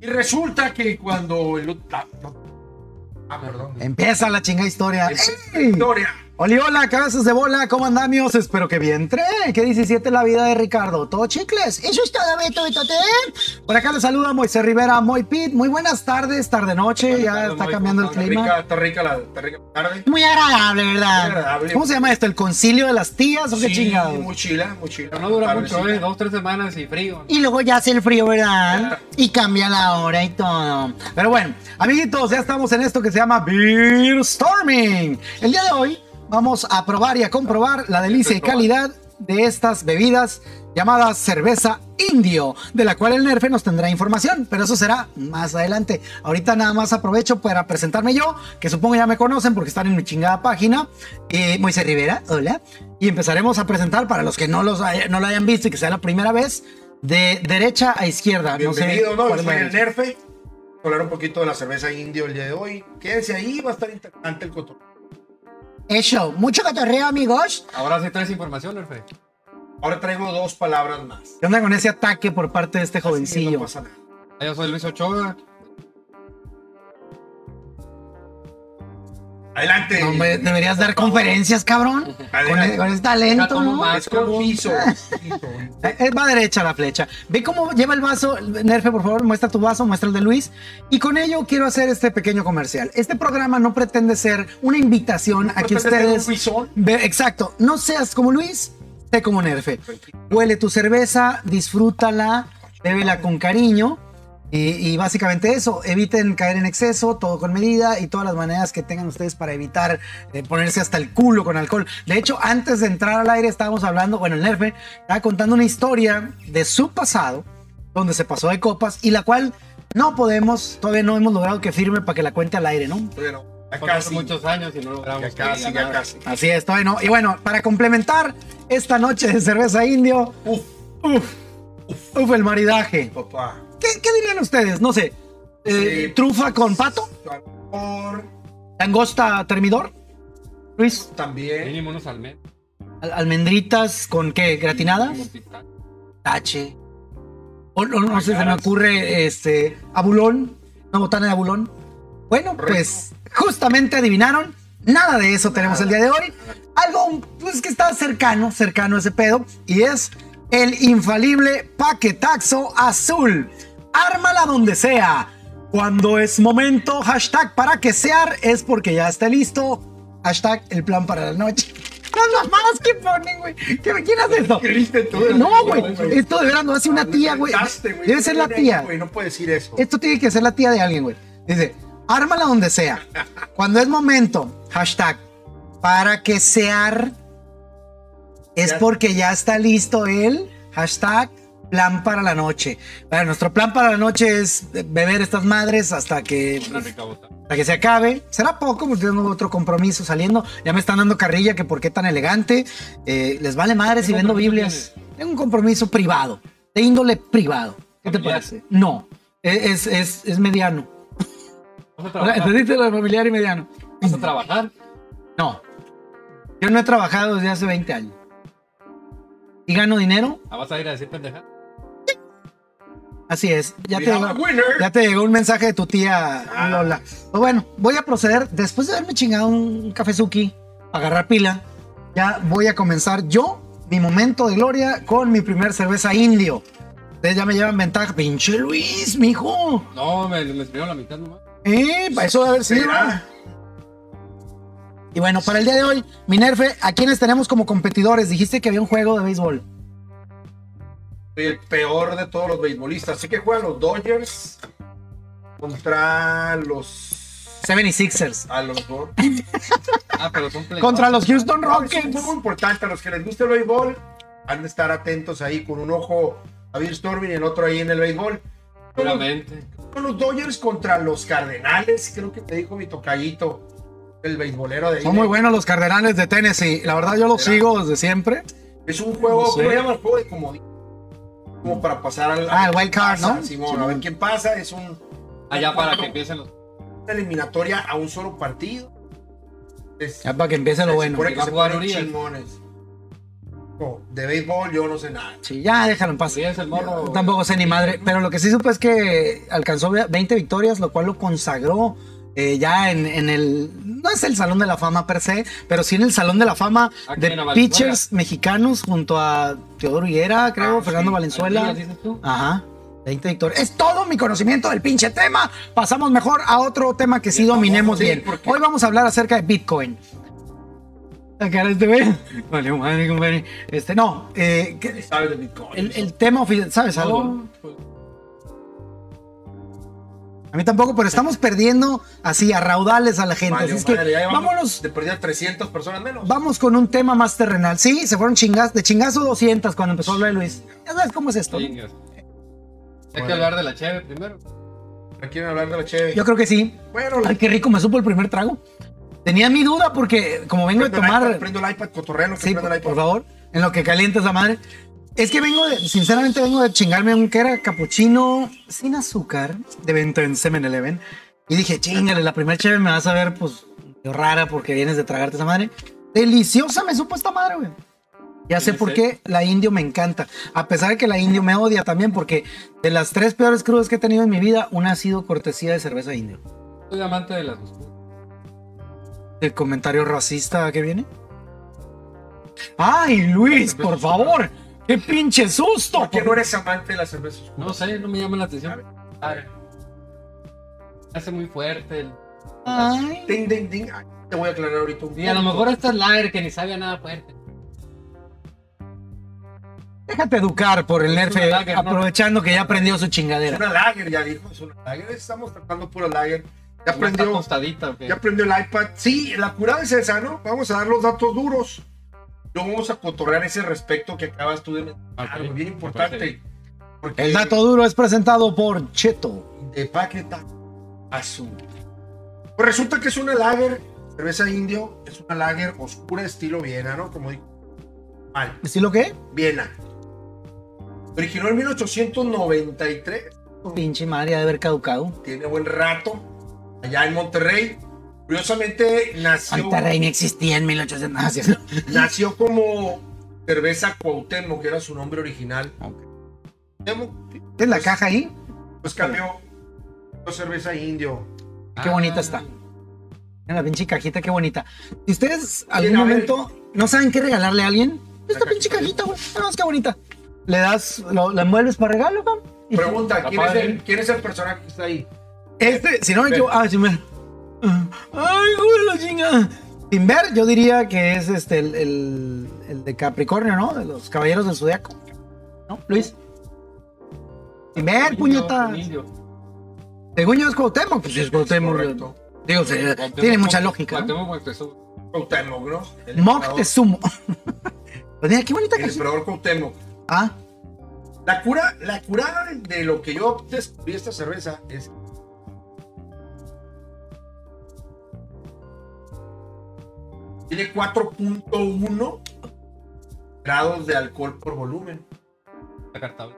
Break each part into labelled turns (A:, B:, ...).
A: Y resulta que cuando el otro- ah, no. Ah, perdón.
B: Empieza la chinga historia.
A: Empieza la
B: ¡Ey!
A: historia.
B: Oli, hola, cabezas de bola, ¿cómo andamios? Espero que bien. Tre, que 17 la vida de Ricardo. Todo chicles. Eso es todo, Beto, Betote. Por acá le saluda Moisés Rivera, Moy Pit. Muy buenas tardes, tarde noche. eh, Ya está
A: No,
B: cambiando el
A: está
B: clima.
A: rica- Está rica la está rica la tarde.
B: Muy agradable, ¿verdad?
A: Muy agradable.
B: ¿Cómo se llama esto? ¿El concilio de las tías o qué
A: Sí,
B: chingado?
A: Mochila, mochila.
C: Pero no dura
A: Tardecita.
C: mucho, ¿eh? Dos, tres semanas y frío.
B: Y luego ya hace el frío, ¿verdad? Y cambia la hora y todo. Pero bueno, amiguitos, ya estamos en esto que se llama Beer Storming. El día de hoy vamos a probar y a comprobar la delicia y calidad de estas bebidas llamadas cerveza indio, de la cual el Nerfe nos tendrá información, pero eso será más adelante. Ahorita nada más aprovecho para presentarme yo, que supongo ya me conocen porque están en mi chingada página. Eh, Moisés Rivera, hola. Y empezaremos a presentar para los que no, los haya- no lo hayan visto y que sea la primera vez, de derecha a izquierda. No sé
A: Bienvenido, ¿no?
B: cuál es
A: Yo
B: la
A: soy el
B: derecha.
A: Nerfe. Vamos a Hablar un poquito de la cerveza indio el día de hoy. Quédense ahí, va a estar interesante el cotorreo.
B: Eso, mucho catorreo, amigos.
C: Ahora sí traes información, Nerfe.
A: Ahora traigo dos palabras más.
B: ¿Qué onda con ese ataque por parte de este
A: Sí, no
B: jovencillo?
A: pasa nada.
C: Ah, Yo soy Luis Ochoa.
A: Adelante.
B: No, hombre, deberías dar conferencias, cabrón. Con,
A: Adelante.
B: e- con ese talento,
C: tomo
B: ¿no?
C: más.
A: Es como piso.
B: Eh, eh, Va derecha la flecha. Ve cómo lleva el vaso. Nerfe, por favor, muestra tu vaso, muestra el de Luis. Y con ello quiero hacer este pequeño comercial. Este programa no pretende ser una invitación a que ustedes... Ve- Exacto, no seas como Luis, sé como Nerfe. Huele tu cerveza, disfrútala, bébela con cariño. Y, y básicamente eso, eviten caer en exceso, todo con medida y todas las maneras que tengan ustedes para evitar eh, ponerse hasta el culo con alcohol. De hecho, antes de entrar al aire estábamos hablando, bueno, el Nerfe estaba contando una historia de su pasado, donde se pasó de copas y la cual no podemos, todavía no hemos logrado que firme para que la cuente al aire, ¿no?
A: Bueno, ya
C: Fueron hace
A: casi.
C: muchos años y no logramos.
A: Ya casi,
C: que
A: ya
C: ganara.
A: casi.
B: Así es, todavía no. Y bueno, para complementar esta noche de cerveza indio,
A: Uf,
B: uff, uff, el maridaje.
A: papá.
B: ¿Qué, qué dirían ustedes? No sé, eh,
A: Sí.
B: trufa con pato,
A: Por
B: langosta termidor, Luis,
A: también.
C: Mínimo unos almendras.
B: al- almendritas con qué, gratinadas, tache. O, o no sé, se me ocurre este, abulón, una botana de abulón. Bueno, pues justamente adivinaron. Nada de eso tenemos el día de hoy. Algo pues, que está cercano, cercano a ese pedo, y es el infalible paquetaxo azul. Ármala donde sea. Cuando es momento, hashtag para quesear, es porque ya está listo. Hashtag el plan para la noche. Las mamadas que ponen, güey. ¿Qué- ¿Quién hace esto?
A: Escribiste tú, ¿no?
B: No, güey. Esto de verdad no hace una tía, güey.
A: Inventaste, güey.
B: Debe ser la tía.
A: Güey, no puedes decir eso.
B: Esto tiene que ser la tía de alguien, güey. Dice, ármala donde sea. Cuando es momento, hashtag, para que sear, es
A: Ya.
B: porque ya está listo el hashtag plan para la noche. Bueno, nuestro plan para la noche es beber estas madres hasta que,
C: Una rica bota.
B: hasta que se acabe. Será poco pues, porque tengo otro compromiso saliendo. Ya me están dando carrilla que por qué tan elegante. Eh, les vale madres
C: ¿Qué
B: si vendo
C: compromiso
B: Biblias. Tengo un compromiso privado, de índole privado. ¿Qué te
C: Familiar.
B: parece? No, es, es- es- es mediano.
C: Vas a
B: O sea,
C: trabajar.
B: ¿Entendiste lo de familiar y mediano?
C: Vas a trabajar.
B: No. Yo no he trabajado desde hace 20 años. ¿Y gano dinero?
C: Ah, Vas a ir a decir pendeja.
B: Así es. Ya te,
A: Cuidado,
B: llegó,
A: winner.
B: ya te llegó un mensaje de tu tía
A: Ah.
B: Lola. Pero bueno, voy a proceder. Después de haberme chingado un cafezuki, agarrar pila, ya voy a comenzar yo mi momento de gloria con mi primer cerveza indio. Ustedes ya me llevan ventaja. ¡Pinche Luis, mijo!
C: No, me, me escribieron la mitad nomás.
B: Eh, para eso debe haber sido.
A: Será.
B: Y bueno, para el día de hoy, Minerfe, ¿a quiénes tenemos como competidores? Dijiste que había un juego de béisbol.
A: Soy el peor de todos los beisbolistas. Así que juegan los Dodgers contra los.
B: 76ers.
A: A los dos.
C: Ah, pero son play.
B: Contra los Houston
A: Es un
B: Rockets.
A: juego importante. A los que les gusta el béisbol, han de estar atentos ahí con un ojo a Bill Storming y el otro ahí en el béisbol.
C: Seguramente.
A: Con los Dodgers contra los Cardenales, creo que te dijo mi tocallito, el beisbolero de ahí.
B: Son muy buenos los Cardenales de Tennessee. La verdad, yo los
A: Será.
B: sigo desde siempre.
A: Es un juego,
B: No sé.
A: ¿cómo le llaman? Juego de comodín. Como para pasar al.
B: Ah, el wild card, ¿no?
A: Pasa, Simón, a ver quién pasa. Es un,
C: Allá para que empiecen los.
A: una eliminatoria a un solo partido. Es,
B: Ya para que empiece lo
A: se
B: bueno.
A: supone que
C: Va a
A: se
C: jugar
A: ponen
C: Uribe.
A: chingones. de béisbol yo no sé nada.
B: Sí, ya déjalo en paz.
C: Urias el morro.
B: Tampoco sé ni madre, pero lo que sí supe es que alcanzó 20 victorias, lo cual lo consagró eh, ya en, en el, no es el Salón de la Fama per se, pero sí en el Salón de la Fama
C: Aquí
B: de
C: en la Valenzuela.
B: pitchers mexicanos junto a Teodoro Higuera, creo,
A: Ah,
B: Fernando
A: sí.
B: Valenzuela.
C: Urias, dices
A: Ah,
C: tú?
B: Ajá. 20 victorias. Es todo mi conocimiento del pinche tema. Pasamos mejor a otro tema que sí
A: Vamos,
B: dominemos
A: sí,
B: bien.
A: porque-
B: Hoy vamos a hablar acerca de Bitcoin. La cara de este güey. Vale, madre, compadre. Este, no. eh, que-
A: ¿Sabes de Bitcoin?
B: el, el tema oficial, ¿sabes algo?
C: No, pues,
B: A mí tampoco, pero estamos perdiendo así a raudales a la gente.
A: Vale,
B: así es que
A: madre, ya llevamos
B: vámonos,
A: De perder 300 personas menos.
B: vamos con un tema más terrenal. Sí, se fueron chingas, de chingazo 200 cuando empezó a hablar Luis. Ya sabes cómo es esto.
C: Pues, chingas. Hay que
A: Bueno.
C: hablar de la cheve primero.
A: ¿Quieren hablar de la cheve?
B: Yo creo que sí.
A: Bueno, la
B: Ay, qué rico me supo el primer trago. Tenía mi duda porque como vengo de
A: prendo el iPad,
B: tomar...
A: prendo el iPad, cotorrelo,
B: Sí,
A: prendo el
B: por,
A: iPad.
B: por favor, en lo que calientas la madre. Es que vengo de, sinceramente vengo de chingarme un que era capuchino sin azúcar de venta en 7-Eleven. Y dije, chingale, la primer cheve me vas a ver, pues, medio rara porque vienes de tragarte esa madre. Deliciosa me supo esta madre, güey. Ya sé
C: Ya
B: por
C: sé.
B: qué la indio me encanta. A pesar de que la indio me odia también, porque de las tres peores crudas que he tenido en mi vida, una ha sido cortesía de cerveza indio.
C: Soy amante de las oscuras.
B: El comentario racista que viene. ¡Ay, Luis, por favor! ¡Qué pinche susto!
A: ¿Por qué no eres amante de las cervezas
C: No
A: oscuras?
C: sé, no me llama la atención.
A: A ver.
C: Hace muy fuerte. El...
B: Ay.
A: Ding, ding, ding. Ay, te voy a aclarar ahorita un
C: Y a lo
A: punto.
C: mejor esta es lager que ni sabía nada fuerte.
B: Déjate educar por el nerf,
C: una lager, ¿no?
B: aprovechando que ya aprendió su
A: Es
B: chingadera.
A: una lager, ya dijo, es una lager. Estamos tratando pura lager. Ya
C: Una está
A: aprendió,
C: tostadita, ¿o qué?
A: ya aprendió el iPad. Sí, la curada es esa, ¿no? Vamos a dar los datos duros. No vamos a cotorrear ese respecto que acabas tú de mencionar,
C: Ok,
A: güey, bien
C: me
A: importante.
C: parece
A: Porque
B: El dato duro es presentado por Cheto.
A: de paqueta azul. Pues resulta que es una lager, cerveza indio, es una lager oscura estilo Viena, ¿no? Como digo, mal,
B: ¿Sí lo qué?
A: Viena. Originó en 1893,
B: Pinche madre, ha de haber caducado.
A: tiene buen rato, allá en Monterrey. Curiosamente nació,
B: Monterrey no existía en 1800. Ah, sí, sí.
A: nació como cerveza Cuauhtémoc, que era su nombre original. Cuauhtémoc,
B: ¿Tienes la caja ahí?
A: Pues cambió por cerveza indio.
B: Qué
C: Ah.
B: bonita está. Mira la pinche cajita, qué bonita. Si ustedes algún
A: Bien, a ver.
B: momento no saben qué regalarle a alguien, esta
A: La
B: pinche
A: cajita.
B: cajita, güey. No, es que bonita. Le das, lo, la envuelves para regalo, güey. Y-
A: Pregunta, ¿quién es,
C: padre.
A: el, ¿quién es el personaje que está ahí?
B: Este, si no me equivoco. Ah, sí, mira. Ay, güey, la chinga. Sin ver, yo diría que es este el, el- el de Capricornio, ¿no? De los caballeros del Zodiaco. ¿No, Luis? Sin ver,
C: Un
B: Eh, puñeta.
C: indio, un indio.
B: Según yo es Cuauhtémoc, pues sí es Cuauhtémoc.
A: Correcto.
B: Digo, sí, tiene mucha lógica. ¿no?
C: Cuauhtémoc Moctezuma.
A: Cuauhtémoc, ¿no? El emperador-
B: Moctezuma. Pues mira, qué bonita
A: El
B: cajita.
A: emperador Cuauhtémoc.
B: Ah,
A: La cura, la curada de lo que yo descubrí esta cerveza es tiene 4.1 grados de alcohol por volumen,
C: La carta.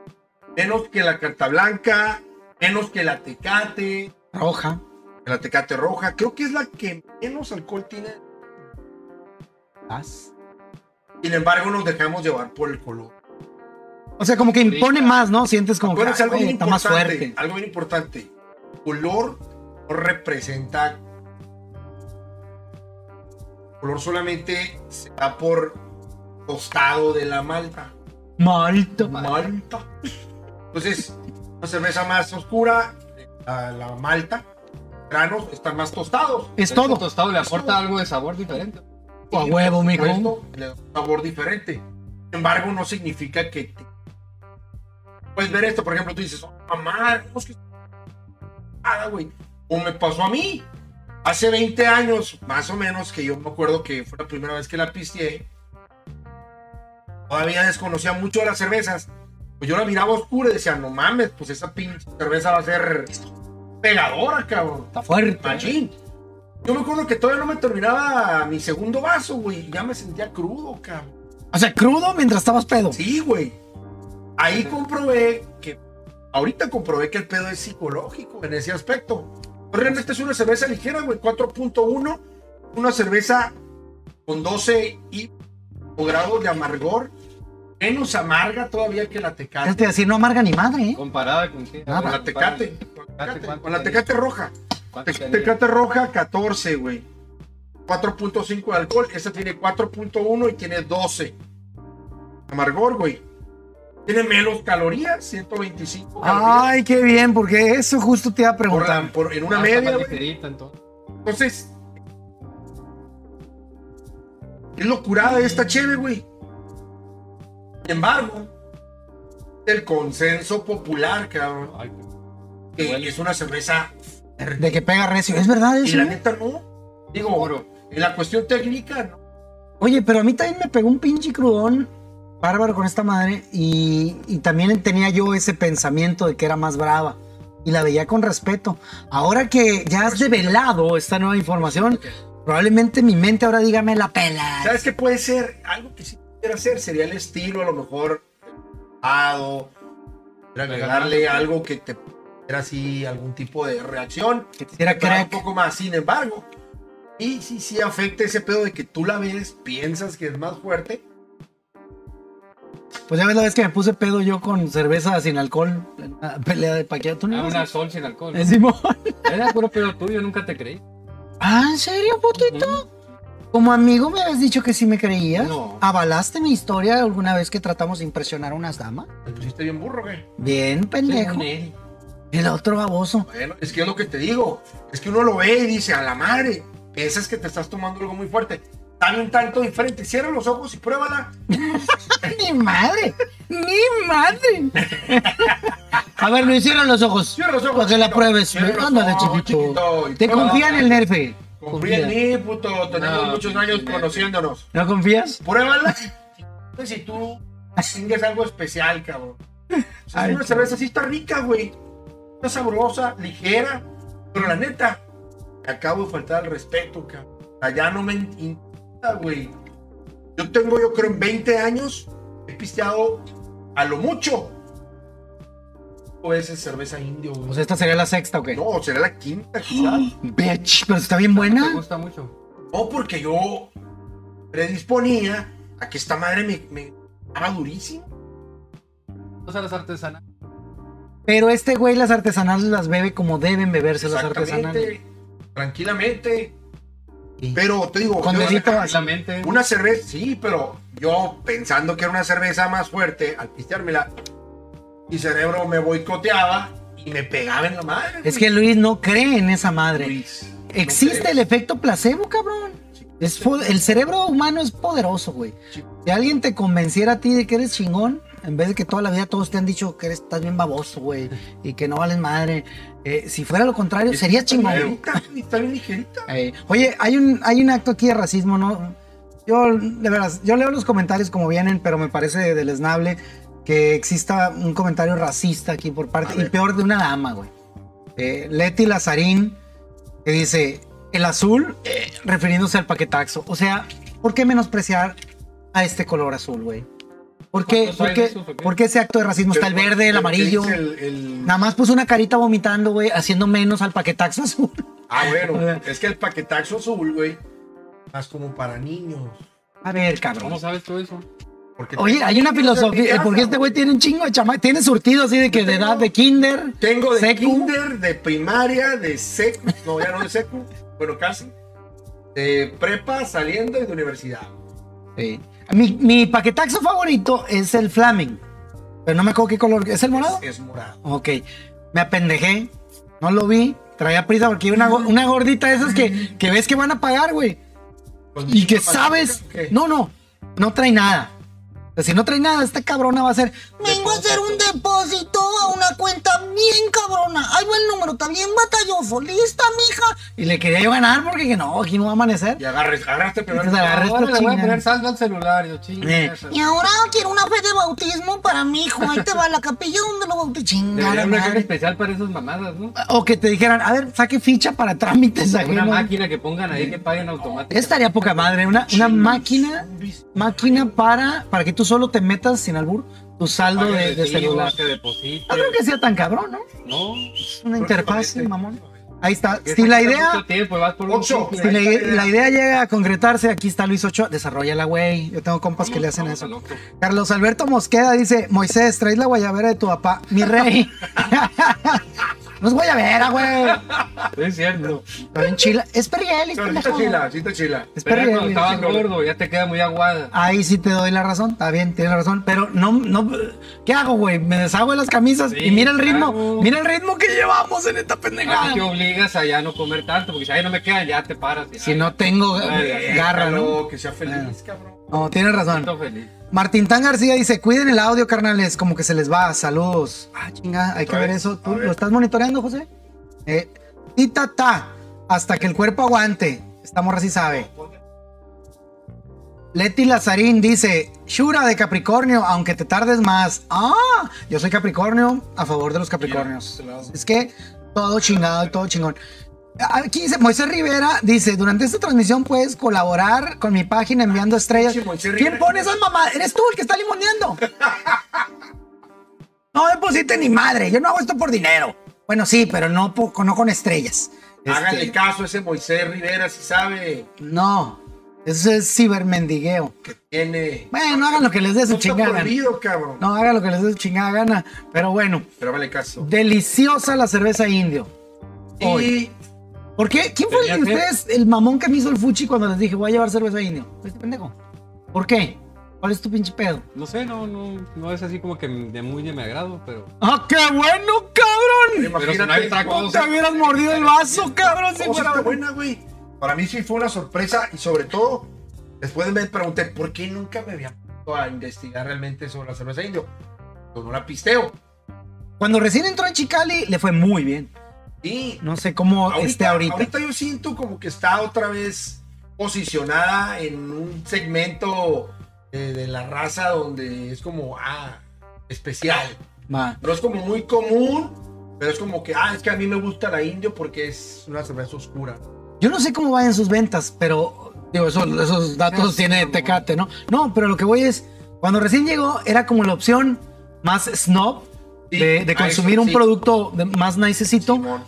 A: menos que la carta blanca, menos que la Tecate,
B: roja.
A: que la Tecate roja. Creo que es la que menos alcohol tiene.
B: Paz.
A: Sin embargo, nos dejamos llevar por el color.
B: O sea, como que impone más, ¿no? Sientes como que
A: Acuérdense
B: ay,
A: algo
B: güey,
A: bien
B: está más
A: importante,
B: fuerte.
A: Algo bien importante. Color no representa. Color solamente se da por costado de la malta.
B: Malto.
A: Malta. Entonces, una cerveza más oscura, la, la malta, granos están más tostados.
B: Es todo.
C: tostado le
A: Es
C: aporta
A: todo.
C: algo de sabor diferente.
B: A huevo,
A: Por
B: mijo.
A: supuesto, Le da un sabor diferente. Sin embargo, no significa que te- puedes ver esto. Por ejemplo, tú dices, "Oh, mamá, ¿cómo es que Ah, güey? O me pasó a mí. Hace 20 años, más o menos, que yo me acuerdo que fue la primera vez que la pisteé. Todavía desconocía mucho de las cervezas. Pues yo la miraba oscura y decía, no mames, pues esa pinche cerveza va a ser pegadora, cabrón.
B: Está fuerte.
A: Machín. Yo me acuerdo que todavía no me terminaba mi segundo vaso, güey. Ya me sentía crudo, cabrón.
B: O sea, crudo mientras estabas pedo.
A: Sí, güey. Ahí comprobé que. Ahorita comprobé que el pedo es psicológico en ese aspecto. Pero realmente es una cerveza ligera, güey. 4.1. Una cerveza con 12 y o grados de amargor. menos amarga todavía que la tecate.
B: Es que decir, no amarga ni madre,
A: Oh,
B: ¿eh?
C: Comparada con qué?
B: Nada.
A: Con la tecate. Con la
C: ¿Cuánto
A: tecate,
C: tenía?
A: con la tecate roja.
C: ¿Cuánto
A: Te-
C: tenía?
A: Tecate roja 14, güey. 4.5 de alcohol. Esta tiene 4.1 y tiene 12. Amargor, güey. Tiene menos calorías, 125 calorías.
B: Ay, qué bien, porque eso justo te iba a
A: por la-
B: preguntar.
A: por- en
C: Ah,
A: una
C: está
A: media,
C: más
A: güey.
C: ligerita, entonces.
A: Entonces, es locurada esta cheve, güey. Sin embargo, el consenso popular, cabrón,
C: Ay, qué-
A: que
C: Bueno.
A: es una cerveza
B: De que pega recio. ¿Es verdad
A: y
B: eso?
A: la
B: eh?
A: neta no. Digo, en la cuestión técnica, no.
B: Oye, pero a mí también me pegó un pinche crudón bárbaro con esta madre y, y también tenía yo ese pensamiento de que era más brava y la veía con respeto. Ahora que ya has develado esta nueva información, probablemente mi mente ahora diga me la pela.
A: ¿Sabes qué puede ser? Algo que sí quisiera hacer sería el estilo, a lo mejor, ado, agregarle algo que te era así algún tipo de reacción.
B: Que te hiciera
A: Para un
B: crack.
A: poco más. Sin embargo, y sí, sí afecta ese pedo de que tú la ves, piensas que es más fuerte.
B: Pues ya ves la vez que me puse pedo yo con cerveza sin alcohol, en una pelea de paquete. ¿Tú no
C: Ah,
B: ibas?
C: una sol sin alcohol.
B: Eh, Simón.
C: Era puro pedo tuyo, nunca te creí.
B: Ah, ¿en serio, putito? Como amigo me habías dicho que sí me creías.
A: No.
B: ¿Avalaste mi historia alguna vez que tratamos de impresionar a unas damas?
A: pues Te pusiste bien burro, güey.
B: Bien, pendejo. El otro baboso.
A: Bueno, es que es lo que te digo. Es que uno lo ve y dice, a la madre, piensas que te estás tomando algo muy fuerte. Dame un tanto diferente. Cierra los ojos y pruébala.
B: ¡Ni madre! ¡Ni madre! A ver, Luis, cierra los ojos.
A: Cierra los ojos.
B: Para que la
A: chiquito.
B: pruebes.
A: Cierra los
B: Ándale,
A: ojos,
B: chiquito.
A: chiquito. Y
B: Te
A: pruébala.
B: confía en el nerfe.
A: Confía en mí, puto. Tenemos
C: No,
A: muchos años
C: pinche
A: conociéndonos.
B: ¿No confías?
A: Pruébala. y Si tú tienes algo especial, cabrón. O sea,
B: Ay,
A: una cerveza así está rica, güey. Está sabrosa, ligera. Pero la neta, me acabo de faltar al respeto, cabrón. Allá no me importa, güey. Yo tengo, yo creo, en 20 años, he pisteado a lo mucho. O esa cerveza indio, güey.
B: Pues esta sería la sexta, ¿o qué?
A: no, será la quinta, quizás.
B: Bitch, pero está bien
C: Me
B: buena.
C: gusta mucho.
A: No, porque yo predisponía a que esta madre me, me daba durísimo.
C: O sea, las artesanas.
B: Pero este güey las artesanales las bebe como deben beberse las artesanales.
A: Exactamente. Tranquilamente.
B: Sí.
A: Pero te digo,
B: Con
A: yo-
B: dedito. Así.
C: La mente.
A: una cerveza, sí, pero yo pensando que era una cerveza más fuerte, al pisteármela, mi cerebro me boicoteaba y me pegaba en la madre.
B: Es que Luis no cree en esa madre.
A: Luis, no
B: Existe
A: creo.
B: el efecto placebo, cabrón. Es fo- el cerebro humano es poderoso, güey.
A: Sí.
B: Si alguien te convenciera a ti de que eres chingón, en vez de que toda la vida todos te han dicho que eres, estás bien baboso, güey, y que no vales madre, eh, si fuera lo contrario, sería chingón.
A: Está
B: güey.
A: bien ligerita, Está bien ligerita.
B: Eh, oye, hay un, hay un acto aquí de racismo, ¿no? Yo, de veras, yo leo los comentarios como vienen, pero me parece deleznable que exista un comentario racista aquí por
A: A
B: parte, y
A: ver.
B: peor de una dama, güey. Eh, Leti Lazarín, que dice, el azul, eh, refiriéndose al paquetaxo. O sea, ¿por qué menospreciar a este color azul, güey? ¿Por qué,
C: ¿Cuántos
B: por
C: hay
B: qué-
C: de esos, o qué?
B: por qué ese acto de Este racismo? Está el
A: Pero,
B: verde, el
A: pero, ¿qué
B: amarillo.
A: dice el- el-
B: Nada más puso una carita vomitando, güey, haciendo menos al paquetaxo azul.
A: Ah, bueno,
B: Hola.
A: es que el paquetaxo azul, güey, más como para niños.
B: A ver, cabrón.
C: ¿Cómo sabes tú eso?
A: Porque
B: Oye,
A: tengo
B: hay
A: niños
B: una
A: en mi
B: filosofía, eh,
A: casa,
B: porque este güey tiene un chingo de chama, tiene surtido así de que de
A: tengo-
B: edad de kinder.
A: Tengo de
B: secu.
A: kinder, de primaria, de secu, no, ya no de secu, bueno, casi. De prepa, saliendo y de universidad.
B: Sí. Mi, mi paquetaxo favorito es el flaming, pero no me acuerdo qué color, ¿es el morado?
A: Es, es morado.
B: Ok, me apendejé, no lo vi, traía prisa porque una, go- una gordita de esas que, que ves que van a pagar, güey,
A: Con
B: y que
A: mucho
B: sabes,
A: paquete, ¿qué?
B: no, no, no trae nada. Pues si no trae nada, esta cabrona va a ser. Vengo a hacer un depósito a una cuenta bien cabrona. Ahí va el número, está bien batalloso. Lista, mija. Y le quería yo ganar porque dije, no, aquí no va a amanecer.
A: Y agarres, agarraste primero.
B: Entonces agarré esta
C: Ahora le voy a
B: chingada.
C: poner saldo al celular, yo chinga.
B: Eh.
C: esa.
B: Y ahora quiero una fe de bautismo para mi hijo. Ahí te va a la capilla donde lo bauticé.
C: Debería
B: Chingada
C: haber una caja
B: madre.
C: especial para esas mamadas, ¿no?
B: O que te dijeran, a ver, saque ficha para trámites.
C: Una
B: ajenos.
C: máquina que pongan ahí que paguen automáticamente.
B: Estaría poca madre. Una, una máquina máquina para, para que tú solo te metas sin albur tu saldo
C: Pague
B: de, de
C: recibo,
B: celular.
C: Que deposite.
B: No creo que sea tan cabrón, ¿no?
C: No.
B: Es una interfaz,
A: Próximamente.
B: mamón. Ahí está.
C: Que pues,
B: Si
C: se
B: la
C: quita
B: idea,
C: mucho tiempo y vas por un
A: Ocho.
B: si
C: chicle.
B: la, la idea llega a concretarse, aquí está Luis Ochoa. Desarrolla güey. Yo tengo compas que le hacen
C: Vamos
B: eso.
C: al otro.
B: Carlos Alberto Mosqueda dice: Moisés, traes la guayabera de tu papá, mi rey. no es guayabera, güey.
C: Sí, Es cierto.
B: Está bien chila. Es perriel, es
A: No, sí está
B: pendejo.
A: chila, sí está chila.
B: Es
C: Pero ya
B: perriel,
C: cuando estabas
A: chingón.
C: gordo, ya te queda muy aguada.
B: Ahí sí te doy la razón, está bien, tienes razón, pero no, no, ¿qué hago, güey? Me deshago de las camisas
C: Sí,
B: y mira el ritmo,
C: claro.
B: mira el ritmo que llevamos en esta
C: Ahora
B: pendejada.
C: te obligas a ya no comer tanto, porque si ahí no me quedan, ya te paras. y,
B: Si
C: ay,
B: no tengo
C: Ay,
B: garra, ¿no? Ah.
A: Déjalo, Que sea feliz, cabrón.
B: No, tienes razón.
C: estoy feliz.
B: Martín Tan García dice, cuiden el audio, carnales, como que se les va, saludos. Ah, chinga, hay que
A: Otra
B: ver
A: vez,
B: eso. ¿Tú
A: a ver.
B: lo estás monitoreando, José? Eh, tita ta, hasta que el cuerpo aguante. Esta morra sí sabe. Leti Lazarín dice, Shura de Capricornio, aunque te tardes más. Ah, yo soy Capricornio, a favor de los Capricornios.
A: Mira, este lado.
B: Es que todo chingado y todo chingón. Aquí dice Moisés Rivera, dice, durante esta transmisión puedes colaborar con mi página enviando estrellas.
A: Pinche Moisés
B: ¿Quién
A: Rivera.
B: pone esas mamadas? Eres tú el que está limoneando. No deposite ni madre, yo no hago esto por dinero. Bueno, sí, pero no, po- no con estrellas. Este,
A: Háganle caso a ese Moisés Rivera, si sabe
B: No, eso es cibermendigueo.
A: que tiene.
B: Bueno, hagan lo que les dé su
A: No está
B: chingada. gana.
A: prohibido, cabrón.
B: No, hagan lo que les dé su chingada gana. Pero bueno,
A: Pero vale caso.
B: deliciosa la cerveza indio. Hoy.
A: Y
B: ¿Por qué? ¿Quién fue el de
C: Tenía fe.
B: ustedes el mamón que me hizo el fuchi cuando les dije voy a llevar cerveza indio? Este pendejo. ¿Por qué? ¿Cuál es tu pinche pedo?
C: No sé, no, no, no es así como que de muy de mi agrado, pero.
B: ¡Ah, qué bueno, cabrón!
C: Pero si no
A: imagínate.
C: hay otra
A: cómo-
C: cosa.
B: Te hubieras mordido el vaso, cabrón, si
A: cómo sí
B: fuera
A: está buena, güey. Para mí sí fue una sorpresa y sobre todo, después me pregunté por qué nunca me había puesto a investigar realmente sobre la cerveza indio. Yo no la pisteo.
B: Cuando recién entró en Chicali, le fue muy bien.
A: Y
B: No sé cómo
A: ahorita,
B: esté ahorita.
A: ahorita yo siento como que está otra vez posicionada en un segmento eh, de la raza donde es como, ah, especial.
B: Va.
A: No es como muy común, pero es como que, ah, es que a mí me gusta la indio porque es una cerveza oscura.
B: Yo no sé cómo vayan sus ventas, pero digo, eso- esos datos
C: Sí,
B: tiene
C: no,
B: Tecate, ¿no? No, pero lo que voy es, cuando recién llegó, era como la opción más snob
A: Sí,
B: de, de
A: a
B: consumir
A: eso
B: un
A: sí.
B: producto de- más nicecito.
A: Simón.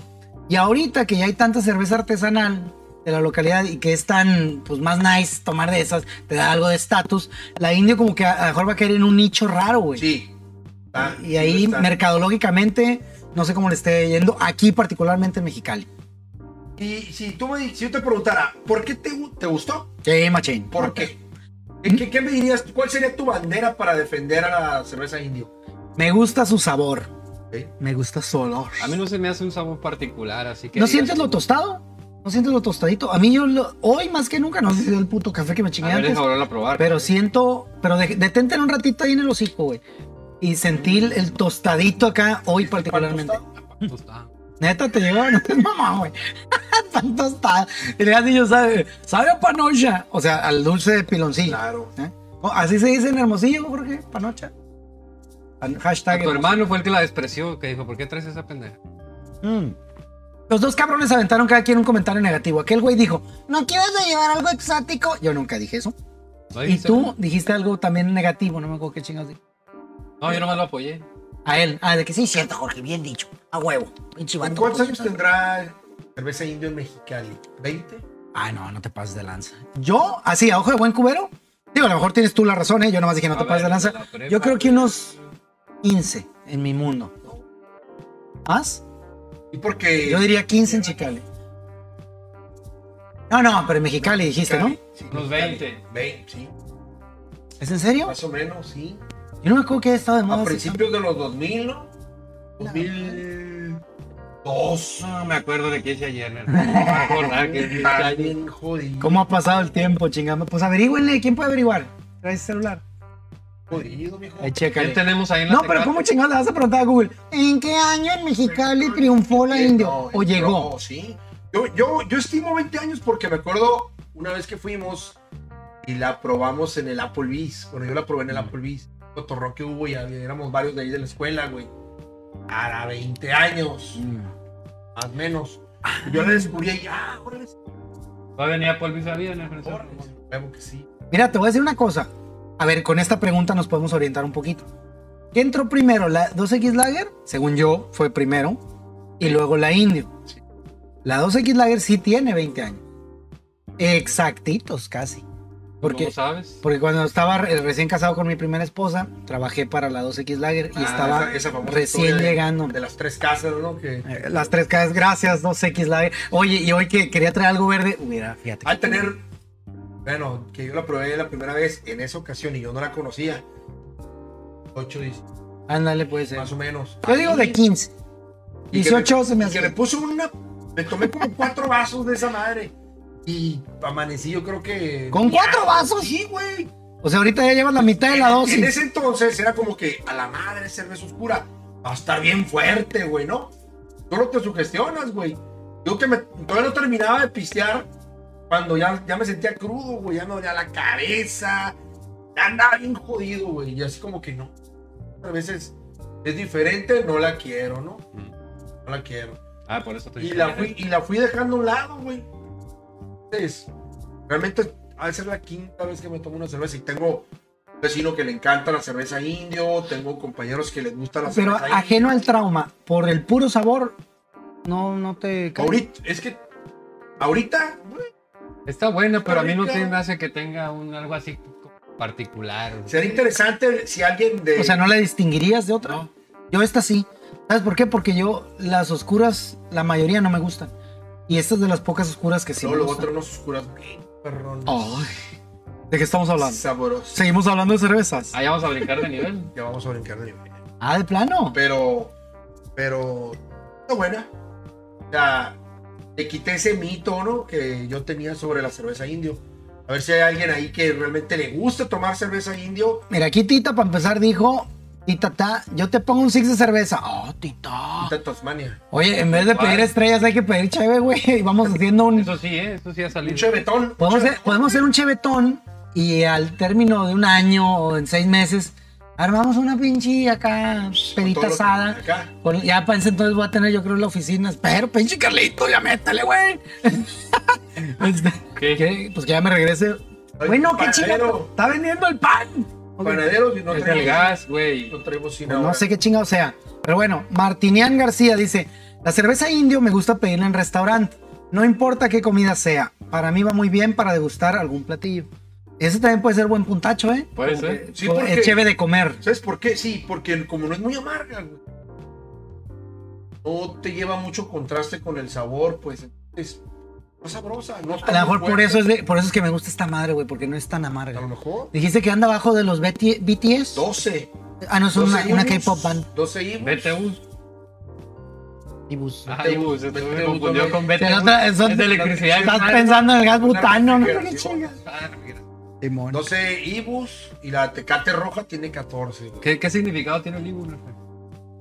B: Y ahorita que ya hay tanta cerveza artesanal de la localidad y que es tan pues más nice tomar de esas, te da algo de estatus, la indio como que a, a lo mejor va a caer en un nicho raro, güey.
A: Sí. Está-
B: y ahí
A: está.
B: mercadológicamente no sé cómo le esté yendo aquí particularmente en Mexicali.
A: Y si tú me, si yo te preguntara, ¿por qué te, gu- te gustó?
B: Sí, machín.
A: ¿Por qué? ¿Qué, qué- qué me dirías? ¿Cuál sería tu bandera para defender a la cerveza indio?
B: Me gusta su sabor.
A: ¿Sí?
B: Me gusta su olor.
C: A mí no se me hace un sabor particular, así que.
B: ¿No
C: digas
B: sientes lo
C: como-
B: tostado? ¿No sientes lo tostadito? A mí yo lo- hoy más que nunca no sé si es el puto café que me
C: A
B: chingué
C: ver,
B: antes.
C: deja volverlo a probar.
B: Pero siento, pero de- detente en un ratito ahí en el hocico, güey. Y sentí el, el tostadito acá hoy particularmente.
C: Tostado.
B: Neta, te llegó, no es mamá, güey. Pan tostado. Y le dicho, sabe, sabe a panocha. O sea, al dulce de piloncillo.
A: Claro.
B: ¿eh? Oh, Así se dice en Hermosillo, Jorge, panocha. Pan-
C: A
B: Hashtag.
C: tu hermano fue el que la despreció, que dijo, ¿por qué traes esa pendeja?
B: Mm. Los dos cabrones aventaron cada quien un comentario negativo. Aquel güey dijo, ¿no quieres de llevar algo exótico? Yo nunca dije eso.
C: ¿No
B: Y
C: dijiste
B: tú
C: nada?
B: dijiste algo también negativo, no me acuerdo qué chingados dije.
C: No, yo nomás lo apoyé.
B: A él. Ah, de que sí, cierto, Jorge, bien dicho. A huevo. Pinche vato.
A: ¿En cuántos años
B: puto.
A: tendrá cerveza indio en Mexicali? ¿20?
B: Ah, no, no te pases de lanza. Yo, así, a ojo de buen cubero. Digo, a lo mejor tienes tú la razón, ¿eh? Yo nomás dije, no
C: A
B: te pases
C: ver,
B: de lanza.
C: de la prepa.
B: Yo creo que unos 15 en mi mundo. ¿Más?
A: Y porque...
B: Yo diría 15 en Chicali. No, no, pero en Mexicali dijiste, ¿no?
A: Sí,
C: Unos
A: Mexicali.
C: 20.
A: 20, sí.
B: ¿Es en serio?
A: Más o menos, sí.
B: Yo no me acuerdo que haya estado de moda.
A: A
B: así
A: principios de los 2000, ¿no? 2002.
C: No, me acuerdo de que hice ayer. ¿no? No me voy a acordar que hice
A: Está
C: ayer.
A: bien jodido.
B: tanto. ¿Cómo ha pasado el tiempo, chingame? Pues averígüenle, ¿quién puede averiguar? Trae celular.
A: Jodido, mijo.
B: Ahí
C: ¿Qué
B: chécale.
C: tenemos ahí en la
B: No, pero
C: Tecate?
B: ¿cómo chingados le vas a preguntar a Google? ¿En qué año en Mexicali triunfó la
A: Sí,
B: indio?
A: no,
B: ¿O
A: entró,
B: llegó?
A: Sí. Yo, yo, yo estimo 20 años porque me acuerdo una vez que fuimos y la probamos en el Applebee's. Bueno, yo la probé
B: Mm.
A: en el Applebee's. Cotorrón que hubo y había- éramos varios de ahí de la escuela, güey. Para 20 años, más menos. Y yo la descubrí ahí, ah, órale,
C: Todavía venía por mi sabía, ¿no?
A: órale, huevo que sí.
B: Mira, te voy a decir una cosa. A ver, con esta pregunta nos podemos orientar un poquito. ¿Qué entró primero? ¿La 2X Lager? Según yo, fue primero. Y luego la Indio.
A: Sí.
B: La 2X Lager sí tiene 20 años. Exactitos, casi. Porque,
C: ¿Cómo sabes?
B: porque cuando estaba re- recién casado con mi primera esposa, trabajé para la 2X Lager y
A: Ah,
B: estaba
A: esa- esa famosa
B: recién
A: historia de-
B: llegando.
A: De las tres casas, ¿no? Que
B: Eh, Las tres casas, gracias, 2X Lager. E. Oye, y hoy que quería traer algo verde, hubiera, fíjate.
A: al tener. Bueno, que yo la probé la primera vez en esa ocasión y yo no la conocía. 8,
B: Ándale, puede ser.
A: más o menos.
B: Yo digo de 15.
A: Y que
B: 18
A: le-
B: se me
A: y
B: hace.
A: Que le puse una. Me tomé como cuatro vasos de esa madre. Y amanecí, yo creo que.
B: ¿Con cuatro vasos?
A: Sí, güey.
B: O sea, ahorita ya llevas la mitad de la
A: En
B: dosis.
A: ese entonces era como que a la madre cerveza oscura. Va a estar bien fuerte, güey, ¿no? Tú no te sugestionas, güey. Yo que me, todavía no terminaba de pistear cuando ya, ya me sentía crudo, güey. Ya me dolía la cabeza. Ya andaba bien jodido, güey. Y así como que no. A veces es diferente, no la quiero, ¿no?
C: Mm.
A: No la quiero.
C: Ah, por eso te
A: Y
C: dije.
A: la fui, y la fui dejando a un lado, güey. Entonces, realmente, al ser la quinta vez que me tomo una cerveza, y tengo un vecino que le encanta la cerveza indio, tengo compañeros que les gusta la
B: Pero
A: cerveza indio.
B: ajeno al trauma, por el puro sabor, no, no te cae.
A: Ahorita, es que, ahorita, güey,
C: Está buena, pero a mí no
A: Rica.
C: se me hace que tenga un, algo así particular.
A: sería interesante si alguien de.
B: O sea, ¿no la distinguirías de otra?
C: ¿no?
B: Yo esta sí. ¿Sabes por qué? Porque yo las oscuras, la mayoría no me gustan. Y esta es de las pocas oscuras que sí
A: no,
B: me
A: lo
B: gustan.
A: otro unos oscuras, bien perrones,
B: Ay, ¿De qué estamos hablando?
A: saborosas.
B: Seguimos hablando de cervezas.
C: Ah, ya vamos a brincar de nivel.
A: Ya vamos a brincar de nivel.
B: Ah, de plano.
A: Pero, pero, está buena. O sea, le quité ese mito, ¿no? Que yo tenía sobre la cerveza indio. A ver si hay alguien ahí que realmente le gusta tomar cerveza indio.
B: Mira, aquí Tita, para empezar, dijo: Tita, ta, yo te pongo un six de cerveza. Oh, Tita.
A: De Tasmania.
B: Oye, en vez de
C: ¿Cuál?
B: pedir estrellas, hay que pedir cheve, güey. Y vamos haciendo un.
C: Eso sí, ¿eh? Eso sí ha
A: Un
C: salido.
A: chevetón.
B: Podemos
A: un
B: hacer,
A: chevetón.
B: podemos hacer un chevetón y al término de un año o en seis meses, armamos una pinche acá
A: Con todo
B: pedita
A: lo que-
B: asada.
A: Acá.
B: Con- ya para ese entonces voy a tener, yo creo, la oficina. Pero, pinche Carlito, ya métale, güey. Este,
C: ¿Qué?
B: que- pues que ya me regrese.
A: Ay,
B: Bueno, qué chica.
A: panadero.
B: Está vendiendo el pan. Ok.
A: Panaderos y no
C: Es el
A: traemos,
C: gas, güey.
A: no traemos sin
B: Pues
A: ahora.
B: no sé qué chingado sea. Pero bueno, Martinian García dice: La cerveza indio me gusta pedirla en restaurante. No importa qué comida sea. Para mí va muy bien para degustar algún platillo. Ese también puede ser buen puntacho, ¿eh?
C: Puede
B: Como
C: ser.
B: que-
A: Sí,
B: como-
A: porque-
B: Es chévere de comer.
A: ¿Sabes por qué? Sí, porque como no es muy amarga, güey. No te lleva mucho contraste con el sabor, pues entonces. Es sabrosa. No
B: A lo mejor por eso, es de- por eso es que me gusta esta madre, güey, porque no es tan
A: A
B: amarga.
A: lo mejor.
B: Dijiste que anda abajo de los BT BTS.
A: 12.
B: Ah, no, es una,
A: 12
B: una
A: Ibus,
B: K-pop band.
A: 12 Ibus.
C: BTUs.
B: Ibus.
C: Ah, Ibus. se
A: BTUs,
C: me confundió con
B: Pero
C: BTUs.
B: otra- eso-
C: Es de electricidad.
B: Estás
C: hermano.
B: pensando en el gas butano, ¿no?
A: refrigeración.
B: Qué chingas.
C: Ah, mira.
B: Simón.
A: 12 Ibus y la Tecate Roja tiene 14. güey.
C: ¿Qué, ¿Qué significado tiene el Ibus?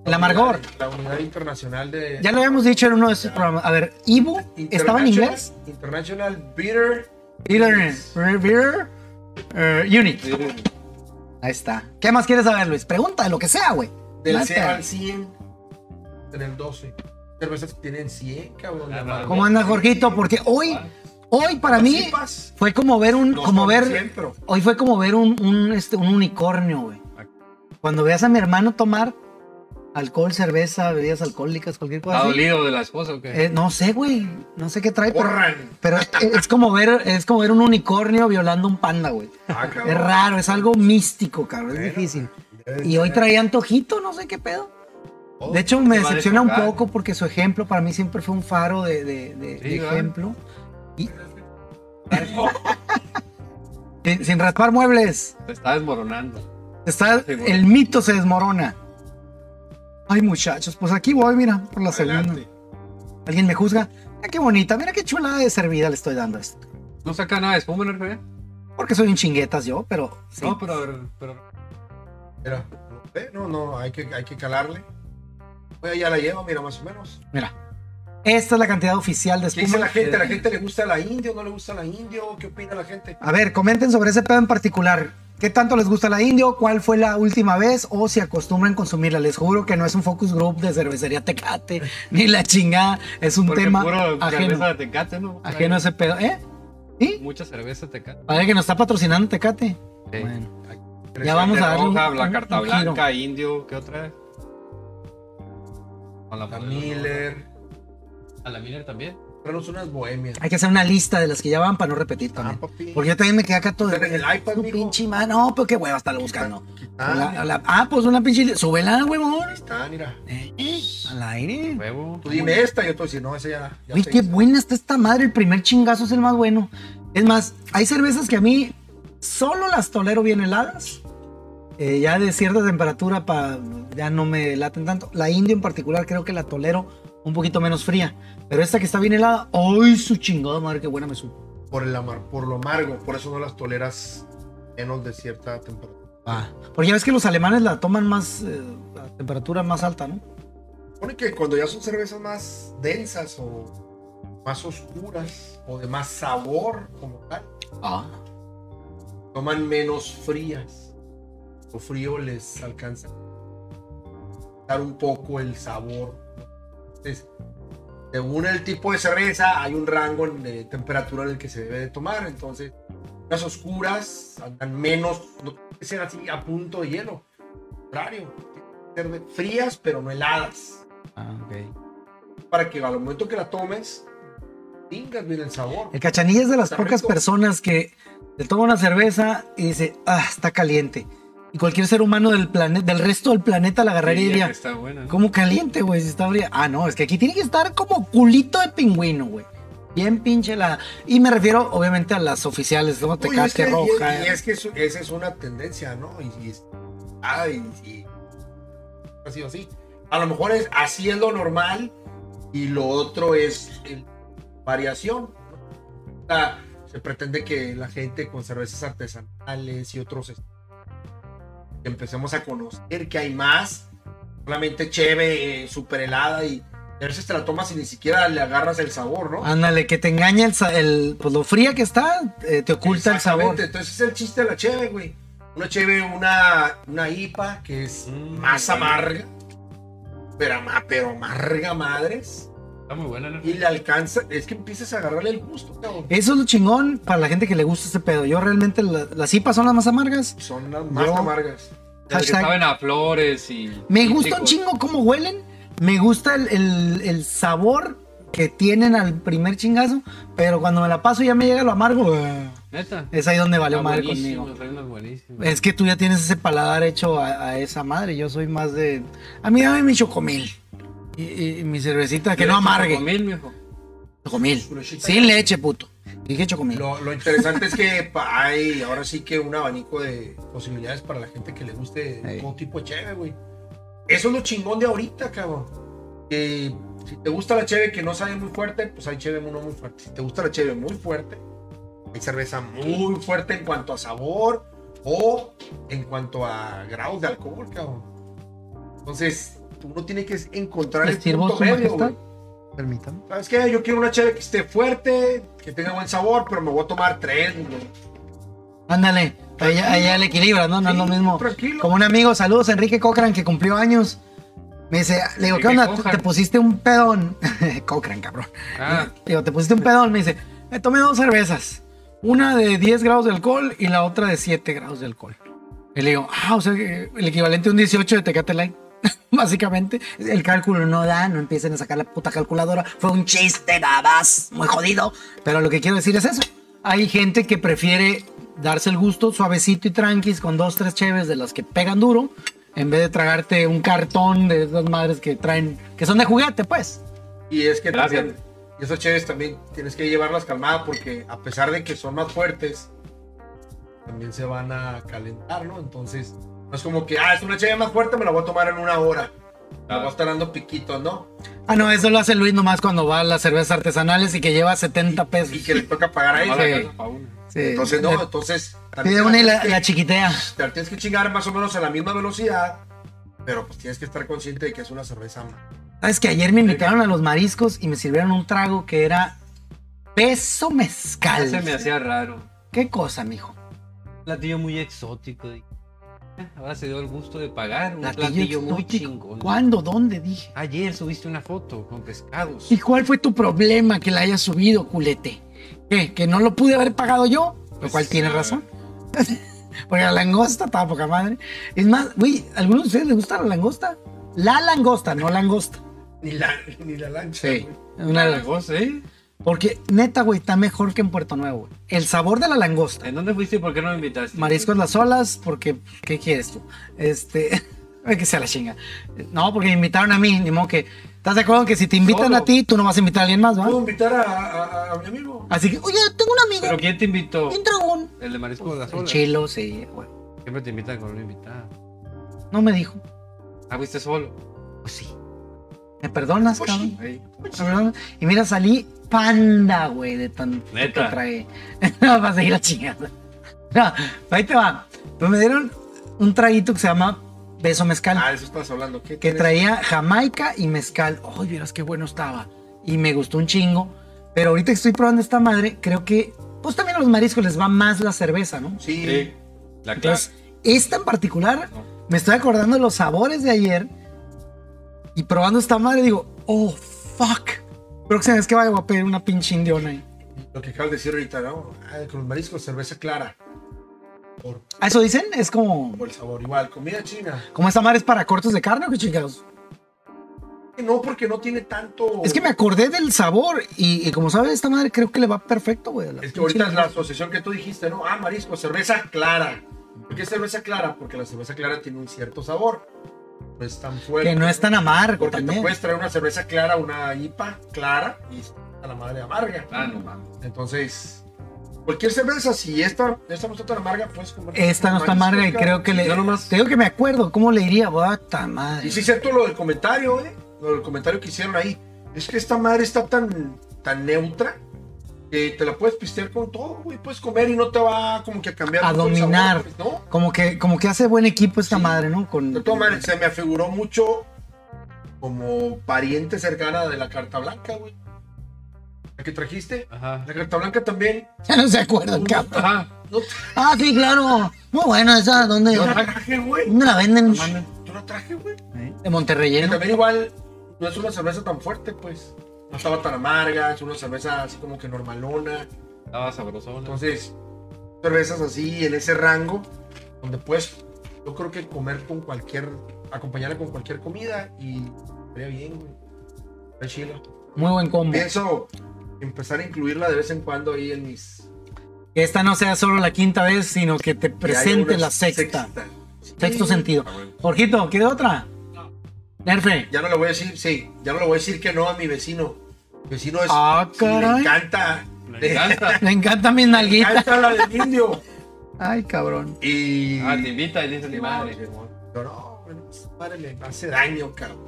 B: El amargor.
A: La unidad internacional de.
B: Ya lo habíamos dicho en uno de esos programas. A ver, Ibu estaba
A: International-
B: en inglés.
A: International Bitter.
B: Bitter, bitter, eh, unit. Ahí está. ¿Qué más quieres saber, Luis? Pregunta de lo que sea, güey.
A: Del
B: Lata.
A: 0 al 100. En el 12. Cervezas que tienen 100, cabrón.
C: Ah,
A: amargor.
B: ¿Cómo anda Jorgito? Porque hoy, hoy para mí
A: Participas.
B: fue como ver un,
A: No
B: como
A: son
B: ver,
A: 100, pero
B: hoy fue como ver un, un, este, un unicornio, güey. Cuando veas a mi hermano tomar alcohol, cerveza, bebidas alcohólicas, cualquier cosa
C: ¿Está
B: así,
C: dolido de la esposa o qué?
B: eh, no sé, güey. No sé qué trae, pero,
A: corran.
B: pero es como ver, es como ver un unicornio violando un panda, güey.
A: Ah, cabrón.
B: Es raro, es algo místico, cabrón. Es
A: Bueno.
B: difícil.
A: Debe
B: Y hoy
A: tener
B: traía antojito, no sé qué pedo.
A: todo.
B: De hecho, me
C: Te va a
B: decepciona un
C: desfocar.
B: poco porque su ejemplo para mí siempre fue un faro de, de- de-
C: Sí,
B: de
C: ¿verdad?
B: ejemplo. Sin, sin raspar muebles.
C: Te está desmoronando.
B: Está,
C: Sí, güey.
B: el mito se desmorona. Ay, muchachos, pues aquí voy, mira, por la segunda.
A: Adelante.
B: ¿Alguien me juzga? Mira qué bonita, mira qué chulada de servida le estoy dando a esto.
C: ¿No saca nada de espuma en RP?
B: Porque soy un chinguetas yo, pero... sí.
C: No, pero, pero
A: Mira, eh, no, no, hay que, hay que calarle. Oye, ya la llevo, mira, más o menos.
B: Mira. Esta es la cantidad oficial de
A: ¿Qué
B: espuma.
A: dice la gente? ¿La
B: que-
A: gente le gusta la indio? ¿No le gusta la indio? ¿Qué opina la gente?
B: A ver, comenten sobre ese pedo en particular. ¿Qué tanto les gusta la indio? ¿Cuál fue la última vez? ¿O si acostumbran consumirla? Les juro que no es un focus group de cervecería Tecate, ni la chingada. Es un
C: porque
B: tema
C: puro cerveza
B: ajeno,
C: de Tecate, ¿no?
B: ajeno a ese pedo. ¿Eh? ¿Sí?
C: Mucha cerveza de Tecate.
B: Para que nos está patrocinando Tecate.
C: Sí.
B: Bueno, ya vamos a
C: Tecate
B: darle un-
C: roja,
B: un-
C: la
B: un
C: carta
B: giro.
C: blanca, indio, ¿qué otra es? A la,
A: La
C: modelo, ¿no?
A: Miller.
C: A la Miller también.
A: comprarnos unas bohemias.
B: Hay que hacer una lista de las que ya van para no repetir también.
A: Ah, papi.
B: Porque yo también me quedé acá todo.
A: Pero en el iPad,
B: Tu
A: mijo.
B: pinche mano. No, pero qué hueva estarlo buscando.
A: Ah,
B: La- la- ah, pues una pinche. Súbela, huevón.
A: Ahí está, mira.
B: Eh, eh, al aire.
C: Huevo.
A: Tú dime esta, yo te voy a decir, no, esa ya. ya
B: Uy,
A: se
B: qué
A: hizo.
B: buena está esta madre. El primer chingazo es el más bueno. Es más, hay cervezas que a mí solo las tolero bien heladas. Eh, ya de cierta temperatura pa- ya no me laten tanto. La indio en particular creo que la tolero un poquito menos fría. Pero esta que está bien helada, ¡ay, su chingada madre! ¡Qué buena me supo!
A: Por, el amar, por lo amargo, por eso no las toleras menos de cierta temperatura.
B: Ah, porque ya ves que los alemanes la toman más, eh, a temperatura más alta, ¿no?
A: Supone que cuando ya son cervezas más densas o más oscuras o de más sabor, como tal,
B: Ah.
A: toman menos frías. O frío les alcanza a dar un poco el sabor. Entonces, según el tipo de cerveza, hay un rango en- de temperatura en el que se debe de tomar. Entonces, las oscuras andan menos, no tiene que ser así a punto de hielo. Al contrario, tienen que ser de- frías pero no heladas.
C: Ah, ok.
A: Para que al momento que la tomes, tengas bien el sabor.
B: El cachanilla es de las
A: Está
B: pocas
A: rico.
B: personas que le toma una cerveza y dice, ah, está caliente. Y cualquier ser humano del planeta, del resto del planeta la agarraría y
C: Sí, ya que
B: diría,
C: Está buena.
B: ¿cómo caliente, güey? Si está fría. Ah, no, es que aquí tiene que estar como culito de pingüino, güey. Bien pinche la. Y me refiero, obviamente, a las oficiales, ¿no?
A: Oye, es
B: Tecate
A: que-
B: roja.
A: Y, y es que eso- esa es una tendencia, ¿no? Y, y es- ay, y- ha sido así. A lo mejor es así es lo normal y lo otro es el- variación. ¿no? O sea, se pretende que la gente con cervezas artesanales y otros est- que empecemos a conocer que hay más, solamente chévere, super helada y a veces te la tomas y ni siquiera le agarras el sabor, ¿no?
B: Ándale, que te engaña el, sa- el- pues lo fría que está, eh, te oculta el sabor.
A: Exactamente, Entonces es el chiste de la cheve, güey. Una cheve, una, una IPA que es
C: Mm,
A: más
C: bueno.
A: amarga, pero, ama- pero amarga madres.
C: Está muy buena, ¿no?
A: Y le alcanza, es que empiezas a agarrarle el gusto, cabrón.
B: Eso es lo chingón para la gente que le gusta ese pedo. Yo realmente, la- las IPAs son las más amargas.
A: Son las más
B: Yo-
A: amargas.
C: Las que
B: hashtag-
C: saben a flores y.
B: Me gusta un
C: cítricos.
B: chingo cómo huelen. Me gusta el, el- el sabor que tienen al primer chingazo. Pero cuando me la paso ya me llega lo amargo. eh,
C: Neta.
B: Es ahí donde valió
C: Está
B: madre
C: buenísimo,
B: conmigo.
C: trae unas buenísimas.
B: Es que tú ya tienes ese paladar hecho a, a esa madre. Yo soy más de. A mí dame mi chocomil. Y, y- y mi cervecita, que no amargue.
C: Chocomil, mijo.
B: Chocomil.
A: Chocomil.
B: Sin leche, puto. Dije chocomil.
A: Lo, lo interesante es que pa- hay ahora sí que un abanico de posibilidades para la gente que le guste
B: Ey.
A: todo tipo de cheve, güey. Eso es lo chingón de ahorita, cabrón. Que si te gusta la cheve que no sabe muy fuerte, pues hay cheve no muy fuerte. Si te gusta la cheve muy fuerte, hay cerveza muy fuerte en cuanto a sabor o en cuanto a grados de alcohol, cabrón. Entonces, uno tiene que encontrar
B: ¿Le
A: el
B: sirvo
A: punto
B: su
A: medio,
B: majestad?
A: güey.
B: Permítame.
A: ¿Sabes qué? Yo quiero una cheve que esté fuerte, que tenga buen sabor, pero me voy a tomar tres, güey.
B: Ándale. Allá, allá le equilibra, ¿no? No es lo
A: Sí,
B: mismo.
A: Tranquilo.
B: Como un amigo, saludos, Enrique Cochran, que cumplió años. Me dice, le digo, ¿qué
C: Enrique
B: onda? ¿Te-
C: Cochran.
B: Te pusiste un pedón. Cochran, cabrón.
C: Ah,
B: Digo, te pusiste un pedón. Me dice, me tomé dos cervezas. Una de 10 grados de alcohol y la otra de 7 grados de alcohol. Y le digo, ah, o sea, que el equivalente a un 18 de Tecate Light. Básicamente, el cálculo no da, no empiecen a sacar la puta calculadora. Fue un chiste, babas, muy jodido. Pero lo que quiero decir es eso. Hay gente que prefiere darse el gusto suavecito y tranquis con dos, tres cheves de las que pegan duro, en vez de tragarte un cartón de esas madres que traen, que son de juguete, pues.
A: Y es que
C: Gracias.
A: también, y esas cheves también tienes que llevarlas calmadas porque a pesar de que son más fuertes, también se van a calentar, ¿no? Entonces, no es como que, ah, es una cheve más fuerte, me la voy a tomar en una hora. Me voy a estar dando piquitos, ¿no?
B: Ah, no, eso lo hace Luis nomás cuando va a las cervezas artesanales y que lleva 70 pesos.
A: Y que le toca pagar a
C: ahí
A: ellos.
B: Sí.
C: se para una.
B: Sí.
A: Entonces, no,
B: Le
A: entonces...
B: Pide
A: también
B: una y
A: tienes
B: la,
A: que-
B: la chiquitea.
A: te la tienes que chingar más o menos a la misma velocidad, pero pues tienes que estar consciente de que es una cerveza más.
B: Sabes Ah, que ayer me invitaron a los mariscos y me sirvieron un trago que era peso mezcal.
C: Se me hacía raro.
B: ¿Qué cosa, mijo?
C: Un platillo muy exótico. dije. Ah, Ahora se dio el gusto de pagar un platillo, muy
B: exótico.
C: chingón.
B: ¿Cuándo? ¿Dónde? Dije.
C: Ayer subiste una foto con pescados.
B: ¿Y cuál fue tu problema que la hayas subido, culete? ¿Qué? ¿Que no lo pude haber pagado yo? Lo
C: Pues,
B: cual tiene
C: eh,
B: razón. Porque la langosta estaba poca madre. Es más, güey, ¿a alguno de ustedes les gusta la langosta? La langosta, no langosta.
A: Ni la, ni la lancha.
B: Sí.
A: güey.
B: Una
C: cosa, ¿eh?
B: Porque neta, güey, está mejor que en Puerto Nuevo. güey. El sabor de la langosta.
C: ¿En dónde fuiste y por qué no me invitaste?
B: Mariscos las olas, porque ¿qué quieres tú? Este, ay, que sea la chinga. No, porque me invitaron a mí, ni modo que. ¿Estás de acuerdo que si te invitan
A: Solo.
B: a ti, tú no vas a invitar a alguien más,
A: Puedo
B: ¿va?
A: invitar a, a- a- a mi amigo.
B: Así que, oye, tengo un amigo,
C: ¿Pero quién te invitó?
B: un dragón. Pues,
C: El de Marisco de las
B: El
C: Olas.
B: chilo, sí, güey.
C: Siempre te invitan con un invitado.
B: No me dijo.
C: Ah, fuiste solo. Pues sí.
B: ¿Me perdonas,
A: Pues sí.
B: cabrón?
C: Ahí.
B: ¿Me perdonas? Y mira, salí panda, güey, de tan que
C: Neta.
B: trae. no, vas a ir a chingada. No, ahí te va. Pues me dieron un traguito que se llama beso mezcal.
A: Ah, de eso estás hablando. ¿Qué
B: que
A: tienes?
B: traía jamaica y mezcal. ¡Ay, vieras qué bueno estaba! Y me gustó un chingo. Pero ahorita que estoy probando esta madre, creo que, pues también a los mariscos les va más la cerveza, ¿no?
A: Sí.
C: Sí. La
B: Entonces,
C: clase.
B: esta en particular,
C: No.
B: me estoy acordando de los sabores de ayer. Y probando esta madre, digo, ¡oh, fuck! Próxima vez que vaya, voy a pedir una pinche indiona ahí.
A: Lo que acabas de decir ahorita, ¿no? Ah, con los mariscos, cerveza clara. Por,
B: ¿Ah, ¿Eso dicen? Es como.
A: por el sabor. Igual, comida china.
B: Como esta madre es para cortos de carne o qué chingados.
A: No, porque no tiene tanto.
B: Es que me acordé del sabor y, y como sabe, esta madre creo que le va perfecto, güey. a la
A: Es que
B: pinche
A: ahorita es la
B: langosta.
A: asociación que tú dijiste, ¿no? Ah, marisco, cerveza clara. ¿Por qué cerveza clara? Porque la cerveza clara tiene un cierto sabor. No es tan fuerte.
B: Que no es tan amargo
A: Porque te
B: también.
A: puedes traer una cerveza clara, una IPA clara y a la madre amarga.
C: Ah, no mames.
A: Entonces, cualquier cerveza, si esta, esta no está tan amarga, puedes comer.
B: Esta no está amarga y creo que le.
C: Yo nomás-
B: Te digo que me acuerdo, ¿cómo le diría? Bota madre.
A: Y sí, es cierto lo del comentario, ¿eh? Lo del comentario que hicieron ahí. Es que esta madre está tan, tan neutra que te la puedes pistear con todo, güey. Puedes comer y no te va como que a cambiar.
B: A
A: mucho el
B: dominar.
A: pues, ¿no?
B: Como que, como que hace buen equipo esta
A: Sí.
B: madre, ¿no? Con,
A: De todas maneras, se me afiguró mucho como pariente cercana de la carta blanca, güey. La que trajiste.
C: Ajá.
A: La carta blanca también.
B: Ya no se acuerdan,
A: Uno-
B: cabrón.
C: Ajá.
A: No,
B: Ah, sí, claro. Muy buena esa, ¿dónde?
A: yo la traje, güey.
B: ¿Dónde la venden?
C: No ¿Eh? mames.
A: Yo la traje, güey.
B: De Monterrey. ¿eh?
A: Que
B: ¿no?
A: también igual no es una cerveza tan fuerte, pues. No estaba tan amarga, es una cerveza así como que normalona.
C: Estaba sabrosona.
A: Entonces, cervezas así en ese rango, donde puedes, yo creo que comer con cualquier, acompañarla con cualquier comida y estaría bien, güey. Está chido.
B: Muy buen combo.
A: Pienso empezar a incluirla de vez en cuando ahí en mis.
B: Que esta no sea solo la quinta vez, sino que te presente la sexta. Sexto sentido. Jorgito, ¿quieres otra? Nerfe.
A: Ya no le voy a decir, sí, ya no le voy a decir que no a mi vecino. Mi vecino es.
B: Ah,
A: sí, le
B: caray.
A: encanta.
C: Me encanta.
B: Me encanta mi nalguita.
A: encanta la del indio.
B: Ay, cabrón.
A: Y.
C: Ah, te invita y dices,
A: Sí,
C: mi
A: madre.
C: madre.
A: Pero no, bueno, esa madre le hace daño, cabrón.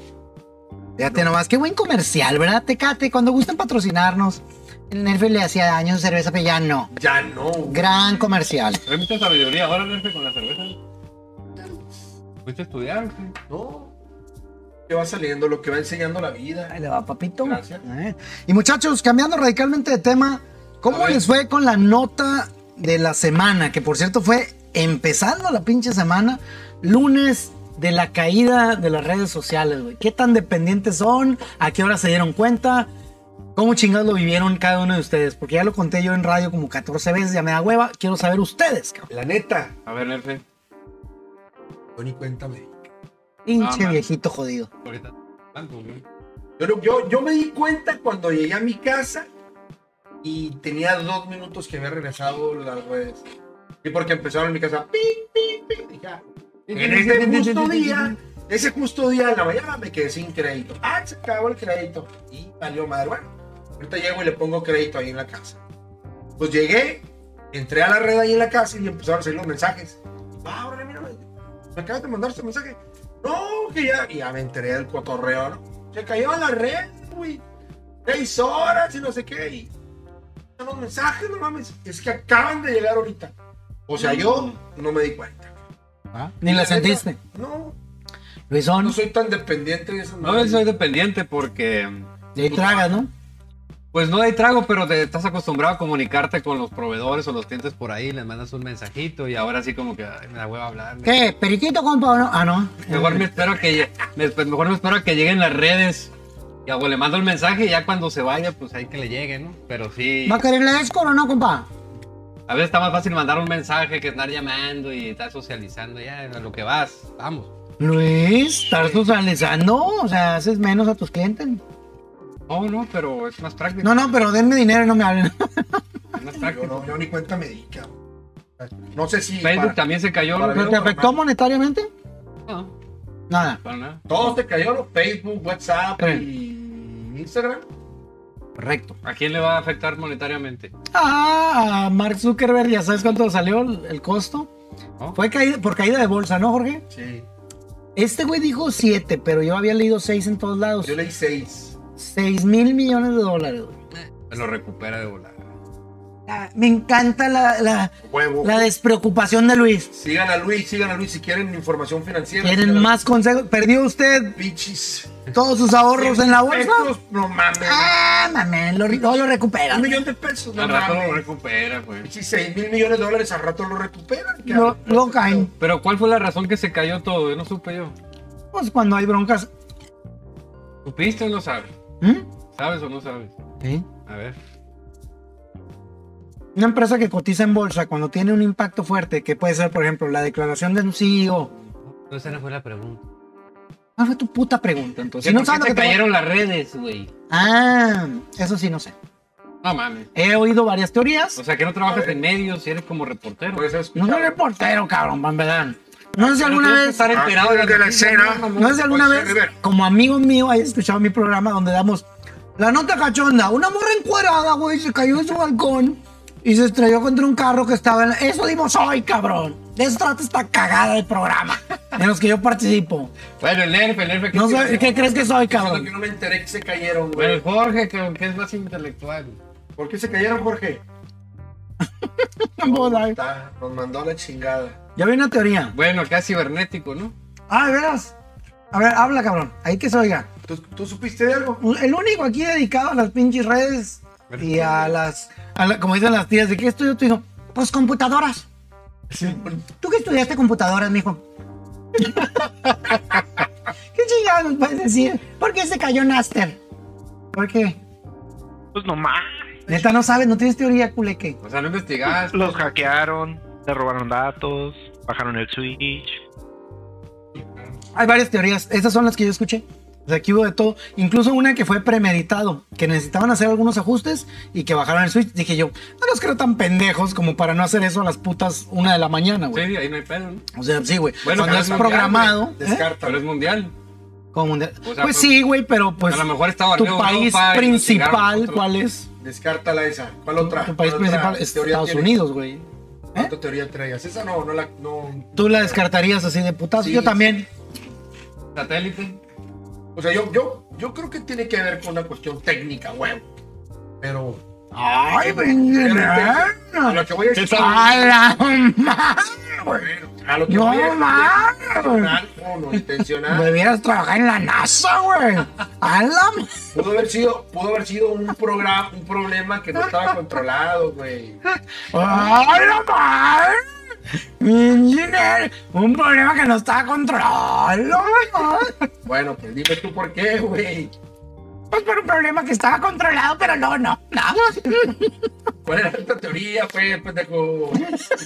B: Fíjate nomás, qué buen comercial, ¿verdad? Tecate, cuando gusten patrocinarnos. El Nerfe le hacía daño a su cerveza, pero ya no.
A: Ya no. güey.
B: Gran comercial.
C: Hay mucha sabiduría ahora, Renfe, con la cerveza. Fuiste a estudiar, güey.
A: No. Que va saliendo, lo que va enseñando la vida.
B: Ahí le va, papito.
A: Gracias.
B: Eh. Y muchachos, cambiando radicalmente de tema, ¿cómo
C: A ver.
B: les fue con la nota de la semana? Que por cierto fue empezando la pinche semana, lunes de la caída de las redes sociales, güey. ¿Qué tan dependientes son? ¿A qué hora se dieron cuenta? ¿Cómo chingados lo vivieron cada uno de ustedes? Porque ya lo conté yo en radio como 14 veces, ya me da hueva. Quiero saber ustedes, cabrón.
A: La neta.
C: A ver, Renfe.
A: Tony, cuéntame.
B: Pinche
C: Ah, man.
B: viejito jodido.
C: Ahorita. tanto, güey.
A: Yo, no- yo, yo me di cuenta cuando llegué a mi casa y tenía dos minutos que había regresado las redes. Y porque empezaron en mi casa. "Ping, ping, ping", dije, "Ah". En ese justo día, ese justo día en la mañana me quedé sin crédito. Ah, se acabó el crédito. Y valió madre. Bueno, ahorita llego y le pongo crédito ahí en la casa. Pues llegué, entré a la red ahí en la casa y empezaron a salir los mensajes. Ah, órale, mira, me- me acabas de mandar este mensaje. No, que ya. Y ya me enteré del cotorreo, ¿no? Se cayó la red, güey. Seis horas y no sé qué. Y son los mensajes, no mames. Es que acaban de llegar ahorita. O sea, yo no me di cuenta.
B: Ni
A: Y
B: la
A: neta,
B: sentiste.
A: No,
B: Luisón,
A: no soy tan dependiente de esas
C: No, yo
A: madres.
C: soy dependiente porque.
B: de ahí tragas, ¿no?
C: Pues no hay trago, pero te estás acostumbrado a comunicarte con los proveedores o los clientes por ahí, les mandas un mensajito y ahora sí como que ay, me da hueva hablar.
B: ¿Qué? ¿Periquito, compa o no? Ah, no.
C: Mejor me espero a que lle- me, pues, mejor me espero a que lleguen las redes. Ya pues, le mando el mensaje y ya cuando se vaya, pues hay que le llegue, ¿no? Pero sí.
B: ¿Va a querer la escor o no, compa?
C: A veces está más fácil mandar un mensaje que estar llamando y estar socializando ya a lo que vas. Vamos.
B: Luis, estás socializando, o sea, haces menos a tus clientes.
C: No, no, pero es más práctico.
B: No, no, pero denme dinero y no me hablen.
C: es más
A: Yo,
C: práctico.
A: no, yo ni cuenta me di, cabrón. No sé si.
C: Facebook
A: para-
C: también se cayó.
A: para
C: ¿no?
B: ¿Pero te afectó monetariamente?
C: No,
B: Nada.
C: para nada.
A: Todos te cayeron: Facebook, WhatsApp
B: Sí.
A: y Instagram.
B: Correcto.
C: ¿A quién le va a afectar monetariamente?
B: Ah, a Mark Zuckerberg, ya sabes cuánto salió el el costo.
C: ¿No?
B: Fue caída, por caída de bolsa, ¿no, Jorge?
A: Sí.
B: Este güey dijo 7, pero yo había leído 6 en todos lados.
A: Yo leí seis.
B: 6 mil millones de dólares. güey.
C: Se lo recupera de volar.
B: Ah, Me encanta la, la-
A: Huevo.
B: la despreocupación de Luis.
A: Sigan a Luis, sigan a Luis si quieren información financiera.
B: ¿Quieren
A: sigan a-
B: más consejos? ¿Perdió usted
A: Pinches.
B: todos sus ahorros en la bolsa?
A: Pesos, No mames.
B: Ah, mames, lo, no lo recuperan.
A: Un millón de pesos, no
C: Al rato lo
A: mames.
C: recupera, güey.
A: Si 6 mil millones de dólares al rato lo recuperan.
B: Lo,
A: cabrón.
B: lo caen.
C: Pero ¿cuál fue la razón que se cayó todo? Yo no supe yo.
B: Pues cuando hay broncas.
C: ¿Supiste o no sabes?
B: ¿Mm?
C: ¿Sabes o no sabes?
B: ¿Sí?
C: A ver.
B: Una empresa que cotiza en bolsa, cuando tiene un impacto fuerte, que puede ser, por ejemplo, la declaración de un CEO.
C: No, Pues, esa no fue la pregunta.
B: ¿Cuál fue tu puta pregunta
C: ¿Por
B: entonces?
C: qué
B: Si no sabes lo
C: se
B: que te voy a-
C: cayeron las redes, güey?
B: Ah, eso sí, no sé.
C: No mames.
B: He oído varias teorías.
C: O sea, que no trabajas en medios y eres como reportero.
A: Puedes
B: No
A: escuchar.
B: soy reportero, cabrón, en verdad. No sé si alguna
C: Tienes que
B: vez,
C: estar enterado
A: Ah, de la
C: noticia,
A: escena.
C: mamón.
B: no sé si alguna
A: Pues,
B: vez,
A: Rivera.
B: como amigo mío, hayas escuchado mi programa donde damos la nota cachonda. Una morra encuerada, güey, se cayó de su balcón y se estrelló contra un carro que estaba en la... Eso dimos hoy, cabrón. De eso trata esta cagada de programa en los que yo participo.
C: Bueno, el Nerf, el Nerf. ¿qué
B: No
C: tiene?
B: sé, ¿qué crees que soy,
A: Siento que
B: cabrón?
A: no me enteré que se cayeron,
C: Bueno,
A: güey.
C: el Jorge, que, que es más intelectual.
A: ¿Por qué se cayeron, Jorge?
B: Bola. eh.
A: Está, nos mandó a la chingada.
B: Ya vi una teoría.
C: Bueno, acá es cibernético, ¿no?
B: Ah, ¿de veras? A ver, habla, cabrón. Ahí que se oiga.
A: ¿Tú, tú supiste de algo?
B: El único aquí dedicado a las pinches redes y a las, a la- como dicen las tías, ¿de qué estudió tu hijo? Pues computadoras. ¿Tú que estudiaste computadoras, mijo? ¿Qué chingados nos puedes decir? ¿Por qué se cayó Naster? ¿Por qué?
D: Pues nomás,
B: Neta, no sabes, no tienes teoría, culeque.
C: O sea, no investigas.
D: los hackearon, le robaron datos, bajaron el Switch.
B: Hay varias teorías, estas son las que yo escuché. O sea, aquí hubo de todo. Incluso una que fue premeditado, que necesitaban hacer algunos ajustes y que bajaron el switch. Dije yo, no los creo tan pendejos como para no hacer eso a las putas una de la mañana,
C: Sí,
B: güey.
C: ahí no hay pedo, ¿no?
B: O sea, sí, güey.
C: Bueno,
B: Cuando
C: pero
B: es
C: es mundial,
B: programado. ¿eh?
C: Pero
A: Descártalo.
C: es mundial.
B: Como mundial.
C: O sea,
B: pues
C: pero-
B: sí, güey, pero pues.
C: a lo mejor estaba
B: tu
C: arriba de
B: país
C: Europa y lo tiraron.
B: principal,
C: Otro-
B: ¿cuál es?
A: Descártala esa. ¿Cuál otra?
B: Tu país
A: ¿Cuál otra
B: principal es
A: teoría
B: Estados
A: tienes?
B: Unidos, güey. ¿Eh?
A: ¿Cuánta teoría traías? Esa no, no la. No.
B: Tú la descartarías así de putazo.
A: Sí,
B: yo también.
C: Satélite.
A: O sea, yo, yo, yo creo que tiene que ver con una cuestión técnica, güey. Pero.
B: Ay,
A: pero
B: venga.
A: A lo que voy a decir.
B: A la madre, güey.
A: A lo que
B: No
A: voy a decir.
B: mames.
A: No, no, intencional.
B: Debieras trabajar en la NASA, güey. A la ma-
A: Pudo haber sido, pudo haber sido un programa, un problema que no estaba controlado, güey.
B: ¡A la madre! Ingeniero, un problema que no está controlado.
A: Bueno, pues dime tú por qué, güey.
B: Pues por un problema que estaba controlado, pero no, no. no.
A: ¿Cuál era esta teoría, pues? güey, pendejo?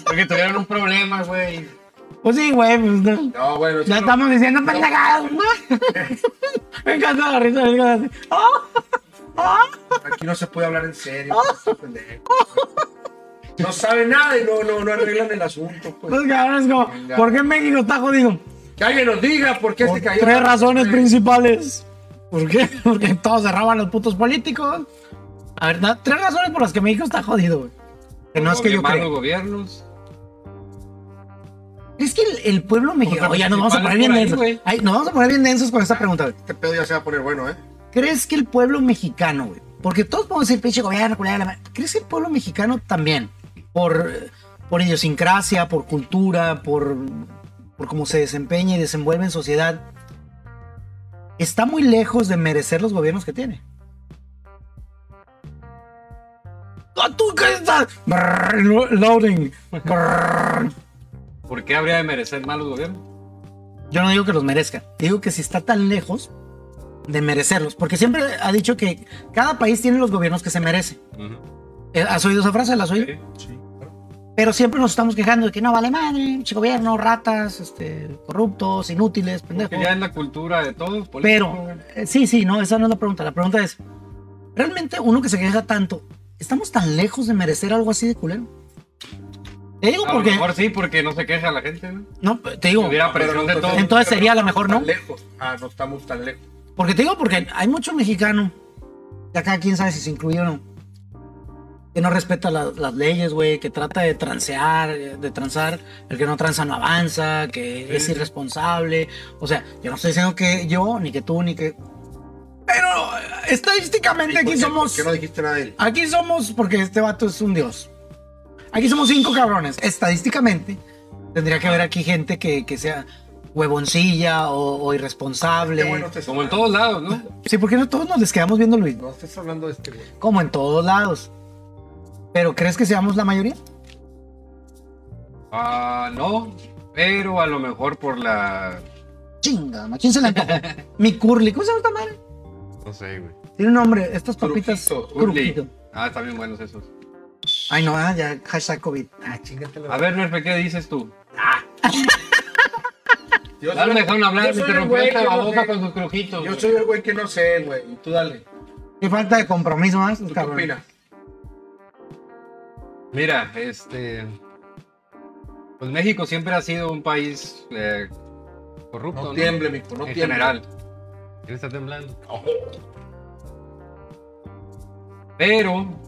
C: Porque tuvieron un problema, güey.
B: Pues sí, güey. pues, no.
A: No, bueno, sí,
B: Ya
A: no.
B: estamos diciendo pendejadas. ¿no? Me encanta la risa. es como así, ¡Oh! ¡Oh!
A: aquí no se puede hablar en serio, pues, pendejo. No sabe nada y no, no, no arreglan el asunto, pues.
B: Los cabrones como, ¿por qué México está jodido?
A: Que alguien nos diga por qué
B: Por
A: se cayó.
B: tres razones
A: Eh,
B: principales. ¿Por qué? Porque todos se roban los putos políticos. A ver, da- tres razones por las que México está jodido, güey. Que no es que yo
C: Malos
B: creo.
C: gobiernos.
B: Es que el, el pueblo mexicano.
C: Los
B: Oye, nos vamos a poner bien
C: principales
B: densos.
C: por ahí, güey.
B: Ay, nos vamos a poner bien densos con esta pregunta, güey.
A: Este pedo ya se va a poner bueno, ¿eh?
B: ¿Crees que el pueblo mexicano, güey? Porque todos podemos decir pinche gobierno, culera de la madre. ¿Crees que el pueblo mexicano también? Por, eh, por idiosincrasia, por cultura, por, por cómo se desempeña y desenvuelve en sociedad, está muy lejos de merecer los gobiernos que tiene. ¡Ah, ¿Tú qué estás? Brrr, lo- loading. Brrr.
C: ¿Por qué habría de merecer malos gobiernos?
B: Yo no digo que los merezca. Digo que si está tan lejos de merecerlos. Porque siempre ha dicho que cada país tiene los gobiernos que se merece. Eh, ¿Has oído esa frase? ¿La has oído?
C: Sí.
B: Pero siempre nos estamos quejando de que no vale madre, pinche gobierno, ratas, este, corruptos, inútiles, pendejos.
C: Porque ya es la cultura de todos. político,
B: Pero,
C: güey.
B: eh, sí, sí, no, esa no es la pregunta. La pregunta es, Realmente uno que se queja tanto, estamos tan lejos de merecer algo así de culero. Te digo
C: A lo
B: porque...
C: mejor sí, porque no se queja la gente, ¿no?
B: No, te digo...
C: Si hubiera
A: Pero
C: presión
A: no
C: de todo.
A: estamos-
B: Entonces
A: pero
B: sería a lo mejor,
A: estamos
B: ¿no?
A: tan Lejos. Ah, no estamos tan lejos.
B: Porque te digo, porque hay mucho mexicano, de acá quién sabe si se incluye o no, que no respeta la- las leyes, güey, que trata de transear, eh, de transar, el que no tranza no avanza, que es irresponsable. O sea, yo no estoy diciendo que yo, ni que tú, ni que... Pero eh, estadísticamente
A: ¿Por
B: aquí
A: qué-
B: somos...
A: ¿Por qué no dijiste nada de él?
B: Aquí somos, porque este vato es un dios. Aquí somos cinco cabrones. Estadísticamente, tendría que haber aquí gente que, que sea huevoncilla o, o irresponsable.
A: Qué bueno estés
C: Como en
A: hablando.
C: todos lados, ¿no?
B: Sí, porque no todos nos les quedamos viendo Luis,
A: No estés hablando de este güey.
B: como en todos lados. Pero ¿crees que seamos la mayoría?
C: Ah, no. Pero a lo mejor por la.
B: Chinga, ¿a quién se la antojó? Mi curly, ¿cómo se llama esta madre?
C: No sé, güey.
B: Tiene un nombre, estas papitas.
A: Crujito,
C: Curly.
B: Crujito.
C: Ah, están bien buenos esos.
B: Ay, no, ah, ya, hashtag COVID.
A: Ah, chingate la
C: A ver, Nerfe, ¿qué dices tú?
A: Yo
C: Ya
A: soy-
C: me dejaron hablar,
A: yo
C: me
A: soy el güey
C: interrumpiste
A: que
C: la
A: no
C: boca
A: sé.
C: con sus crujitos.
A: Yo
C: güey.
A: soy el güey que no sé, güey. Y Tú dale.
B: Qué falta de compromiso más,
A: ¿Tú qué
B: cabrón.
A: opinas?
C: Mira, este. Pues México siempre ha sido un país eh, corrupto.
A: No tiemble, mijo, no
C: en
A: tiemble.
C: general. ¿Quién está temblando? Pero.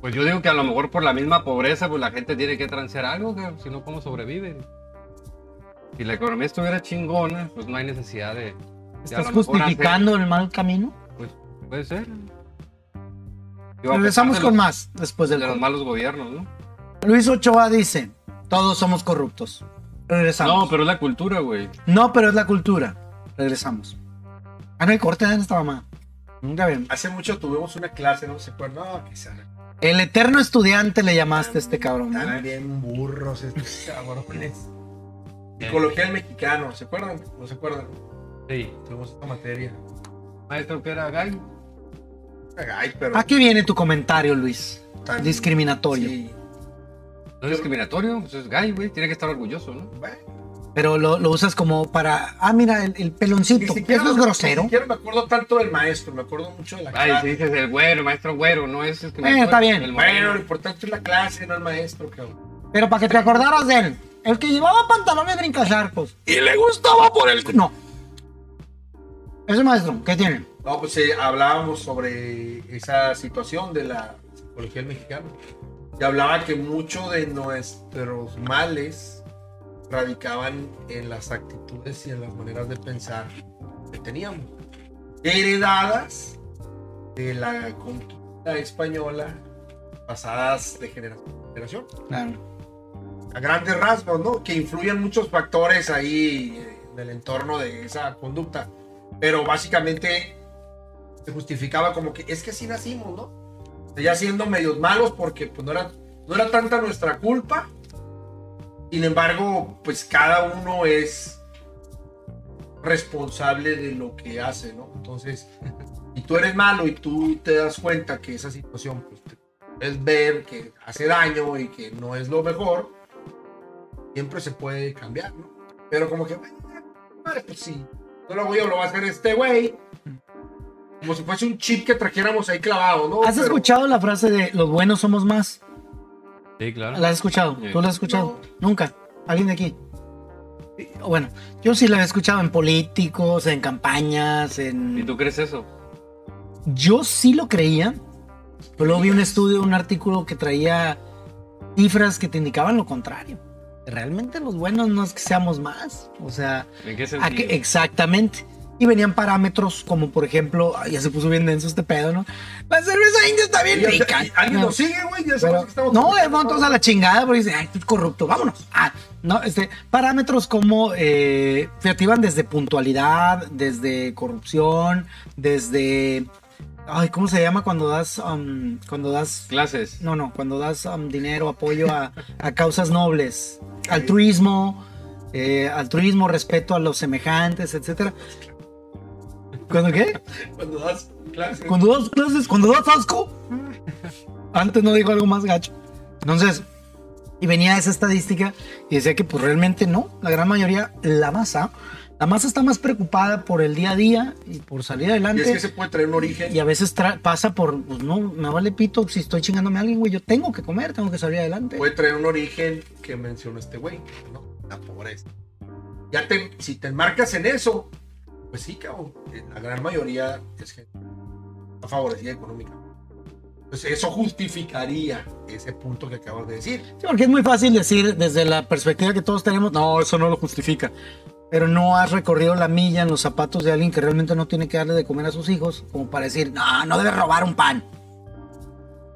C: Pues yo digo que a lo mejor por la misma pobreza, pues la gente tiene que transear algo, cabrón, si no, ¿cómo sobreviven? Si la economía estuviera chingona, pues no hay necesidad de. de a
B: ¿Estás
C: lo mejor hacer-
B: justificando el mal camino?
C: Pues puede ser. Digo, a
B: Regresamos
C: pesar de
B: con
C: los-
B: más después del
C: De los
B: corte.
C: malos gobiernos, ¿no?
B: Luis Ochoa dice, todos somos corruptos. Regresamos.
C: No, pero es la cultura, güey.
B: No, pero es la cultura. Regresamos. Ah, no hay corte en esta mamá. Nunca bien.
A: Hace mucho tuvimos una clase, no se acuerdan. No, que se
B: El eterno estudiante le llamaste a este cabrón. ¿no?
A: Están bien burros estos cabrones. Y coloqué al mexicano, ¿se acuerdan? ¿No se acuerdan?
C: Sí.
A: Tuvimos esta materia.
C: Maestro que era gay.
A: Ay, pero.
B: Aquí viene tu comentario, Luis.
A: tan-
B: Discriminatorio.
A: sí.
C: No es discriminatorio, pues es gay, güey. Tiene que estar orgulloso, ¿no?
A: Bueno,
B: Pero lo, lo usas como para. Ah, mira, el, el peloncito. Eso es
A: me-
B: grosero.
A: Ni siquiera me acuerdo tanto del maestro, me acuerdo mucho de la
C: Ay, si
A: clase.
C: dices el güero, maestro güero, no es discriminatorio.
B: Bueno, está bien.
C: El
A: Bueno,
C: moreno.
A: lo importante es la clase, no el maestro, cabrón.
B: Pero para que te acordaras de él. El que llevaba pantalones brincacharcos. Y le gustaba por el. No. Ese maestro, ¿qué tiene?
A: No, pues eh, hablábamos sobre esa situación de la psicología del mexicano. Y hablaba que muchos de nuestros males radicaban en las actitudes y en las maneras de pensar que teníamos. Heredadas de la conquista española, pasadas de generación en generación.
B: Claro.
A: A grandes rasgos, ¿no? Que influyen muchos factores ahí eh, en el entorno de esa conducta. Pero básicamente se justificaba como que es que así nacimos, ¿no? Ya siendo medios malos porque pues, no, era, no era tanta nuestra culpa. Sin embargo, pues cada uno es responsable de lo que hace, ¿no? Entonces, si tú eres malo y tú te das cuenta que esa situación pues, te- es ver que hace daño y que no es lo mejor, siempre se puede cambiar, ¿no? Pero como que, madre, pues sí, no lo voy yo, lo va a hacer este güey. Como si fuese un chip que trajéramos ahí clavado, ¿no?
B: ¿Has
A: Pero-
B: escuchado la frase de los buenos somos más?
C: Sí, claro.
B: ¿La has escuchado?
C: Sí.
B: ¿Tú la has escuchado? Nunca. ¿Alguien de aquí? Sí, Bueno, yo sí la he escuchado en políticos, en campañas,
C: ¿Y
B: en...
C: tú crees eso?
B: Yo sí lo creía, pero luego vi un estudio, un artículo que traía cifras que te indicaban lo contrario. Realmente los buenos no es que seamos más, o sea,
C: ¿En qué
B: ¿a qué-
C: sentido?
B: exactamente. Y venían parámetros como, por ejemplo, ay, ya se puso bien denso este pedo, ¿no? La cerveza india está bien
A: Y-
B: rica.
A: y- ¿Alguien
B: No.
A: nos sigue, güey? Ya sabemos
B: Pero-
A: que estamos...
B: no, eh, el montón a la chingada porque dice, ay, tú eres corrupto, vámonos. Ah, no, este, parámetros como eh, se activan desde puntualidad, desde corrupción, desde. Ay, ¿cómo se llama cuando das. um, cuando das.
C: Clases.
B: No, no, cuando das um, dinero, apoyo a, a causas nobles, altruismo, eh, altruismo, respeto a los semejantes, etcétera. ¿Cuándo qué?
A: este Cuando das clases.
B: Cuando das clases, cuando das asco. Antes no dijo algo más gacho. Entonces, Y venía esa estadística y decía que pues realmente no, la gran mayoría, la masa, la masa está más preocupada por el día a día y por salir
A: Y
B: adelante.
A: es que se puede traer un origen.
B: Y a veces tra- pasa por, pues no, me vale pito si estoy chingándome a alguien, güey. Yo tengo que comer, tengo que salir adelante.
A: Puede traer un origen que mencionó este güey, ¿no? La pobreza. Ya te, si te enmarcas en eso, pues sí, cabrón. eh, La gran mayoría es gente está favorecida económica. Pues eso justificaría ese punto que acabas de decir.
B: Sí, porque es muy fácil decir desde la perspectiva que todos tenemos, no, eso no lo justifica. Pero no has recorrido la milla en los zapatos de alguien que realmente no tiene que darle de comer a sus hijos, como para decir, no, no debe robar un pan.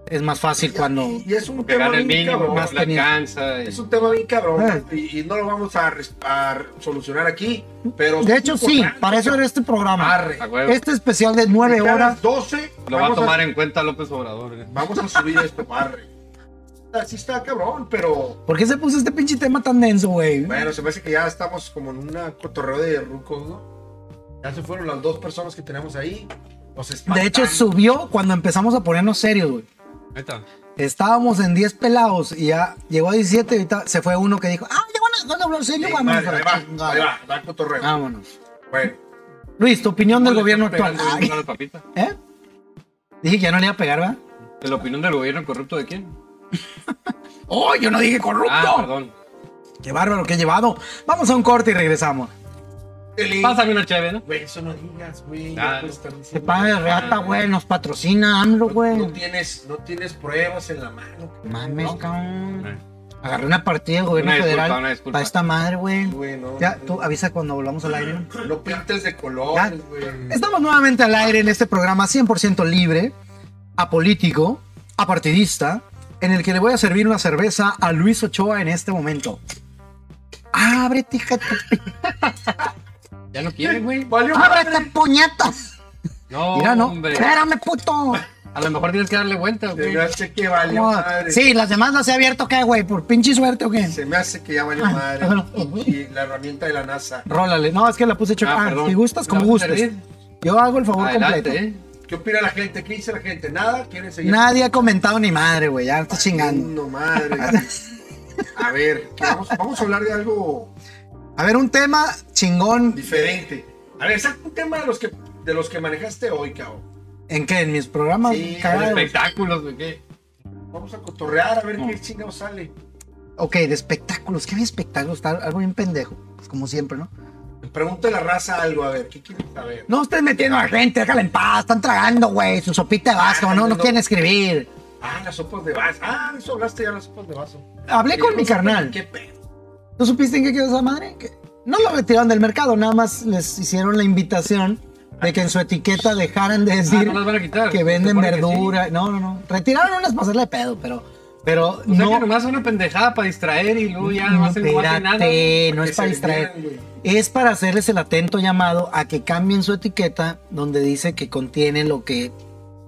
B: Es más fácil cuando.
A: Y es un
C: Que
A: tema
C: gana el
A: bien
C: mínimo,
A: cabrón.
C: más
B: más
C: le
B: tenía.
C: alcanza. y-
A: Es un tema bien cabrón
B: Ah.
A: y, y no lo vamos a, res- a solucionar aquí, pero
B: De hecho, sí, para eso era este programa.
A: Arre.
C: A huevo.
B: Este especial de nueve
A: De cada
B: horas.
A: 12
C: Lo va a
A: vamos a-
C: tomar en cuenta López Obrador. eh.
A: Vamos a subir esto, barre. Así está cabrón, pero
B: ¿Por qué se puso este pinche tema tan denso, güey?
A: bueno, se me hace que ya estamos como en una cotorreo de rucos, ¿no? Ya se fueron las dos personas que tenemos ahí. Los espantan.
B: De hecho, subió cuando empezamos a ponernos serios, güey.
C: Neta.
B: Estábamos en 10 pelados y ya llegó a 17 y ahorita se fue uno que dijo, ah, ya van a- van a hablar
A: Sí,
B: serio,
A: madre,
B: vámonos. a
A: ahí
B: la
A: va,
B: chingada". Ah.
A: ahí va, va el cotorreo.
B: Vámonos.
A: Bueno,
B: Luis, tu opinión del
C: ¿Cómo le
B: gobierno
C: estás
B: actual.
C: pegando
B: Ay,
C: a la papita?
B: ¿Eh? Dije que ya no le iba a pegar, ¿verdad?
C: ¿La opinión del gobierno corrupto de quién?
B: ¡Oh, yo no dije corrupto!
C: Ah, perdón.
B: ¡Qué bárbaro que he llevado! Vamos a un corte y regresamos.
A: Eli,
C: Pásame una chévere, ¿no?
A: Güey, eso no digas, güey.
C: Ah,
A: ya puedes estar
B: Se
A: diciendo-
B: paga de reata, güey, nos patrocina AMLO,
A: No,
B: güey.
A: no tienes, no tienes pruebas en la mano. cabrón.
B: Mames,
A: No,
B: cabrón.
C: Eh,
B: Agarré una partida del gobierno
C: Una disculpa,
B: federal
C: una disculpa.
B: para esta madre, güey.
A: güey, no,
B: Ya,
A: no.
B: tú ah. avisa cuando volvamos al aire.
A: No pintes de colores, güey.
B: Estamos nuevamente al aire en este programa 100% libre, apolítico, apartidista, en el que le voy a servir una cerveza a Luis Ochoa en este momento. ¡Ábrete, hija de tu pi-
C: Ya no quiere, güey.
A: Valió
B: ¡Ábrete, puñetas!
C: No,
B: Mira, no.
C: hombre.
B: ¡Espérame, puto!
C: A lo mejor tienes que darle vuelta,
A: Se
C: güey.
A: me hace que valió
B: No,
A: madre.
B: Sí, las demás las he abierto, ¿qué, güey? ¿Por pinche suerte o qué?
A: Se me hace que ya valió
B: Ah,
A: madre.
B: bueno.
A: Y la herramienta de la NASA.
B: Rólale. No, es que la puse choca.
C: Ah,
B: Ah,
C: perdón.
B: si gustas,
C: ¿La
B: como
C: vas a
B: gustes.
C: servir?
B: Yo hago el favor
C: Adelante,
B: completo.
C: ¿eh?
A: ¿Qué opina la gente? ¿Qué dice la gente? ¿Nada? ¿Quieren seguir?
B: Nadie ha comentado ni madre, güey. Ya estás chingando.
A: No, madre. A ver, ¿qué vamos, vamos a hablar de algo
B: A ver, un tema chingón.
A: diferente. A ver, saca un tema de los que, de los que manejaste hoy, cabrón.
B: ¿En qué? ¿En mis programas?
A: Sí,
B: Cagados.
C: Espectáculos, güey. ¿qué?
A: Vamos a cotorrear a ver
C: No.
A: qué chingado sale.
B: Ok, de espectáculos. ¿Qué había espectáculos? Está algo bien pendejo. Pues como siempre, ¿no?
A: Pregunta a la raza algo, a ver, ¿qué quieren saber?
B: No estés metiendo a la gente, déjala en paz. Están tragando, güey, su sopita de vaso, ¿no? No quieren escribir.
A: Ah, las sopas de vaso. Ah, eso hablaste ya, las sopas de vaso.
B: Hablé con mi carnal.
A: ¿Qué pedo?
B: ¿No supiste en qué quedó esa madre? Que No lo retiraron del mercado, nada más les hicieron la invitación de que en su etiqueta dejaran de
C: Ah,
B: decir
C: no las van a quitar.
B: que venden
C: Supone que sí.
B: verdura. No, no, no. Retiraron unas para hacerle pedo, pero, pero
C: O sea que
B: no.
C: nomás es una pendejada para distraer y luego ya no, hacen no hacen nada.
B: espérate, no
A: Que
B: es para
A: se
B: distraer.
A: vendieran, güey.
B: es para hacerles el atento llamado a que cambien su etiqueta donde dice que contiene lo que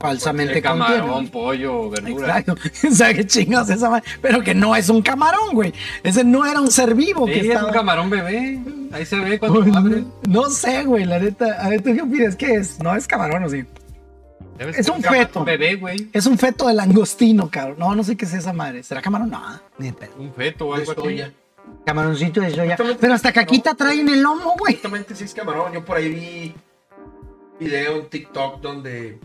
B: falsamente
C: El camarón,
B: contiene.
C: pollo, verdura.
B: Exacto, o sea, qué chingados esa madre. Pero que no es un camarón, güey. Ese no era un ser vivo
C: Sí,
B: que
C: es un
B: estaba.
C: camarón bebé. Ahí se ve cuando lo abres.
B: no sé, güey, la neta. A ver, ¿tú qué opinas? ¿Qué es? No es camarón, o sí.
C: Debe
B: Es
C: ser
B: un
C: camarón
B: feto.
C: bebé, güey.
B: Es un feto de langostino, cabrón. No, no sé qué es esa madre. ¿Será camarón? No, ni de pedo.
C: Un feto o
A: Yo
C: algo
A: estoy
C: así.
A: ya.
B: Camaroncito de soya.
A: Justamente-
B: Pero hasta caquita trae en el lomo, güey.
A: Exactamente, sí es camarón. Yo por ahí vi un video en TikTok donde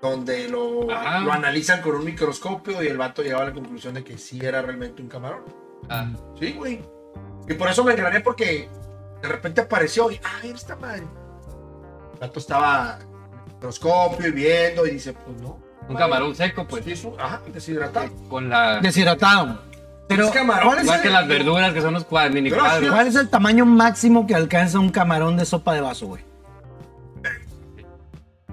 A: donde lo,
C: Ajá.
A: lo analizan con un microscopio y el vato llegaba a la conclusión de que sí era realmente un camarón.
C: Ah,
A: Sí, güey. Y por eso me engrané porque de repente apareció y, ay, esta madre. El vato estaba en el microscopio y viendo y dice, pues no.
C: un camarón seco, pues.
A: Sí, es un- ajá, deshidratado.
C: Con la.
B: Deshidratado. Pero,
A: Es camarón,
B: ¿cuál es
C: Igual
B: el-
C: que las verduras, que son los cuadros, mini cuadros.
B: ¿Cuál es el tamaño máximo que alcanza un camarón de sopa de vaso, güey?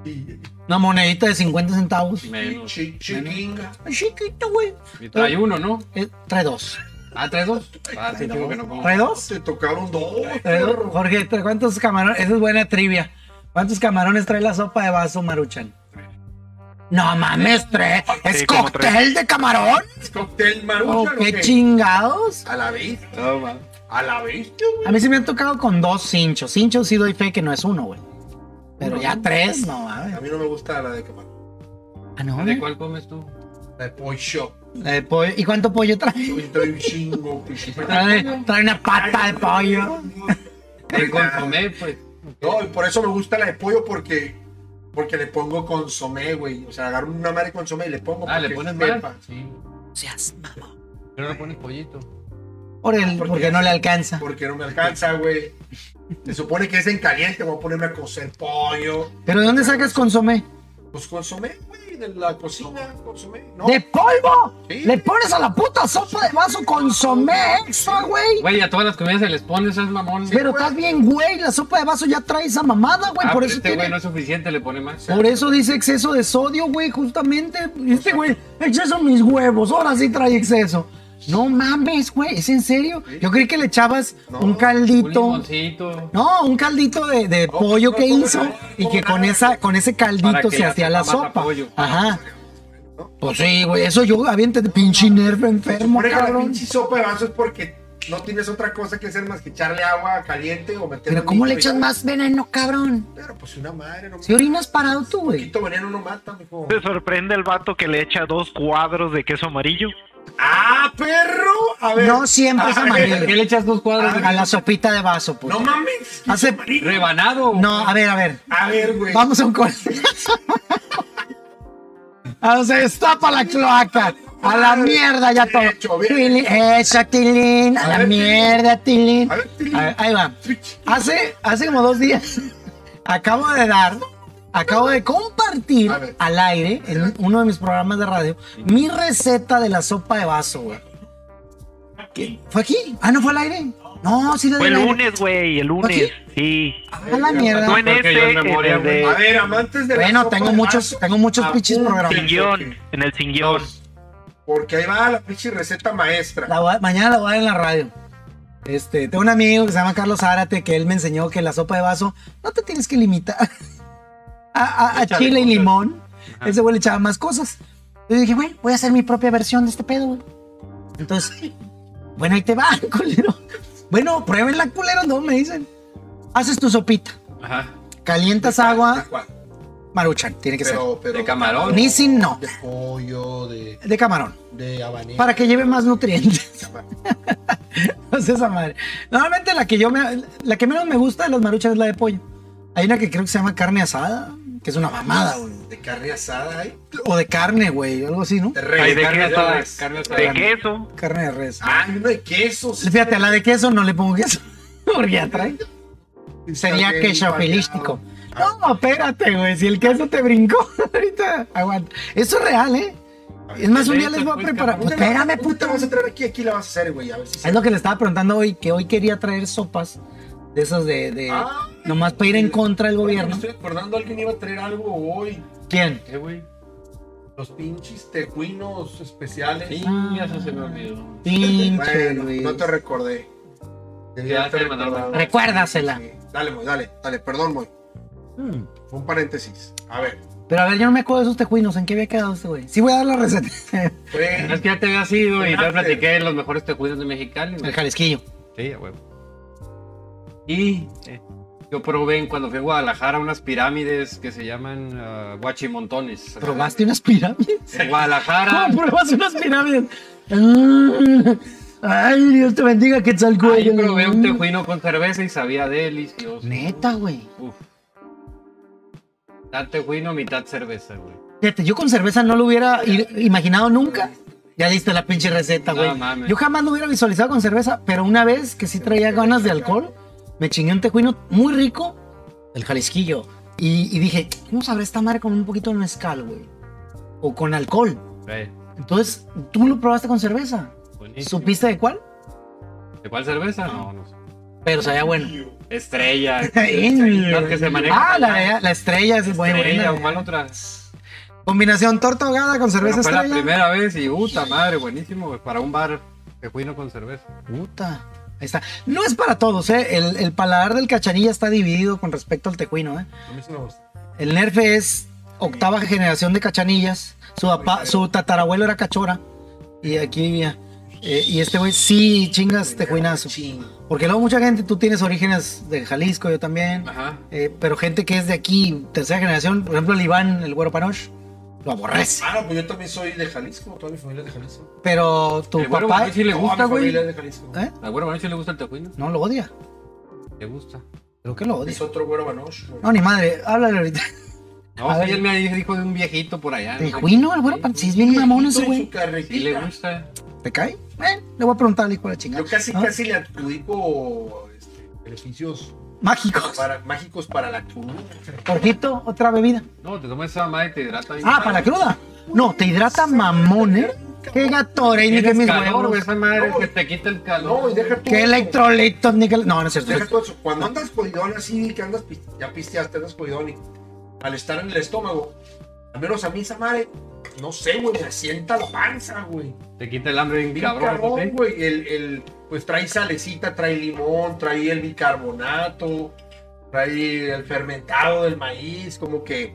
A: Y,
B: Una monedita de 50 centavos.
A: y
C: Menos.
A: chi- chiquinga.
B: Ay, Chiquito, güey.
C: Y trae uno, ¿no?
B: Eh, trae dos.
C: Ah, trae dos. Ah, sí, digo que no como.
B: ¿Trae dos?
A: Se tocaron dos.
B: Trae dos.
A: perro.
B: Eh, Jorge, ¿trae ¿cuántos camarones? Esa es buena trivia. ¿Cuántos camarones trae la sopa de vaso, Maruchan? No mames, tres. ¿Es
D: Sí, como
B: cóctel de camarón?
A: Es cóctel
B: ¿O
A: marucha.
B: Oh, qué chingados?
A: A la bestia,
C: No, ma.
A: a la bestia, güey.
B: A mí sí me han tocado con dos cinchos. Cinchos sí doy fe que no es uno, güey. Pero
A: No.
B: ya tres, no mames.
A: A mí no me gusta la de camarón.
B: Ah, no.
C: ¿De cuál comes tú?
A: La de pollo.
B: Eh, pollo. ¿Y cuánto pollo trae?
A: Hoy trae un chingo, pichipeta.
B: Trae, trae una pata de pollo.
C: El consomé, pues.
A: No, y por eso me gusta la de pollo porque porque le pongo consomé, güey. O sea, agarro una madre consomé y le pongo
C: Ah, le
A: porque
C: pones
A: sepa.
C: más. Sí.
B: Seas mamón.
C: Pero le pones pollito.
B: Por el,
A: Porque-
B: porque no le alcanza.
A: Porque no me alcanza, güey. Se supone que es en caliente, voy a ponerme a cocer pollo.
B: ¿Pero de dónde sacas consomé?
A: Pues consomé, güey, de la cocina, consomé. No,
B: ¡De polvo!
A: Sí.
B: Le pones a la puta sopa de vaso consomé extra, güey.
C: Güey, a todas las comidas se les pone, eso es mamón.
B: Pero
A: güey.
B: estás bien, güey. La sopa de vaso ya trae esa mamada, güey.
C: Ah,
B: por
C: pero
B: eso
C: este
B: tiene-
C: güey no es suficiente, le pone más.
B: Por eso dice exceso de sodio, güey, justamente. Este güey, exceso en mis huevos, ahora sí trae exceso. No mames, güey, ¿es en serio? Yo creí que le echabas
A: No,
B: un
C: Un
B: caldito.
C: limoncito.
B: no, un caldito de, de
A: No,
B: pollo
A: no,
B: que
A: no,
B: hizo
A: no, no,
B: y que
A: no,
B: con
A: no,
B: esa con ese
C: Para
B: caldito
C: que
B: se
C: la
B: hacía la
C: sopa mata
B: sopa.
C: pollo.
B: Ajá. Pues sí, güey, eso yo aviente de pinche nervio
A: se
B: enfermo,
A: supone que la
B: cabrón.
A: pinche sopa de vaso es porque no tienes otra cosa que hacer más que echarle agua caliente o meterle.
B: Pero ¿cómo
A: un
B: le
A: litro
B: echas
A: y-
B: más veneno, cabrón?
A: Pero pues una madre, no
B: Si orinas parado tú,
A: Un
B: güey.
A: poquito veneno no mata, mijo.
D: Se sorprende el vato que le echa dos cuadros de queso amarillo.
A: ¡Ah, perro! A ver.
B: No siempre es
A: A ver,
C: ¿Por qué
B: amarillo.
C: le echas dos cuadros de
B: A la sopita de vaso, pues.
A: No mames.
B: Hace-
A: Amarillo.
C: rebanado?
B: No, a ver, a ver.
A: A ver, güey.
B: Vamos a un corte. Ah, se destapa la cloaca. A la mierda ya todo.
A: Bien hecho, bien
B: Tilín, Eso, Tilín. A
A: A
B: la
A: ver, Tilín.
B: mierda, Tilín.
A: A ver, Tilín.
B: A ver, Ahí va. Hace, hace como dos días acabo de dar, acabo de compartir
A: A ver.
B: al aire en uno de mis programas de radio mi receta de la sopa de vaso, güey. ¿Qué? ¿Fue aquí? Ah, no fue al aire. No, sí la
D: Fue
B: di
D: el
B: al aire.
D: lunes, güey, el lunes. Sí.
B: A la mierda.
D: No en
C: Porque yo
D: este,
C: en memoria,
D: en el de-
A: A ver, amantes de la
B: Bueno,
A: sopa
B: tengo
A: de
B: muchos-
A: vaso,
B: tengo muchos pinches
A: apunten,
B: programas.
D: sin guión, en el sin guión.
C: Dos.
A: Porque ahí va la pinche receta maestra.
B: La voy a- mañana la voy a dar en la radio. Este, tengo un amigo que se llama Carlos Zárate que él me enseñó que la sopa de vaso no te tienes que limitar a, a- a
C: Échale
B: chile y
C: cosas.
B: limón. Ese güey le echaba más cosas. Yo dije, güey, voy a hacer mi propia versión de este pedo, güey. Entonces, bueno, ahí te va, culero. Bueno, pruébenla, culero, no, me dicen. Haces tu sopita,
C: Ajá.
B: calientas agua, maruchan, tiene que
A: Pero, pero,
C: De camarón.
B: Ni sin no.
A: De pollo, de,
B: ser. De camarón,
A: de habanero.
B: para que lleve más nutrientes.
A: Camarón.
B: No sé esa madre. Normalmente la que yo me, la que menos me gusta de las maruchas es la de pollo. Hay una que creo que se llama carne asada, que es una mamada, güey.
A: De carne asada, ¿eh?
B: O de carne, güey, o algo así, ¿no?
A: De
C: Ay,
A: res. carne
C: de carne
A: de
C: asada.
A: res.
C: Carne
D: De
C: asada.
D: queso.
B: Carne de res.
A: Ah, y uno de queso. sí.
B: Fíjate, a la de queso no le pongo queso, porque ya trae. Sería
A: Está bien
B: quesofilístico.
A: bañado.
B: No, espérate, güey, si el queso te brincó ahorita, aguanta. Eso es real, ¿eh? Es más, un día les voy a preparar.
A: Puta,
B: Espérame,
A: la- puta,
B: puta.
A: vas a traer aquí, aquí la vas a hacer, güey. A ver si
B: Es lo que le estaba preguntando hoy, que hoy quería traer sopas de esas de, de
A: Ah.
B: nomás para ir en contra del
A: Oye, me
B: gobierno.
A: estoy acordando, alguien iba a traer algo hoy.
B: ¿Quién?
C: ¿Qué, güey?
A: Los pinches tejuinos especiales.
C: Sí, eso se me olvidó.
B: Pinche
A: Bueno,
B: Luis.
A: no te recordé.
C: Ya
A: Debía
C: te
A: haberte
C: mandaron.
A: recordado.
B: Recuérdasela.
A: Sí. Dale, Moy, dale, dale, perdón, Moy. Fue un paréntesis. A ver,
B: Pero a ver, yo no me acuerdo de esos tejuinos. ¿En qué había quedado este güey? Sí, voy a dar la receta.
A: fue
C: Es que ya te había sido y
A: Antes.
B: Ah,
C: ya platiqué
B: eh.
C: de los mejores tejuinos de Mexicali. güey.
B: El jalisquillo.
C: Sí, a huevo. Y eh, yo probé en- cuando fui a Guadalajara unas pirámides que se llaman ah, guachimontones.
B: ¿Probaste unas pirámides?
C: En Guadalajara.
B: ¿Cómo pruebas unas pirámides? Mm. Ay, Dios te bendiga, que
C: Ahí probé un tejuino con cerveza y sabía delicioso.
B: Neta, güey.
C: Uf. Mitad tejuino, mitad cerveza, güey.
B: Fíjate, yo con cerveza no lo hubiera i- imaginado nunca. Ya diste la pinche receta,
C: No
B: güey.
C: mames.
B: yo jamás lo hubiera visualizado con cerveza, pero una vez que sí traía ganas de alcohol, me chingué un tejuino muy rico, el jalisquillo. Y, y dije, ¿cómo sabrá esta madre con un poquito de mezcal, güey? O con alcohol.
C: Güey,
B: Entonces, tú lo probaste con cerveza.
C: buenísimo.
B: ¿Supiste de cuál?
C: ¿De cuál cerveza? No, no sé.
B: Pero sabía bueno.
C: Estrella. Las que se manejan.
B: ah, la, de- la estrella es muy buena.
C: Estrella, ¿o ¿cuál otra?
B: Combinación torta ahogada con cerveza
C: Pero fue la
B: estrella.
C: primera vez y puta madre, buenísimo, güey, para un bar tejuino con cerveza.
B: Puta. Ahí está. No es para todos, ¿eh? El, el paladar del cachanilla está dividido con respecto al tejuino, ¿eh?
A: a mí sí me gusta.
B: El Nerfe es octava generación de cachanillas. Su, papá- su tatarabuelo era cachora. Y aquí vivía. Eh, y este güey sí chingas
A: Ah,
B: tejuinazo.
A: Ching.
B: Porque luego mucha gente, tú tienes orígenes de Jalisco, yo también.
C: Ajá.
B: Eh, pero gente que es de aquí, tercera generación, por ejemplo, el Iván, el güero Panoche, Lo aborrece.
A: Ah, pues yo también soy de Jalisco, toda mi familia es de Jalisco.
B: Pero tu
C: El güero
B: papá
C: Manuel sí le
A: Toda
C: gusta,
A: mi
C: güey.
A: familia es de Jalisco.
B: ¿Eh?
C: Al güero Manuel sí le gusta el tejuino.
B: no lo odia.
C: Le gusta.
B: Creo que lo odia.
A: Es otro güero Banoche, güey.
B: No, ni madre. Háblale ahorita.
C: No,
B: A
C: sí,
B: ver.
C: él me dijo de un viejito por allá. no sé
B: ¿Tejuino?
C: qué.
B: El güero Pan- sí es bien mamón ese
A: En
B: güey.
A: su carretita.
C: Sí le gusta.
B: ¿Te cae? Eh, le voy a preguntar al hijo de la chingada.
A: Yo casi,
B: Ah.
A: casi le adjudico este, beneficios
B: Mágicos.
A: para, mágicos para la cruda.
B: Jorgito, otra bebida.
C: No, te tomas esa madre y te hidrata. bien.
B: Ah, para la cruda. No, te hidrata mamón, ¿eh? Qué Gatorade, ni que
C: Tienes
B: mis
C: calor,
B: huevos.
C: güey, esa madre
A: No,
C: que te quita el
A: No,
C: calor.
A: y deja tú.
B: Qué
A: eso.
B: electrolitos, ni que... No, no es cierto.
A: Deja todo eso. Cuando andas jodidón así, que andas, pis- ya pisteaste, andas jodidón y al estar en el estómago, al menos a mí esa madre, no sé, güey, me sienta la panza, güey.
C: Te quita el hambre bien
A: Bien
C: cabrón.
A: cabrón,
C: ¿sí?
A: güey. El, el, pues trae salecita, trae limón, trae el bicarbonato, trae el fermentado del maíz, como que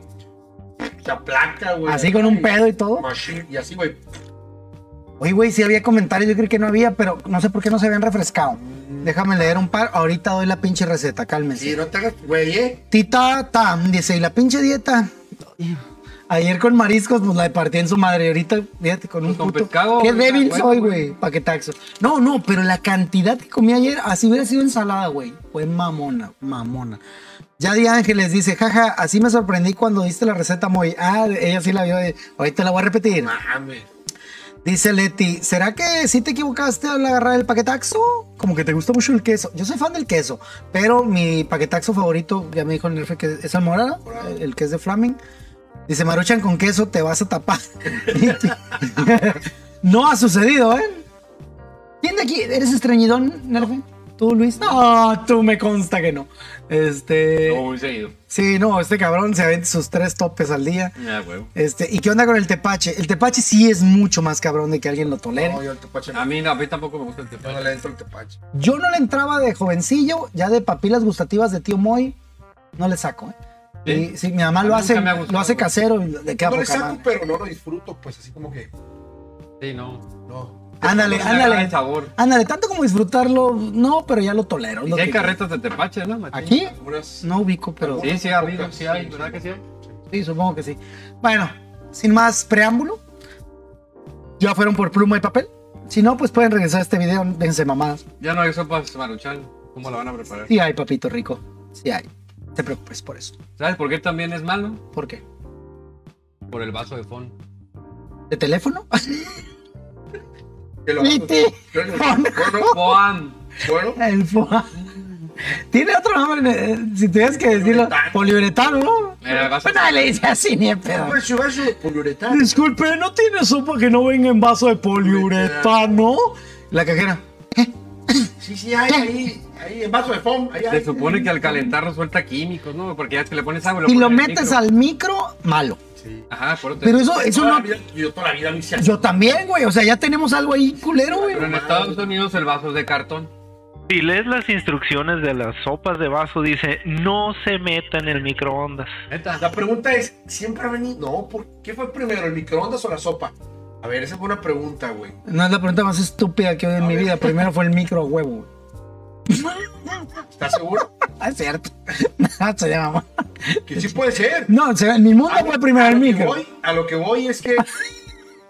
A: se aplaca, güey.
B: Así con un pedo y todo.
A: Machine, Y así, güey.
B: Oye, güey, sí había comentarios, yo creo que no había, pero no sé por qué no se habían refrescado. Déjame leer un par. Ahorita doy la pinche receta, cálmense.
A: Sí, no te hagas, güey, eh.
B: Tita Tam dice, y la pinche dieta. Ayer con mariscos, pues la partí en su madre. Ahorita, fíjate, con un
C: Pues con
B: puto.
C: pescado,
B: Qué
C: güey,
B: débil
C: está
B: soy,
C: bueno,
B: güey. Paquetaxo. No, no, pero la cantidad que comí ayer, así hubiera sido ensalada, güey. Fue mamona, mamona. Yadi Ángeles dice, jaja, así me sorprendí cuando diste la receta, Moy. Ah, ella sí la vio. eh. Ahorita la voy a repetir.
A: Mames.
B: Dice Leti, ¿será que sí te equivocaste al agarrar el paquetaxo? Como que te gusta mucho el queso. Yo soy fan del queso, pero mi paquetaxo favorito, ya me dijo el nerfe que es el morado, el, el que es de Flaming. Dice, Maruchan con queso te vas a tapar. no ha sucedido, ¿eh? ¿Quién de aquí? ¿Eres estreñidón, nerfe? ¿Tú, Luis? No, tú me consta que no. Este...
C: No, muy seguido.
B: Sí, no, este cabrón se aventa sus tres topes al día.
C: Ya, huevo.
B: Este, ¿y qué onda con el tepache? El tepache sí es mucho más cabrón de que alguien lo tolere.
A: No, yo al tepache no,
C: A mí, no, a mí tampoco me gusta el
A: yo
C: tepache.
A: no le entro al tepache.
B: Yo no le entraba de jovencillo, ya de papilas gustativas de tío Moy, no le saco, ¿eh?
C: ¿Sí?
B: Y, sí, mi mamá
C: A
B: lo
C: mí
B: hace,
C: nunca me ha gustado,
B: lo hace
C: güey.
B: casero y le queda
A: No le
B: poca
A: saco,
B: madre.
A: pero no lo disfruto, pues así como que.
C: Sí, no.
A: No.
B: Ándale,
C: No le agarra
B: ándale.
C: el sabor.
B: Ándale, tanto como disfrutarlo, no, pero ya lo tolero. es
C: Y
B: lo
C: si hay
B: que-
C: carretas de tepache, ¿no? Machín?
B: ¿Aquí?
A: Algunas-
B: No ubico, pero
C: Sí, sí, ha habido,
A: pocas,
C: sí hay,
A: sí,
C: ¿verdad
A: sí.
C: que sí hay?
B: sí, supongo que sí. Bueno, sin más preámbulo, ya fueron por pluma y papel. Si no, pues pueden regresar a este video, déjense mamadas.
C: Ya no hay sopas maruchan. ¿Cómo la van a preparar?
B: Sí hay, papito rico, sí hay. No te preocupes por eso.
C: ¿Sabes por qué también es malo?
B: ¿Por qué?
C: Por el vaso de fondo.
B: ¿De teléfono?
A: Que lo-
B: Vete.
A: Yo le- Bueno,
C: ¡Juan!
A: bueno.
B: El foa. Tiene otro nombre, eh, si tuvieras que decirlo, poliuretano, ¿no?
C: Mira, vas a-
B: Pues nadie le dice así ni en pedo.
A: Pues yo vaso de poliuretano.
B: Disculpe, ¿no tiene sopa que no venga en vaso de poliuretano? La cajera.
A: Sí, sí, hay ahí, ahí, en vaso de foam. Ahí,
C: Se supone que al calentarlo suelta químicos, ¿no? Porque ya que le pones agua y
B: Si lo
C: pones en el
B: metes
C: micro.
B: al micro, malo.
A: Sí.
C: Ajá, por eso te-
B: Pero eso, eso
A: Toda
B: no.
A: la vida- yo toda la vida me hice así.
B: Yo también, güey. O sea, ya tenemos algo ahí culero, güey.
C: Pero en Estados Unidos el vaso es de cartón.
D: Si lees las instrucciones de las sopas de vaso, dice no se meta en el microondas.
C: Neta.
A: La pregunta es, ¿siempre ha venido? No, ¿por qué fue primero, el microondas o la sopa? A ver, esa fue una pregunta, güey.
B: No es la pregunta más estúpida que oí en
A: A
B: mi
A: ver.
B: vida. Primero fue el micro a huevo, güey.
A: ¿Estás seguro?
B: Ah, es cierto. Se llama.
A: que sí puede ser.
B: No, se- en mi mundo
C: Ah,
A: A lo-
B: fue primero
A: a
B: el
A: lo que
B: micro.
A: voy- a lo que voy es que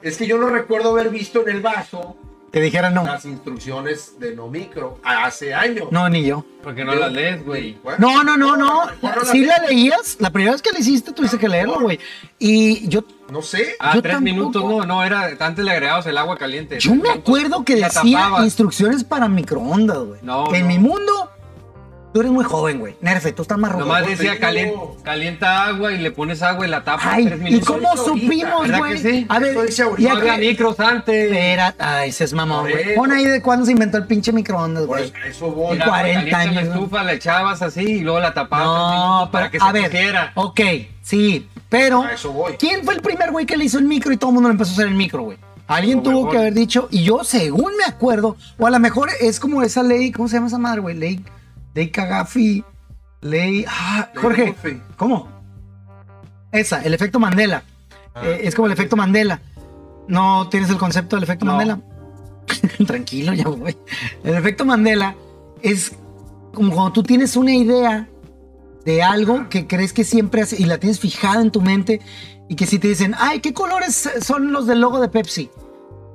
A: es que yo no recuerdo haber visto en el vaso
B: Que dijera no.
A: las instrucciones de no micro hace años.
B: No, ni yo.
C: Porque no las lees, güey.
A: Bueno,
B: No, no, no, no.
A: recuerdo
B: Si
A: las-
B: la leías, la primera vez que la hiciste tuviste que leerlo, güey. Y yo,
A: No sé.
C: Ah,
B: Yo
C: tres
B: tampoco.
C: minutos, no, no, era, antes le agregabas el agua caliente.
B: yo me acuerdo que
C: La
B: decía
C: tapabas.
B: instrucciones para microondas, güey.
C: No,
B: En
C: no.
B: mi mundo, tú eres muy joven, güey. Nerfe, tú estás más
C: Nomás
B: rojo.
C: decía
A: Sí,
C: calien-
A: no.
C: calienta agua y le pones agua y la tapas
B: Ay,
C: tres
B: ¿y
C: minutos.
B: cómo
A: Eso ahorita,
B: supimos,
C: ¿verdad
B: güey?
C: que sí?
B: A ver,
A: Eso dice
B: y
A: ahorita.
C: No había
B: acá-
C: micros antes.
B: Espera, ay, ese es mamón,
A: Por
B: güey.
A: eso.
B: Pon ahí de cuándo se inventó el pinche microondas,
A: Por
B: güey.
A: eso, Pues, a eso voy.
B: Mira, 40
C: Calienta en la
B: años, ¿no?
C: estufa, la echabas así y luego la tapabas tres
B: No,
C: minutos
B: pero,
C: para que
B: a
C: se
B: ver,
C: pusiera.
B: ok, sí, pero
A: A eso voy.
B: ¿quién fue el primer güey que le hizo el micro y todo el mundo le empezó a hacer el micro, güey? Alguien
C: Como
B: tuvo
C: huevón.
B: que haber dicho, y yo según me acuerdo, o a lo mejor es como esa ley, ¿cómo se llama esa madre, güey? Ley, ley Cagafi, ley... Ah,
A: Ley
B: Jorge,
A: Murphy.
B: ¿cómo? Esa, el efecto Mandela.
A: Ah,
B: Eh, es como el efecto Mandela. ¿No tienes el concepto del efecto
C: No.
B: Mandela? Tranquilo, ya voy. El efecto Mandela es como cuando tú tienes una idea de algo que crees que siempre hace y la tienes fijada en tu mente y que si te dicen, ay, ¿qué colores son los del logo de Pepsi?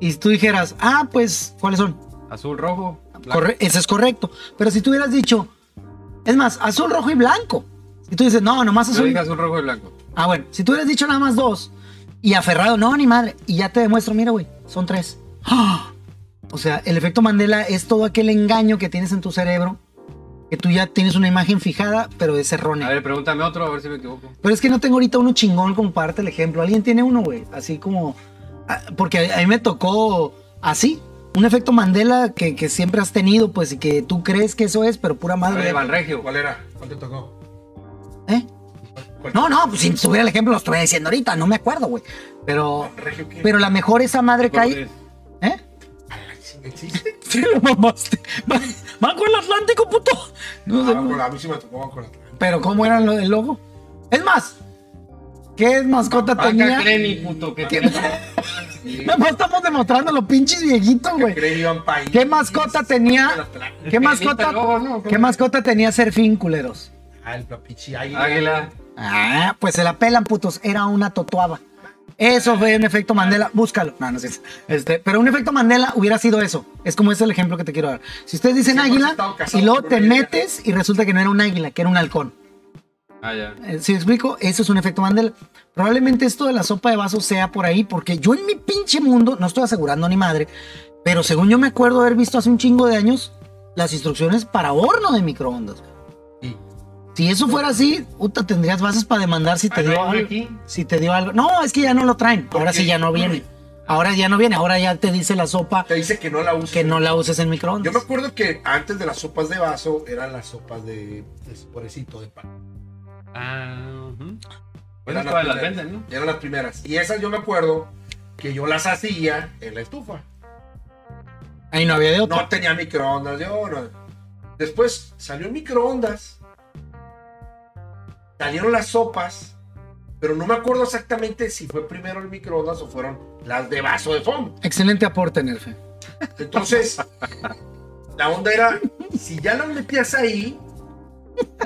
B: Y tú dijeras, ah, pues, ¿cuáles son?
C: Azul, rojo. blanco.
B: Corre- Ese es correcto. Pero si tú hubieras dicho, es más, azul, rojo y blanco. Y tú dices, no, nomás
C: Yo
B: azul.
C: dije azul, rojo y blanco.
B: Ah, bueno, si tú hubieras dicho nada más dos y aferrado, no, ni madre, y ya te demuestro, mira, güey, son tres. ¡Ah! O sea, el efecto Mandela es todo aquel engaño que tienes en tu cerebro, que tú ya tienes una imagen fijada, pero es
C: A
B: errónea.
C: ver, pregúntame otro, a ver si me equivoco.
B: Pero es que no tengo ahorita uno chingón como para darte el ejemplo. Alguien tiene uno, güey. Así como. ah, Porque a a mí me tocó así. Un efecto Mandela que, que siempre has tenido, pues, y que tú crees que eso es, pero pura
C: A ver,
B: madre.
C: Iván Regio.
A: ¿Cuál era? ¿Cuál te tocó?
B: ¿Eh?
A: ¿Cuál-
B: No, no, pues si tuviera el ejemplo lo estuviera diciendo ahorita, no me acuerdo, güey. Pero,
A: ¿Regio qué?
B: pero la mejor esa madre que hay. ¿Eh?
A: Sí, ¿Existe?
B: Sí, lo mamaste. Va, va con el Atlántico, puto. No sé,
A: Ah, con la- a mí sí me tocó con la
B: Pero, ¿cómo era lo del logo? Es más, ¿qué mascota tenía?
C: Acá Cremi, puto. Que
B: ¿Qué? Nada más estamos demostrando los pinches viejitos, güey.
A: Creen Iván País.
B: ¿Qué mascota tenía? ¿Qué mascota, ¿qué mascota tenía Serfín, culeros?
A: Ah, el plapichi
C: Águila.
B: Ah, pues se la pelan, putos. Era una totuaba. Eso fue un efecto Mandela. Búscalo. No, no es cierto. Este, pero un efecto Mandela hubiera sido eso. Es como ese el ejemplo que te quiero dar. Si ustedes dicen
A: Sí, hemos
B: águila
A: estado casados
B: y luego
A: por
B: te
A: una idea.
B: metes y resulta que no era un águila, que era un halcón.
C: Ah, ya.
B: Eh, Si me explico, eso es un efecto Mandela. Probablemente esto de la sopa de vasos sea por ahí, porque yo en mi pinche mundo, no estoy asegurando ni madre, pero según yo me acuerdo haber visto hace un chingo de años las instrucciones para horno de microondas.
A: Sí.
B: Si eso fuera así, puta, tendrías bases para demandar si te
C: Ah, ¿no
B: dio
C: hay uno
B: algo.
C: aquí?
B: Si te dio algo. No, es que ya no lo traen. Ahora
A: Ok.
B: sí ya no viene. Ahora ya no viene. Ahora ya te dice la sopa
A: Te dice que no la uses.
B: que no la uses en
A: Yo me
B: microondas.
A: acuerdo que antes de las sopas de vaso eran las sopas de, de sobrecito, de pan.
C: Ah, ujú. Bueno,
A: Eran
C: todas las
A: primeras.
C: venden, ¿no?
A: Eran las primeras. Y esas yo me acuerdo que yo las hacía en la estufa.
B: Ahí no había de otro.
A: No tenía microondas, yo no. Después salió el microondas. Salieron las sopas. Pero no me acuerdo exactamente si fue primero el microondas o fueron las de vaso de fondo.
B: Excelente aporte, Nerfe.
A: Entonces, la onda era, si ya las metías ahí,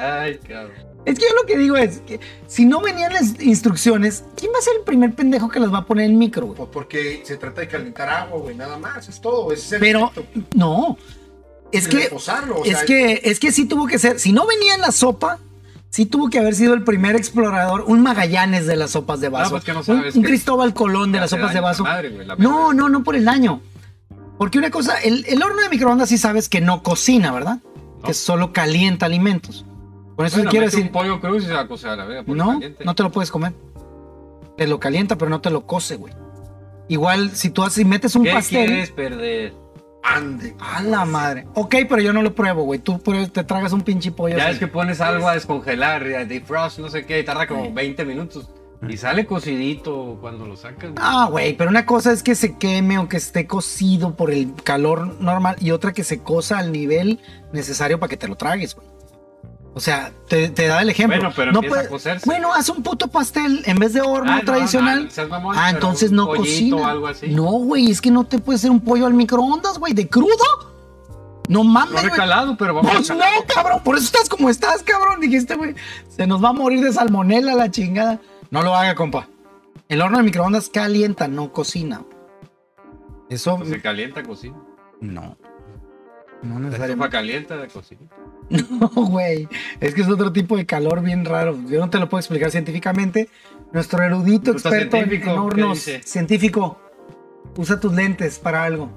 C: Ay, cabrón.
B: Es que yo lo que digo es que si no venían las instrucciones, ¿quién va a ser el primer pendejo que las va a poner en micro, güey?
A: pues porque se trata de calentar agua, güey, nada más, es todo. ese Es el
B: Pero
A: efecto,
B: no. Es
A: sin
B: que
A: reposarlo, o
B: es
A: sea,
B: que es que sí tuvo que ser, si no venía en la sopa, sí tuvo que haber sido el primer explorador, un Magallanes de las sopas de vaso.
C: pues que no
B: un-
C: sabes
B: un,
C: que-
B: Cristóbal Colón de
C: que
B: las
C: hace
B: sopas de
C: daño
B: vaso.
C: esa madre, güey, la
B: no,
C: verdad.
B: no, no por el daño. Porque una cosa, el, el horno de microondas sí sabes que no cocina, ¿verdad?
C: No.
B: Que solo calienta alimentos. Por eso
C: Bueno,
B: quiero
C: mete
B: decir,
C: un pollo cruz y se va a cocer a la verga.
B: No, no te lo puedes comer. Te lo calienta, pero no te lo cose, güey. Igual, si tú haces, metes un
C: ¿Qué
B: pastel.
C: quieres perder?
A: ande.
B: A la madre. Ok, pero yo no lo pruebo, güey. Tú pruebas- te tragas un pinche pollo.
C: Ya
B: así.
C: es que pones algo a descongelar, a defrost, no sé qué, y tarda como 20 minutos. Y sale cocidito cuando lo sacas. güey.
B: Ah, güey, pero una cosa es que se queme o que esté cocido por el calor normal y otra que se cosa al nivel necesario para que te lo tragues, güey. O sea, te, te da el ejemplo.
C: Bueno, pero empieza a cocerse.
B: Bueno, haz un puto pastel en vez de horno
C: Ah, no,
B: tradicional.
C: no, no seas mamón,
B: ah,
C: pero
B: entonces
C: un
B: no
C: pollito
B: cocina.
C: o algo así.
B: No, güey, es que no te puede ser un pollo al microondas, güey, de crudo. No mames,
C: No
B: güey.
C: recalado, pero vamos
B: Pues
C: a
B: no, cabrón, por eso estás como estás, cabrón. Dijiste, güey, se nos va a morir de salmonela la chingada. No lo haga, compa. El horno de microondas calienta, no cocina. Eso
C: Pues se calienta, cocina.
B: no. No
C: La sopa
B: necesariamente.
C: calienta, cocina.
B: No, güey. Es que es otro tipo de calor bien raro. Yo no te lo puedo explicar científicamente. Nuestro erudito
C: Tú estás
B: experto en-
C: científico,
B: en
C: ¿qué
B: hornos
C: dice?
B: científico. Usa tus lentes para algo.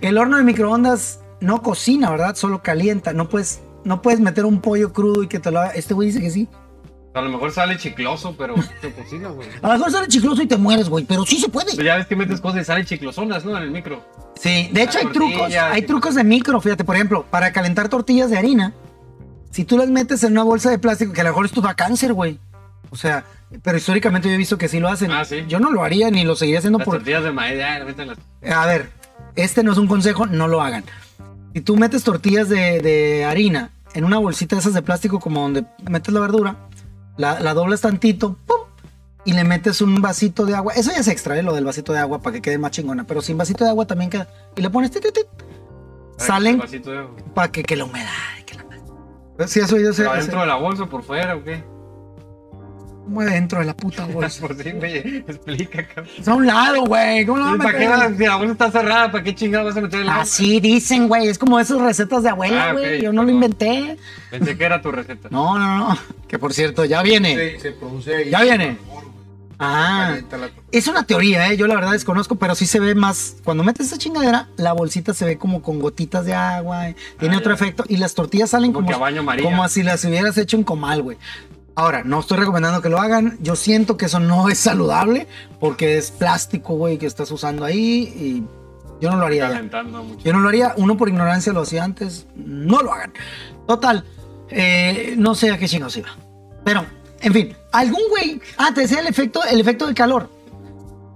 B: El horno de microondas no cocina, ¿verdad? Solo calienta. No puedes, no puedes meter un pollo crudo y que te lo haga. Este güey dice que sí.
C: A lo mejor sale chicloso, pero se cocina, güey.
B: A lo mejor sale chicloso y te mueres, güey, pero sí se puede.
C: Pero ya ves que metes cosas y salen chiclosonas, ¿no? En el micro.
B: Sí, de hecho hay
C: tortilla,
B: trucos,
C: sí.
B: hay trucos de micro, fíjate, por ejemplo, para calentar tortillas de harina, si tú las metes en una bolsa de plástico, que a lo mejor esto da cáncer, güey. O sea, pero históricamente yo he visto que sí lo hacen.
C: Ah, sí.
B: Yo no lo haría ni lo seguiría haciendo
C: Las
B: por...
C: tortillas de maíz, ya, le meten las...
B: A ver, este no es un consejo, no lo hagan. Si tú metes tortillas de, de harina en una bolsita de esas de plástico como donde metes la verdura, la, la doblas tantito, ¡pum! y le metes un vasito de agua. Eso ya se extrae lo del vasito de agua para que quede más chingona, pero sin vasito de agua también queda. Y le pones tit, tit, tit.
C: para que
B: Salen
C: el vasito de-
B: para que, que la humedad, que la madre.
C: Pues
B: Si has oído ese,
C: ¿Pero
B: ese-
C: adentro de la bolsa o por fuera o qué?
B: ¿Cómo adentro de la puta bolsa?
C: Pues sí, güey, explica, cabrón.
B: Es a un lado, güey. ¿Cómo lo van a
C: ¿Para qué
B: meter?
C: vas- si la bolsa está cerrada? ¿Para qué chingado vas a meter el agua?
B: Así dicen, güey. Es como esas recetas de abuela,
C: Ah,
B: güey.
C: ok,
B: Yo no lo
C: perdón.
B: inventé.
C: Pensé que era tu receta.
B: No, no, no. Que por cierto, ya viene.
A: Se, se produce ahí.
B: Ya viene.
A: vapor, güey.
B: Ah.
A: Calienta la-
B: Es una teoría, ¿eh? yo la verdad desconozco, pero sí se ve más. Cuando metes esa chingadera, la bolsita se ve como con gotitas de agua, ¿eh? tiene
C: Ah,
B: otro
C: ya.
B: efecto y las tortillas salen
C: Como
B: como,
C: que a baño María.
B: como si las hubieras hecho en comal, güey. Ahora, no estoy recomendando que lo hagan. Yo siento que eso no es saludable porque es plástico, güey, que estás usando ahí y yo no lo haría. eh. ya.
C: Calentando mucho.
B: Yo no lo haría, uno por ignorancia lo hacía antes, no lo hagan. Total, eh, no sé a qué chingados iba. Pero, en fin, algún güey, ah, te decía el efecto, el efecto del calor.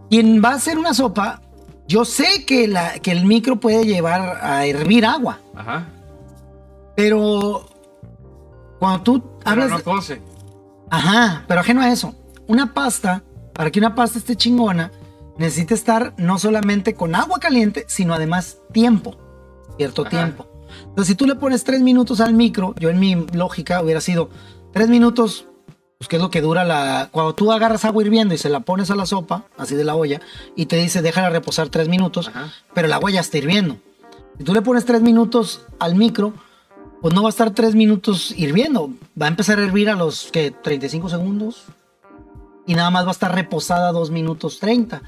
B: Quien va a hacer una sopa, yo sé que, la, que el micro puede llevar a hervir agua,
C: Ajá.
B: pero cuando tú
C: Pero
B: hablas...
C: no cose.
B: Ajá, pero ajeno a eso. Una pasta, para que una pasta esté chingona, necesita estar no solamente con agua caliente, sino además tiempo, cierto
C: Ajá.
B: tiempo. Entonces, si tú le pones tres minutos al micro, yo en mi lógica hubiera sido tres minutos, pues que es lo que dura la... Cuando tú agarras agua hirviendo y se la pones a la sopa, así de la olla, y te dice déjala reposar tres minutos,
C: Ajá.
B: pero el agua ya está hirviendo. Si tú le pones tres minutos al micro, pues no va a estar tres minutos hirviendo. Va a empezar a hervir a los que 35 segundos y nada más va a estar reposada dos minutos 30.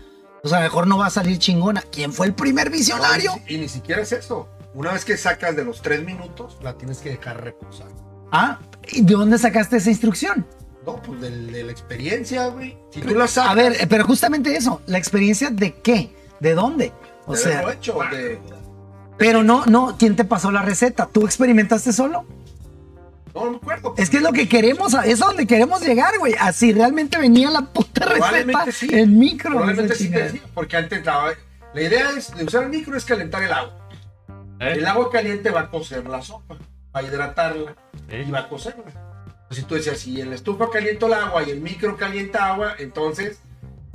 B: O sea, a lo mejor no va a salir chingona. ¿Quién fue el primer visionario?
A: No, y, y ni siquiera es eso. Una vez que sacas de los tres minutos, la tienes que dejar reposar.
B: Ah, ¿y ¿de dónde sacaste esa instrucción?
A: No, pues del- de la experiencia, güey. Si tú la sacas.
B: A ver, eh, pero justamente eso, la experiencia de qué, de dónde. O
A: de
B: sea,
A: haberlo hecho, de-
B: pero no, no, ¿quién te pasó la receta? ¿Tú experimentaste solo?
A: no, no me acuerdo.
B: Es que es lo que queremos, a- es a donde queremos llegar, güey. Así realmente venía la puta receta
A: Probablemente sí.
B: en micro.
A: Probablemente
B: esa
A: sí te
B: chingadera.
A: decía, porque antes la, la idea es de usar el micro es calentar el agua.
C: ¿Eh?
A: El agua caliente va a cocer la sopa, va a hidratarla
C: ¿Eh?
A: y va a cocerla. Entonces tú decías, si en la estufa caliento el agua y el micro calienta agua, entonces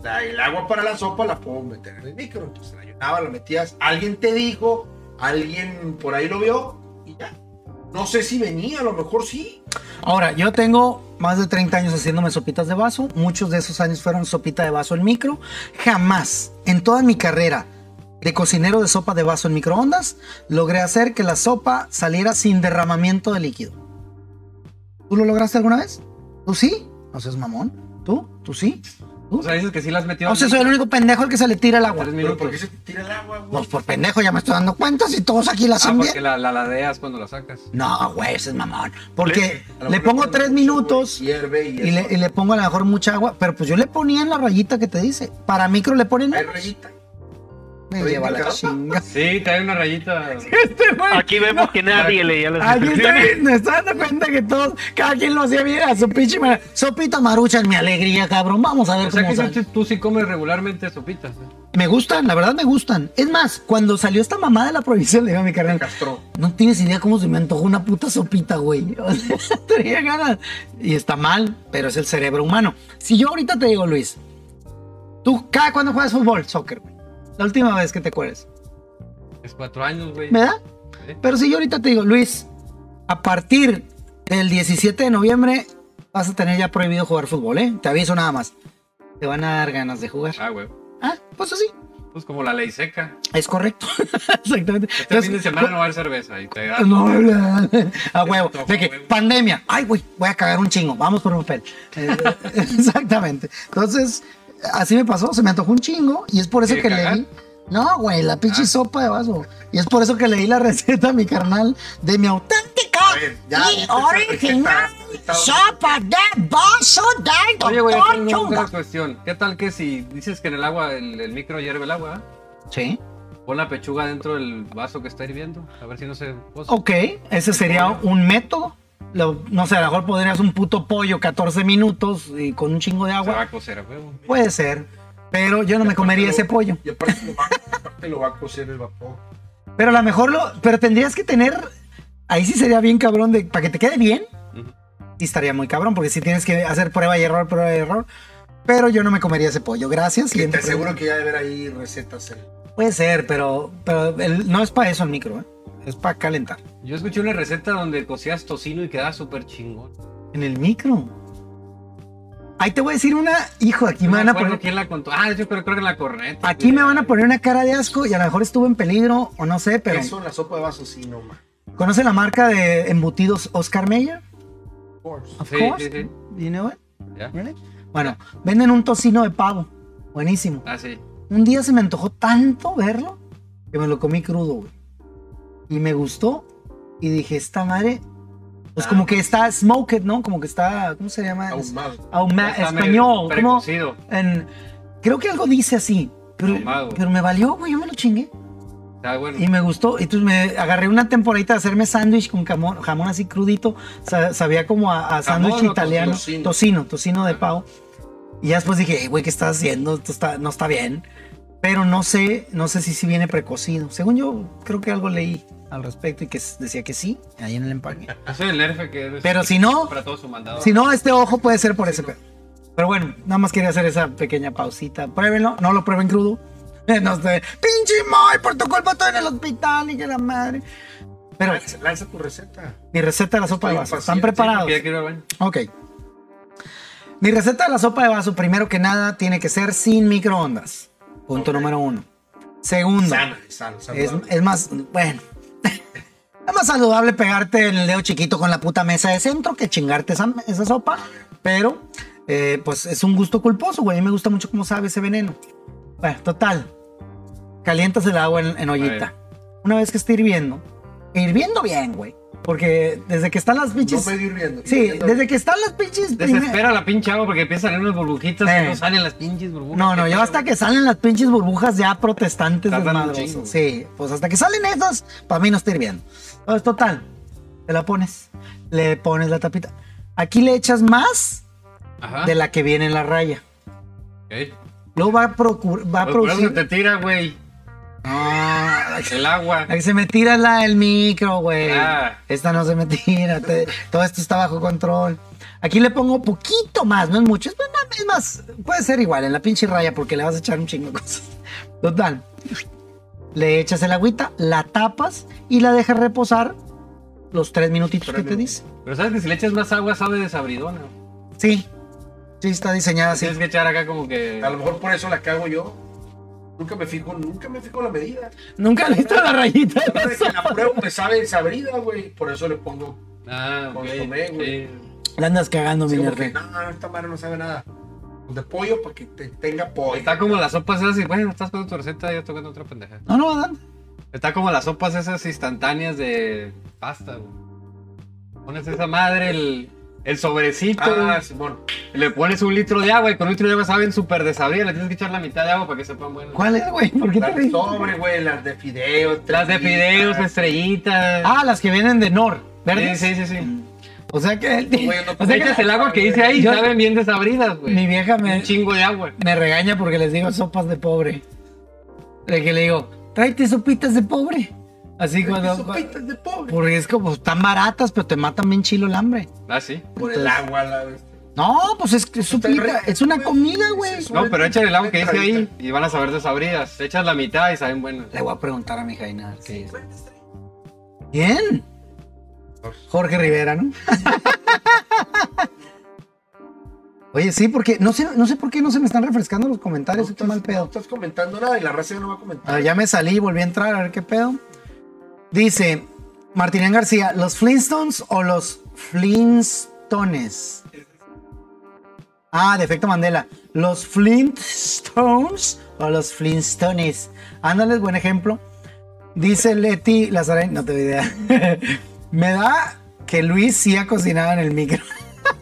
A: la- el agua para la sopa la puedo meter en el micro. Entonces la llenaba, la metías. Alguien te dijo, alguien por ahí lo vio y ya. No sé si venía, a lo mejor sí.
B: Ahora, yo tengo más de 30 años haciéndome sopitas de vaso. Muchos de esos años fueron sopita de vaso en micro. Jamás en toda mi carrera de cocinero de sopa de vaso en microondas logré hacer que la sopa saliera sin derramamiento de líquido. ¿Tú lo lograste alguna vez? ¿Tú sí? No seas mamón. ¿Tú? ¿Tú sí? ¿Tú?
C: O sea, dices que sí las metió. Ah,
B: O sea, soy el único pendejo al que se le tira el agua.
C: Tres
A: Pero
C: minutos.
A: ¿por qué se te tira el agua, güey?
B: Pues por pendejo ya me estoy dando cuenta si todos aquí la
C: Ah,
B: hacen bien.
C: porque la, la ladeas cuando la sacas.
B: No, güey, ese es mamón. Porque
A: A lo
B: le
A: mejor
B: pongo
A: cuando
B: tres
A: mucho,
B: minutos
A: güey, hierve y,
B: y le, y le pongo a lo mejor mucha agua, pero pues yo le ponía en la rayita que te dice. Para micro le ponen
A: Hay
B: menos.
A: rayita.
B: Me lleva la
A: indicado.
B: chinga.
C: Sí, te hay una rayita.
B: Este güey.
D: Aquí vemos que nadie leía las
B: Aquí está
D: instrucciones.
B: me está dando cuenta que todos, cada quien lo hacía bien a su pinche manera. Sopita marucha en mi alegría, cabrón. Vamos a ver
C: O sea,
B: cómo
C: que
B: sale.
C: tú, tú sí comes regularmente sopitas. ¿eh?
B: Me gustan, la verdad me gustan. Es más, cuando salió esta mamada de la prohibición, le digo a mi carnal,
A: Castro.
B: No tienes idea cómo se me antojó una puta sopita, güey. O sea, tenía ganas. Y está mal, pero es el cerebro humano. Si yo ahorita te digo, Luis, tú cada cuando juegas fútbol, soccer, güey. La última vez que te acuerdes.
C: Es cuatro años, güey.
B: ¿Verdad?
C: Sí.
B: Pero si yo ahorita te digo, Luis, a partir del 17 de noviembre vas a tener ya prohibido jugar fútbol, ¿eh? Te aviso nada más. Te van a dar ganas de jugar.
C: Ah, güey.
B: Ah, pues así.
C: Pues como la ley seca.
B: Es correcto. Exactamente.
C: Este
B: Entonces,
C: fin de semana no va a haber cerveza. Y te da.
B: No, bla, bla. a huevo.
C: Toco,
B: De que,
C: huevo.
B: pandemia. Ay, güey, voy a cagar un chingo. Vamos por un papel. Eh, Exactamente. Entonces, así me pasó. Se me antojó un chingo y es por eso
C: ¿Quiere
B: que
C: cagar?
B: leí. No, güey, la pinche
C: Ah.
B: sopa de vaso. Y es por eso que leí la receta a mi carnal de mi auténtica
A: A ver, ya,
B: y
A: viste esa
B: original
A: receta.
B: sopa de vaso del
C: Oye, güey,
B: doctor
C: esta es una
B: Chunga.
C: buena cuestión. ¿Qué tal que si dices que en el agua, el, el micro hierve el agua? ¿eh?
B: Sí.
C: Pon la pechuga dentro del vaso que está hirviendo. A ver si no se cosa.
B: Ok, ese sería un método. Lo- no sé, a lo mejor podrías un puto pollo 14 minutos y con un chingo de
C: Se va
B: agua.
C: a cocer a huevo.
B: Puede ser, pero yo no me comería ese pollo.
A: Y aparte lo, va, aparte lo va a cocer el vapor.
B: Pero a lo mejor lo, pero tendrías que tener, ahí sí sería bien cabrón de, para que te quede bien.
C: Ujú.
B: Y estaría muy cabrón porque si tienes que hacer prueba y error, prueba y error. Pero yo no me comería ese pollo, gracias.
A: Y te
B: siguiente
A: aseguro
B: pregunta.
A: que ya debe haber ahí recetas. en-
B: Puede ser, pero, pero el- no es para eso el micro, ¿eh? es para calentar.
C: Yo escuché una receta donde cocías tocino y quedaba súper chingón.
B: En el micro. Ahí te voy a decir una, hijo, aquí
C: No
B: me
C: me
B: van a
C: acuerdo
B: poner.
C: quién la contó. Ah, yo creo, creo que la corneta.
B: Aquí me van a poner una cara de asco y a lo mejor estuvo en peligro o no sé, pero.
A: Eso en la sopa de vasos, sí, no más.
B: ¿Conoce la marca de embutidos Oscar Mayer? Of
C: Sí,
B: course.
C: sí, sí.
B: You know it?
C: Ya.
B: Really? Bueno, venden un tocino de pavo. Buenísimo.
C: Ah, sí.
B: Un día se me antojó tanto verlo que me lo comí crudo, güey. Y me gustó. Y dije, esta madre. Pues
C: Ah.
B: como que está smoked, ¿no? Como que está. ¿Cómo se llama?
A: Ahumado.
B: Ahuma-
C: Está medio
B: español. ¿Cómo?
C: precocido.
B: En- creo que algo dice así. Pero,
C: Ahumado.
B: pero me valió, güey. Yo me lo chingué.
C: Está Ah, bueno.
B: Y me gustó. Entonces me agarré una temporadita de hacerme sándwich con jamón, jamón así crudito. sa- sabía como a, a sándwich
C: o
B: italiano.
A: tocino?
B: Tocino. tocino, de pavo. Y ya después dije, "Ey, güey, ¿qué estás haciendo? Esto está, no está bien. Pero no sé, no sé si sí viene precocido. Según yo, creo que algo leí al respecto y que s- decía que sí, ahí en el empaque.
C: Eso del nerfe que es
B: Pero si no,
C: para todo su mandado.
B: si no, este ojo puede ser por ese pedo. Pero bueno, nada más quería hacer esa pequeña pausita. Pruébenlo, no lo prueben crudo. No sé, pinche Moy, por tu culpa estoy en el hospital y que la madre. Pero
A: Lanza, lanza tu receta.
B: mi receta de la sopa de
A: Estoy
B: vaso, ¿están
A: impaciente,
B: preparados?
C: Porque ya quiero ir al baño.
B: Ok. Mi receta de la sopa de vaso, primero que nada, tiene que ser sin microondas. Punto
A: Ok.
B: número uno. Segundo,
A: Sana, sana,
B: es,
A: saludable.
B: es más, bueno. Es más saludable pegarte en el dedo chiquito con la puta mesa de centro que chingarte esa, esa sopa. Pero, eh, pues es un gusto culposo, güey. A mí me gusta mucho cómo sabe ese veneno. Bueno, total. Calientas el agua en, en
C: ver.
B: ollita. Una vez que esté hirviendo, e hirviendo bien, güey. Porque desde que están las
A: No
B: pinches.
A: medio hirviendo.
B: sí,
A: hirviendo.
B: desde que están las pinches. primer-
C: Desespera la pinche agua porque empiezan a salir unas burbujitas
B: Eh.
C: y no salen las pinches burbujas.
B: No, no,
C: ¿Qué
B: ya
C: pedo,
B: hasta
C: güey?
B: que salen las pinches burbujas ya protestantes
C: Tardan un
B: desmadrosas.
C: chingo, güey.
B: Sí, pues hasta que salen esas, para mí no está hirviendo. Entonces, total, te la pones, le pones la tapita. Aquí le echas más
C: Ajá.
B: de la que viene en la raya.
C: ok.
B: Luego va a, procur- va a
C: Pues por eso
B: producir...
C: te tira, güey.
B: Ah,
C: El agua.
B: ahí se me tira la del micro, güey.
C: Ah.
B: Esta no se me tira, te- todo esto está bajo control. Aquí le pongo poquito más, no es mucho. Es más, es más, puede ser igual en la pinche raya porque le vas a echar un chingo de cosas. Total. Le echas el agüita, la tapas y la dejas reposar los tres minutitos
A: Tres
B: que te
A: minutos.
B: dice.
C: Pero sabes que si le echas más agua sabe desabridona.
B: Sí. Ah, Sí, Ah, está diseñada así.
C: Tienes que echar acá como que.
A: A lo mejor por eso la cago yo. Nunca me fijo, nunca me fijo la medida.
B: Nunca le he visto la rayita.
A: La verdad es que la pruebo me sabe desabrida, güey. Por eso le pongo.
C: Ah, ok.
A: Consomé, güey.
C: sí.
B: La andas cagando, mi
A: así como
B: nerd.
A: que, no, esta madre no sabe nada. De pollo para que te tenga pollo.
C: Está como las sopas esas y bueno, estás con tu receta y yo tocando otra pendeja.
B: No, no, adelante.
C: Está como las sopas esas instantáneas de pasta, güey. Pones esa madre, el, el sobrecito,
A: Ah,
C: güey.
A: Simón.
C: le pones un litro de agua y con un litro de agua saben súper desabrida. Le tienes que echar la mitad de agua para que sepan buenas.
B: ¿Cuál es, güey? ¿Por qué te
A: Las de
B: ríes?
A: sobre, güey, las de fideos.
C: Las de fideos,
A: estrellitas.
C: estrellitas.
B: Ah, las que vienen de Nor, ¿verdad?
C: Sí, sí, sí. sí.
B: O sea que
A: Güey, no
C: O sea,
A: como-
C: echas el agua que dice ahí,
B: Yo-
C: saben bien desabridas, güey.
B: mi vieja me,
C: Un chingo de agua.
B: me regaña porque les digo sopas de pobre. De que le digo, tráete sopitas de pobre. Así cuando.
A: Sopitas de pobre.
B: Porque es como, están baratas, pero te matan bien chilo el hambre.
C: Ah, sí.
A: Por el
B: Entonces-
A: agua, la
B: No, pues es que es
A: Está
B: sopita,
A: rico,
B: es una
A: güey.
B: comida, güey.
A: Es eso.
C: No, pero echan el agua que dice ahí y van a saber desabridas. Echas la mitad y saben buenas.
B: Le voy a preguntar a mi Jaina. a ver qué dice. Bien. Jorge Rivera, ¿no? Oye, sí, porque no sé, no sé por qué no se me están refrescando los comentarios. qué mal
A: No pues,
B: pedo.
A: estás comentando nada y la raza ya no va a
B: A
A: comentar.
B: ver, Ah, ya me salí, volví a entrar, a ver qué pedo. Dice Martínez García, ¿los Flintstones o los Flintstones? Ah, de efecto Mandela. ¿Los Flintstones o los Flintstones? Ándales, buen ejemplo. Dice Leti Lazarén, no tengo idea. me da que Luis sí ha cocinado en el micro.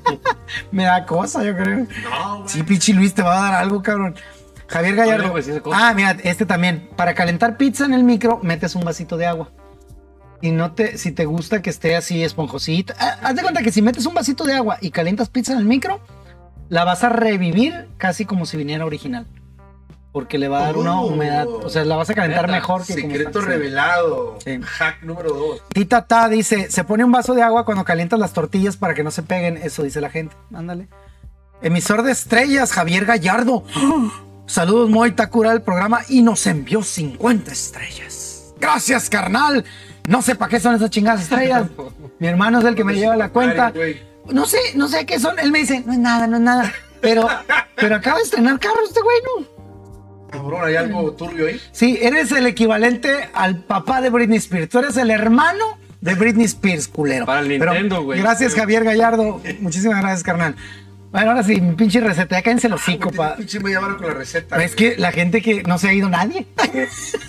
B: me da cosa, yo creo.
A: No, güey.
B: Sí, Pichi Luis te va a dar algo, cabrón. Javier Gallardo.
C: Algo que sí se come.
B: ah, mira, este también. Para calentar pizza en el micro, metes un vasito de agua. Y no te, si te gusta que esté así esponjosita. ah, haz de cuenta que si metes un vasito de agua y calientas pizza en el micro, la vas a revivir casi como si viniera original. Porque le va a dar una
A: Oh.
B: humedad. O sea, la vas a calentar
C: Neta,
B: mejor que como
A: Secreto
B: está. Sí.
A: revelado.
B: Sí.
A: Hack número dos.
B: Tita Ta dice, se pone un vaso de agua cuando calientas las tortillas para que no se peguen. Eso dice la gente. Ándale. Emisor de estrellas, Javier Gallardo. ¡Ah! Saludos, Moy Takura, del programa y nos envió 50 estrellas. Gracias, carnal. No sé para qué son esas chingadas estrellas. Mi hermano es el que me lleva la cuenta.
A: Güey.
B: No sé, no sé qué son. Él me dice, no es nada, no es nada. Pero, pero acaba de estrenar carro este güey, ¿no?
A: Cabrón, hay algo turbio ahí.
B: Sí, eres el equivalente al papá de Britney Spears. Tú eres el hermano de Britney Spears, culero.
C: Para el
B: Pero
C: Nintendo, güey.
B: Gracias, Javier Gallardo. Muchísimas gracias, carnal. Bueno, ahora sí, mi pinche receta. Ya cállense los hocico,
A: Güey,
B: pa.
A: tiene pinche media vara con la receta.
B: Es
A: güey.
B: que la gente que no se ha ido nadie.
A: Arre,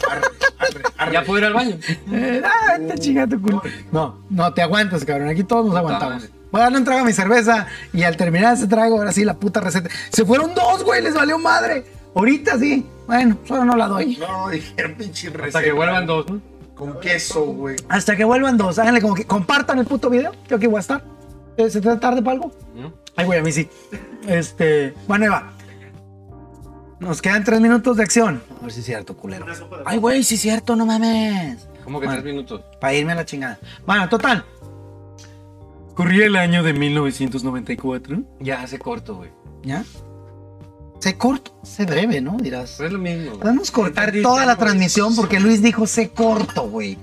A: arre, arre.
C: ¿Ya puedo ir al baño?
B: Ah, te chinga tu culo. No, no te aguantas, cabrón. Aquí todos nos aguantamos. Voy a darle un trago a mi cerveza y al terminar ese trago, ahora sí, la puta receta. Se fueron dos, güey, les valió madre. Ahorita sí. Bueno, solo no la doy.
A: No, dijeron pinche receta.
C: Hasta que vuelvan dos, ¿no?
A: Con queso, güey.
B: Hasta que vuelvan dos. Háganle como que compartan el puto video. Creo que voy a estar. Eh, ¿Se te hace tarde para algo?
C: ¿No?
B: Ay, güey, a mí sí. Este. Bueno, ahí va. Nos quedan tres minutos de acción. A ver si es cierto, culero. Ay, güey, sí es cierto, no mames.
C: ¿Cómo que
B: Bueno.
C: tres minutos?
B: Para irme a la chingada. Bueno, total. Corría el año de 1994.
C: Ya, hace corto, güey.
B: ¿Ya? Sé corto, sé breve, ¿no? Dirás.
C: Pues es lo mismo. güey.
B: Podemos cortar
C: Entendí,
B: toda
C: ya,
B: la
C: güey.
B: transmisión porque Luis dijo sé corto, güey.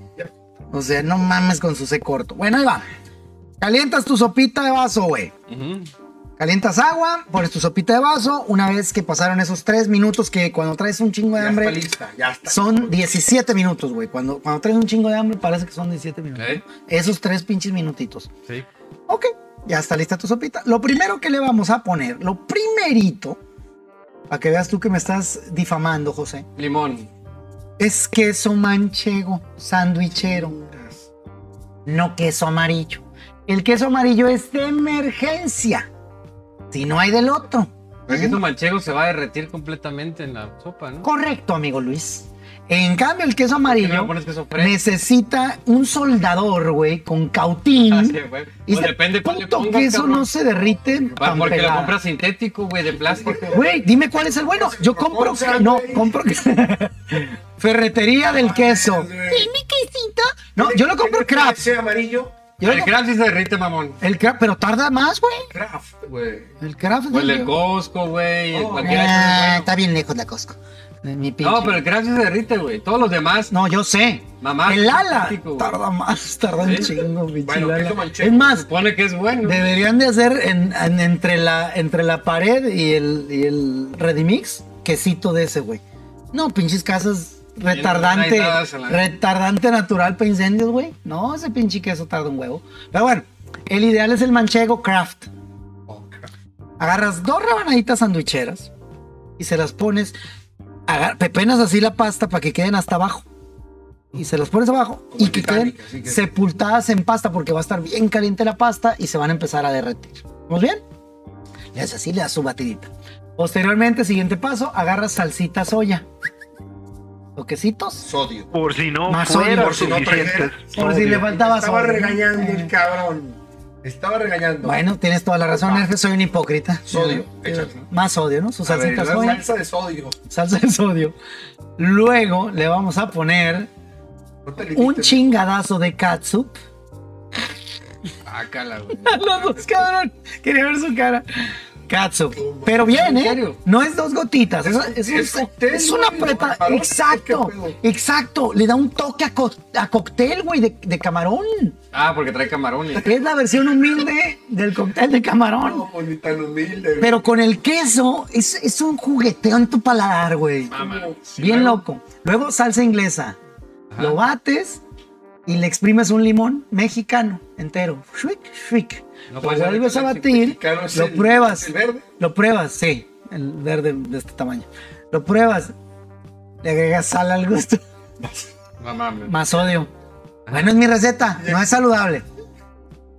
B: O sea, no mames con su sé corto. Bueno, ahí va. Calientas tu sopita de vaso, güey.
C: Ujú.
B: Calientas agua, pones tu sopita de vaso. Una vez que pasaron esos tres minutos, que cuando traes un chingo de
A: Ya está
B: hambre,
A: lista, ya está.
B: son 17 minutos, güey. Cuando, cuando traes un chingo de hambre, parece que son 17 minutos.
C: ¿Eh?
B: Esos tres pinches minutitos.
C: Sí.
B: Ok, ya está lista tu sopita. Lo primero que le vamos a poner, lo primerito, para que veas tú que me estás difamando, José,
C: Limón.
B: es queso manchego, sandwichero, no queso amarillo. El queso amarillo es de emergencia. Si no hay del otro. ¿Mm?
C: El queso manchego se va a derretir completamente en la sopa, ¿no?
B: Correcto, amigo Luis. En cambio, el queso amarillo
C: Primero pones queso fresco.
B: necesita un soldador, güey, con cautín.
C: Ah, sí, güey.
B: Y
C: Pues
B: ese
C: depende cuál le
B: puto
C: pongas,
B: queso
C: cabrón.
B: no se derrite.
C: Va,
B: tan
C: porque lo
B: pelada.
C: compras Pues, sintético, güey, de plástico.
B: Güey, dime cuál es el bueno. Yo compro.
A: Proponza,
B: No,
A: güey.
B: compro. Ferretería del queso.
A: Ay, güey.
B: ¿Y mi quesito? No, yo lo compro Kraft.
A: Ese amarillo,
B: Yo lo
C: el
B: compro-
C: Kraft sí se derrite, mamón.
B: el Kraft, pero tarda más, güey.
A: Kraft, güey.
B: El Kraft.
C: O el
B: yo-
C: del Costco, güey. el
A: Oh.
C: cualquiera de esos es
B: Ah,
C: bueno.
B: está bien lejos la Costco. Mi pinche-
C: No, pero el Kraft sí se derrite, güey. Todos los demás.
B: No, yo sé.
C: Mamá,
B: el ala
C: plástico, güey.
B: tarda más, tarda un
C: Sí.
B: chingo, pinche
A: Bueno,
B: ala.
A: queso manchego.
B: Es más,
C: Supone que es bueno.
B: deberían de hacer en- en- entre, la, entre la pared y el, y el Redimix quesito de ese, güey. No, pinches casas retardante,
C: no hay nada, se la-
B: retardante natural para incendios, güey. No, ese pinche queso tarda un huevo. Pero bueno, el ideal es el manchego craft. Agarras dos rebanaditas sandwicheras y se las pones, agar- pepenas así la pasta para que queden hasta abajo. Y se las pones abajo
A: Como
B: y
A: el
B: que
A: Titanic,
B: queden
A: así que-
B: sepultadas en pasta porque va a estar bien caliente la pasta y se van a empezar a derretir. ¿Vamos bien? Le haces así, le das su batidita. Posteriormente, siguiente paso, agarras salsita soya. Toquecitos.
A: Sodio.
D: Por si no
B: Más
D: fuera
B: odio,
A: por si no
D: suficiente.
A: trajeras.
B: Por si
D: Obvio.
B: le faltaba
A: Estaba
B: soya.
A: regañando
B: Eh,
A: el cabrón. Estaba regañando.
B: Bueno, tienes toda la razón, Nerfe, soy un hipócrita.
A: Ah. Sodio,
B: Eh,
A: échale.
B: Más sodio, ¿no? Su
A: A ver,
B: salsita
A: la
B: soya,
A: salsa de sodio.
B: salsa de sodio. Luego le vamos a poner
A: No te limites.
B: un chingadazo de catsup.
C: Sácala, Ah, güey.
B: Los dos, cabrón. Quería ver su cara. Katsu. Pero bien,
C: ¿En
B: ¿eh?
C: serio?
B: No es dos gotitas. Es, es, un-
A: es cóctel,
B: es una
A: güey,
B: preta.
A: camarón,
B: Exacto.
A: ¿qué pedo?
B: Exacto. Le da un toque a, co- a cóctel, güey, de, de camarón.
C: Ah, porque trae camarones.
B: Es la versión humilde del cóctel de camarón.
A: No, pues, ni tan humilde. güey.
B: Pero con el queso es, es un jugueteo en tu paladar, güey.
C: Mamá.
B: Bien loco. Luego salsa inglesa.
C: Ajá.
B: Lo bates y le exprimes un limón mexicano entero. Shuik, shuik.
C: No
B: lo
C: puede ser
B: vuelves a
C: el
B: batir,
A: mexicano es
B: lo
A: el-
B: pruebas.
A: el verde.
B: Lo pruebas, sí. El verde de este tamaño. Lo pruebas. Le agregas sal al gusto.
C: Mamá, güey.
B: Más sodio. Bueno, es mi receta. No es saludable.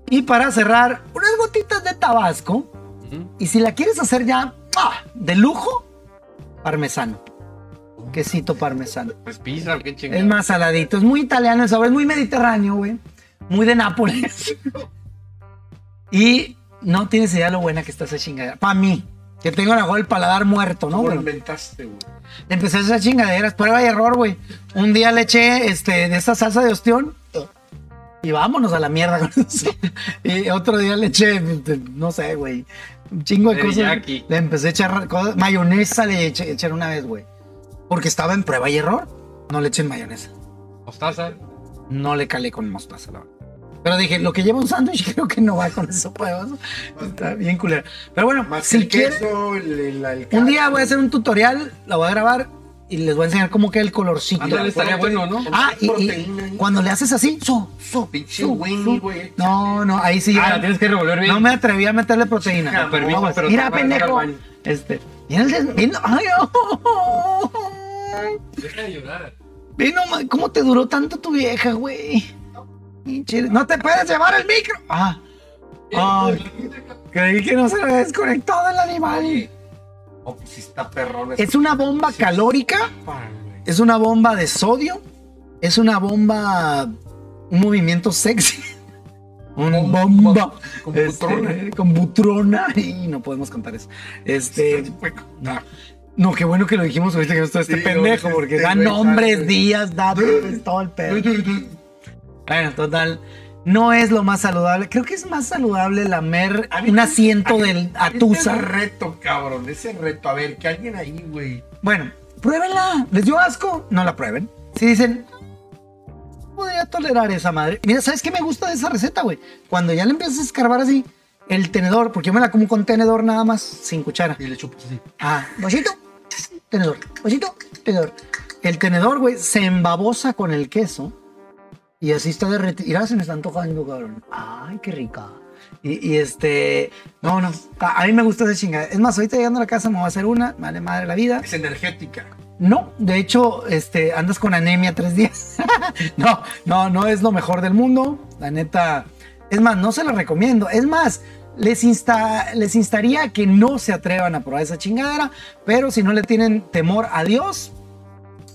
B: Y para cerrar, unas gotitas de tabasco.
C: Ujú.
B: Y si la quieres hacer ya ¡ah! de lujo, parmesano.
A: Oh.
B: Quesito parmesano.
C: Pues pizza, qué chingada.
B: Es más saladito. Es muy italiano el sabor. Es muy mediterráneo, güey. Muy de Nápoles. y no tienes idea lo buena que está esa chingadera. Para mí, que tengo a lo mejor el paladar muerto, ¿no?
A: ¿Cómo lo
B: Pero
A: inventaste, güey?
B: le empecé a hacer esas chingaderas. Prueba y error, güey. Un día le eché este, de esta salsa de ostión. Y vámonos a la mierda con eso. Y otro día le eché, no sé, güey. Un chingo de
C: Teriyaki.
B: cosas. Le empecé a echar cosas. Mayonesa le eché, eché una vez, güey. Porque estaba en prueba y error. No le echen mayonesa.
C: Mostaza.
B: no le calé con mostaza, la verdad. Pero dije, lo que lleva un sándwich creo que no va con eso, pues. Está bien culero. Pero bueno,
A: Más
B: si
A: el
B: quieres,
A: queso, el, el, el
B: un día voy a hacer un tutorial, lo voy a grabar y les voy a enseñar cómo queda el colorcito.
C: Ándale, estaría bueno, ¿no?
B: Ah, y, y
A: proteína ahí.
B: cuando le haces así, su, su,
A: Pinche
B: su,
A: Winnie,
B: su.
A: güey.
B: No, no, ahí sí.
C: Ah, la tienes que revolver bien.
B: no me atreví a meterle proteína.
C: Con permiso,
B: Aguas.
C: pero te
B: mira,
C: voy a dejar
B: pendejo.
C: al baño.
B: Este, mira el des- mira- ay, oh.
C: Deja de llorar.
B: Ve nomás, ¿cómo te duró tanto tu vieja, güey? Pinche- No te puedes llevar el micro. Ah. Ay, creí que no se había desconectado el animal.
A: No, pues sí está perrón.
B: Es una bomba calórica,
A: pan, güey.
B: es una bomba de sodio, es una bomba. Un movimiento sexy. Una bomba.
A: Con
B: Este,
A: butrona.
B: con butrona. Y no podemos contar eso. Este.
A: Fue-
B: No. No, qué bueno que lo dijimos ahorita que no está este
A: Sí,
B: pendejo,
A: no,
B: porque
A: este
B: dan
A: güey,
B: nombres,
A: sale.
B: días, datos, todo el pedo.
A: A
B: Bueno, total. No es lo más saludable. Creo que es más saludable lamer
A: A mí-
B: un asiento
A: mí-
B: del
A: Ese
B: Atusa.
A: Este reto, cabrón. Ese reto. A ver, que alguien ahí, güey.
B: Bueno, pruébenla. ¿Les dio asco? No la prueben. Si dicen, "No podría tolerar esa madre. Mira, ¿sabes qué me gusta de esa receta, güey? Cuando ya le empiezas a escarbar así, el tenedor, porque yo me la como con tenedor nada más, sin cuchara.
A: Y le chupas así.
B: Ah, bocito, tenedor, bocito, tenedor. El tenedor, güey, se embabosa con el queso y así está derretido. Mirá, se me está antojando, cabrón. Ay, qué rica. Y, y este, no, no, a, a mí me gusta esa chingada. Es más, ahorita llegando a la casa me voy a hacer una, me vale madre la vida.
A: Es energética.
B: No, de hecho, este, andas con anemia tres días. no, no, no es lo mejor del mundo. La neta, es más, no se la recomiendo. Es más, les, insta, les instaría a que no se atrevan a probar esa chingadera, pero si no le tienen temor a Dios,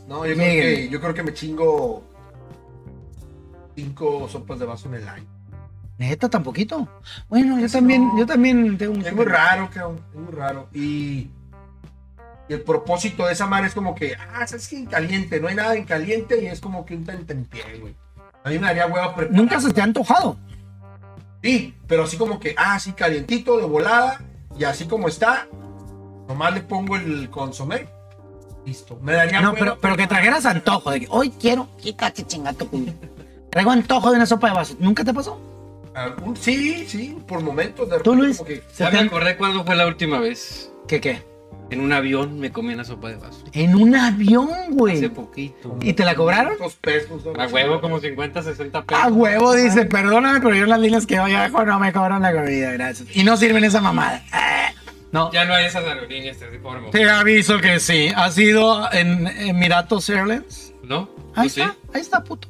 A: No, yo creo, que,
B: Lleguen.
A: yo creo que me chingo cinco sopas de vaso en el año.
B: neta, tampoquito. Bueno, yo
A: Eso
B: también,
A: no.
B: yo también tengo un
A: Es muy raro, cabrón. Es muy raro. Y, y el propósito de esa madre es como que, ah, sabes que en caliente, no hay nada en caliente y es como que un tentempié, güey. A mí me daría hueva preparar.
B: Nunca se te ha antojado.
A: Sí, pero así como que, ah, sí, calientito, de volada, y así como está, nomás le pongo el consomé. Listo. Me daría
B: No,
A: hueva
B: pero, pero que trajeras antojo de que hoy quiero, quítate chingato, culo. Traigo antojo de una sopa de vaso. ¿Nunca te pasó?
A: preparar un- Sí, sí, por momentos. De
B: ¿Tú,
A: repente
B: Luis?
A: como que-
B: ¿Se
C: Ya
B: te
C: me
B: han-
C: acordé cuándo fue la última vez.
B: ¿Qué qué?
C: En un avión me comí una sopa de vaso.
B: En un avión, güey.
C: Hace poquito.
B: ¿Y te la cobraron?
A: Dos pesos. ¿no?
C: A huevo como 50, 60 pesos.
B: A huevo dice, perdóname, pero yo en las líneas que voy abajo no me cobran la comida, gracias. Y no sirven esa mamada. Ah, No.
C: Ya no hay esas aerolíneas, te informo.
B: Te aviso que sí. ¿Has sido en Emiratos Airlines?
C: ¿No?
B: Ahí
C: ¿Tú sí?
B: está, ahí está, puto.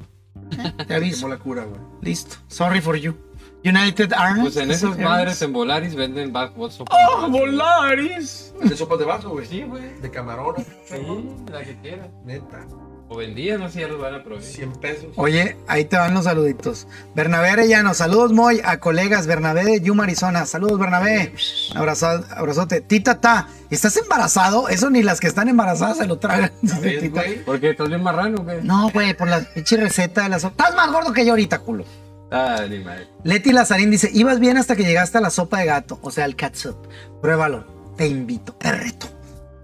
B: Eh, Te
A: Me
B: aviso.
A: quemó la cura, güey.
B: Listo. Sorry for you. United Airlines.
C: Pues en esas
B: Airlines.
C: madres en Volaris venden ba- bo- sopa. de
B: ¡Oh,
C: vaso.
B: Volaris!
A: Pues De sopas de vaso, güey.
C: Sí, güey.
A: De camarón.
C: Sí, la que quieras.
A: Neta.
C: O vendían, no sé, ya los van a probar.
A: 100 pesos.
B: Oye, ahí te van los saluditos. Bernabé Arellano, saludos Moy a colegas Bernabé de Yuma, Arizona. Saludos Bernabé. Abrazo, abrazote. Tita ta, ¿estás embarazado? Eso ni las que están embarazadas se lo tragan.
A: ¿Ves,
B: Tita.
A: güey?
C: Porque estás bien marrano, güey.
B: No, güey, por la pinche receta de las... Estás más gordo que yo ahorita, culo.
C: Ah, ni madre.
B: Leti Lazarín dice, ibas bien hasta que llegaste a la sopa de gato, o sea, el catsup. Pruébalo, te invito, te reto.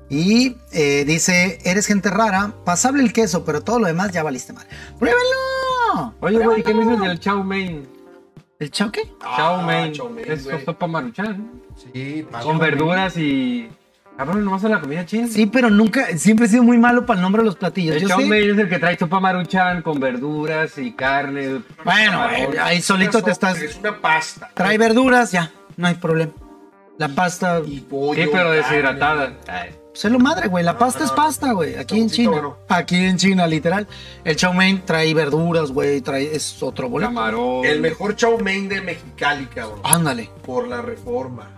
B: Y eh, dice, eres gente rara, pasable el queso, pero todo lo demás ya valiste mal. ¡Pruébalo!
C: Oye, güey, ¿qué me dices
B: ¡Pruébalo!
C: del chow mein?
B: ¿El choque?
A: Ah,
C: chow mein.
A: chow mein,
C: Es
A: güey. Ah,
C: sopa maruchan.
A: Sí, más
C: Con
A: o menos.
C: verduras y... Cabrón, ¿no vas a la comida china?
B: Sí, pero nunca, siempre he sido muy malo para el nombre de los platillos.
C: El
B: Yo
C: chow
B: sé-
C: mein es el que trae sopa maruchan con verduras y carne.
B: Bueno, eh, ahí solito te
A: Una sopa,
B: estás.
A: Es una pasta.
B: Trae verduras, ya, no hay problema. La pasta,
A: Y pollo.
C: Sí, pero
A: carne.
C: deshidratada. Ay.
B: pues es lo madre, güey. La
A: No,
B: pasta
A: no,
B: es
A: no.
B: pasta, güey. Aquí en
A: Tomatito,
B: China.
A: bro.
B: Aquí en China, literal. El chow mein trae verduras, güey. Trae, es otro boleto.
C: Camarón.
A: El mejor chow mein de Mexicali, cabrón.
B: Ándale.
A: Por la reforma.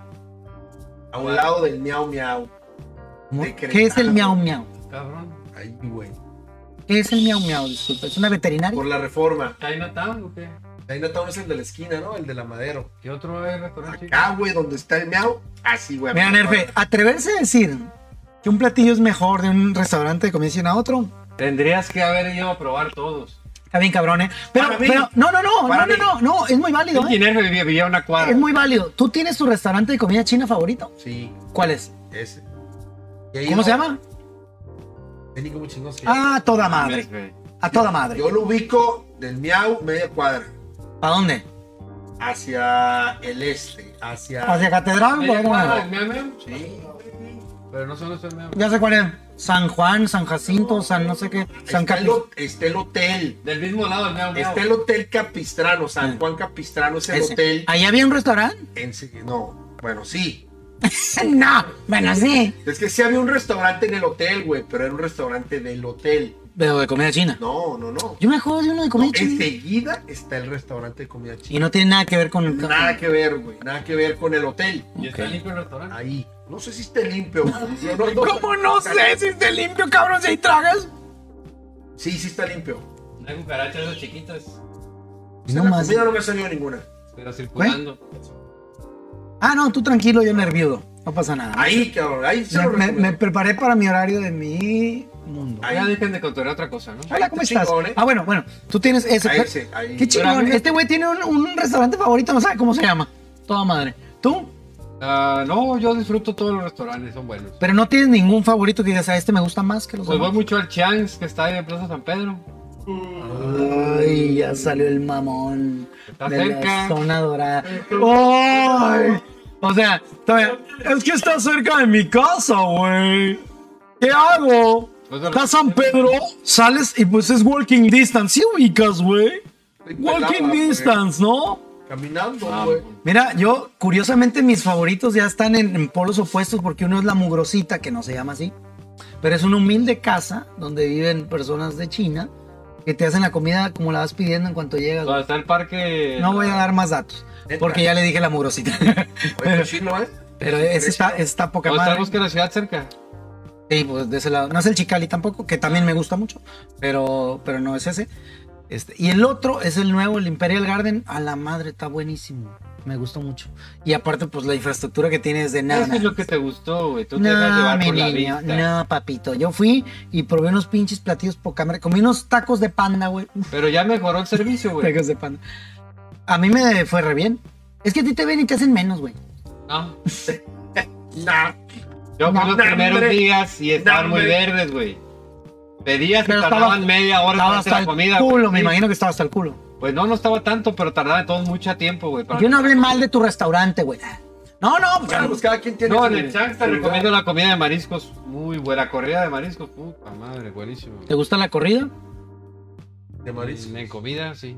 A: A un lado del miau miau.
B: ¿Qué es el miau miau?
C: Cabrón.
A: Ahí, güey.
B: ¿Qué es el miau miau? Disculpa, ¿es una veterinaria?
A: Por la reforma.
C: ¿Chinatown o qué?
A: Ahí no es el de la esquina, ¿no? El de la madero.
C: ¿Qué otro hay restaurante chino?
A: Acá, güey, donde está el miau. Así, güey.
B: Mira, Nerfe, atreverse a decir que un platillo es mejor de un restaurante de comida china a otro,
C: Tendrías que haber ido a probar todos.
B: Está bien cabrón, ¿eh? Pero,
A: Para mí.
B: pero, no, no, no,
A: Para
B: no, no,
A: mí.
B: no, no, es muy válido,
C: Y
B: ¿eh?
C: Nerfe vivía, vivía a una cuadra.
B: Es muy válido. ¿Tú tienes tu restaurante de comida china favorito?
A: Sí,
B: ¿Cuál es?
A: ese. Y ahí
B: ¿Cómo
A: no-
B: se llama?
A: Ni cómo chingón se llama.
B: Ah, a toda
C: No
B: madre.
C: mames, güey.
B: A toda madre.
A: Yo lo ubico del Miau, media cuadra.
B: ¿Para dónde?
A: Hacia el este, hacia.
B: ¿Hacia Catedral?
C: ¿Media
B: Bueno,
C: cuadra del Miau Miau?
A: Sí.
C: Pero no solo es el Miau.
B: Ya sé cuál es. San Juan, San Jacinto, San no sé qué, San
A: Está el,
B: Capis.
A: ho- está el hotel.
C: Del mismo lado del Miau Miau.
A: Está el hotel Capistrano, San
B: Ah.
A: Juan Capistrano es el
B: Ese. Ah.
A: hotel.
B: ¿Ahí había un restaurante?
A: en sí- no, bueno, sí.
B: no, bueno, sí.
A: Es que sí había un restaurante en el hotel, güey, pero era un restaurante del hotel.
B: Pero de comida china.
A: No, no, no.
B: Yo me jodo de uno de
A: No,
B: comida china.
A: enseguida está el restaurante de comida
B: Y
A: china.
B: no tiene nada que ver con el...
A: Nada que ver, güey. Nada que ver con el hotel.
C: Y está
B: Ok.
C: limpio el restaurante.
A: Ahí. No sé si esté limpio. güey. Yo no-
B: ¿Cómo no sé si esté limpio, cabrón? Si ahí tragas.
A: Sí, sí está limpio.
C: No hay cucarachas esas chiquitas.
A: En
B: No
A: la
B: más.
A: comida no me ha salido ninguna.
C: Pero circulando.
B: Ah, no, tú tranquilo, yo nervioso. No pasa nada.
A: Ahí, cabrón. Ahí se
B: Me,
A: lo
B: me- me
A: recomiendo.
B: preparé para mi horario de mi mundo.
A: Ahí.
C: Ah, Ya dejen de contar otra cosa, ¿no?
B: Hola, ¿cómo
A: está
B: estás?
A: chingón, ¿eh?
B: Ah, bueno, bueno. Tú tienes ese.
A: Ahí sí, ahí.
B: Qué
C: Pero a
B: chingón.
C: mí me-
B: Este güey tiene un, un restaurante favorito, no sabe cómo se llama. Toda madre. Tú,
C: Ah, no, yo disfruto todos los restaurantes, son buenos.
B: pero no tienes ningún favorito que digas, a este me gusta más que los
C: Pues voy
B: demás.
C: mucho al Chiang's que está ahí en Plaza San Pedro.
B: Ay, ya salió el mamón.
C: Está
B: de la
C: cerca.
B: zona dorada. ¡Ay! O sea, todavía- es que está cerca de mi casa, güey. ¿Qué hago?
C: Pues, de-
B: Está San Pedro, sales y pues es walking distance. ¿Sí ubicas, güey?
A: Estoy pelado,
B: Walking
A: güey.
B: distance, ¿no?
A: Caminando,
C: Ah,
A: güey.
B: Mira, yo curiosamente mis favoritos ya están en, en polos opuestos porque uno es la mugrosita, que no se llama así, pero es una humilde casa donde viven personas de China que te hacen la comida como la vas pidiendo en cuanto llegas.
C: Donde está el parque.
B: No voy a dar más datos
A: Neta.
B: porque ya le dije la mugrosita,
A: Oye, qué chino, ¿eh?
B: pero ese está, está poca
C: Donde está
B: madre.
C: el bosque de la ciudad cerca.
B: Sí, pues de ese lado. No es el Chicali tampoco, que también me gusta mucho, pero, pero no es ese. Este, y el otro es el nuevo, el Imperial Garden. A la madre, está buenísimo. Me gustó mucho. Y aparte, pues la infraestructura que tiene es de nada.
C: Eso es lo que te gustó, güey. Tú te dejas
B: No,
C: llevar
B: mi
C: por la
B: niño,
C: vista.
B: no, papito. Yo fui y probé unos pinches platillos poca madre. Comí unos tacos de panda, güey. Uf,
C: Pero ya mejoró el servicio, güey.
B: Tacos de panda. A mí me fue re bien. Es que a ti te ven y te hacen menos, güey.
C: No.
A: Nah. pues,
C: Yo fui
A: No,
C: los
A: no,
C: primeros
A: hombre.
C: días y estaban
A: No,
C: muy
A: hombre.
C: verdes, güey. Pedías y
B: Pero
C: tardaban
B: estaba-
C: media hora
B: Estaba
C: para hacer
B: hasta
C: la
B: el
C: comida.
B: culo, me
C: güey.
B: imagino que estaba hasta el culo.
C: Pues no, no estaba tanto, pero tardaba todo mucho tiempo, güey. para-
B: Yo no hablé mal de tu restaurante, güey. No, no, pues,
A: Bueno, pues cada quien tiene
C: No,
A: su-
C: en el Chang te
A: su
C: recomiendo
A: lugar.
C: la comida de mariscos. Muy buena, corrida de mariscos. Puta madre, buenísimo.
B: ¿Te gusta la corrida?
A: De marisco.
C: Mm, En comida, sí.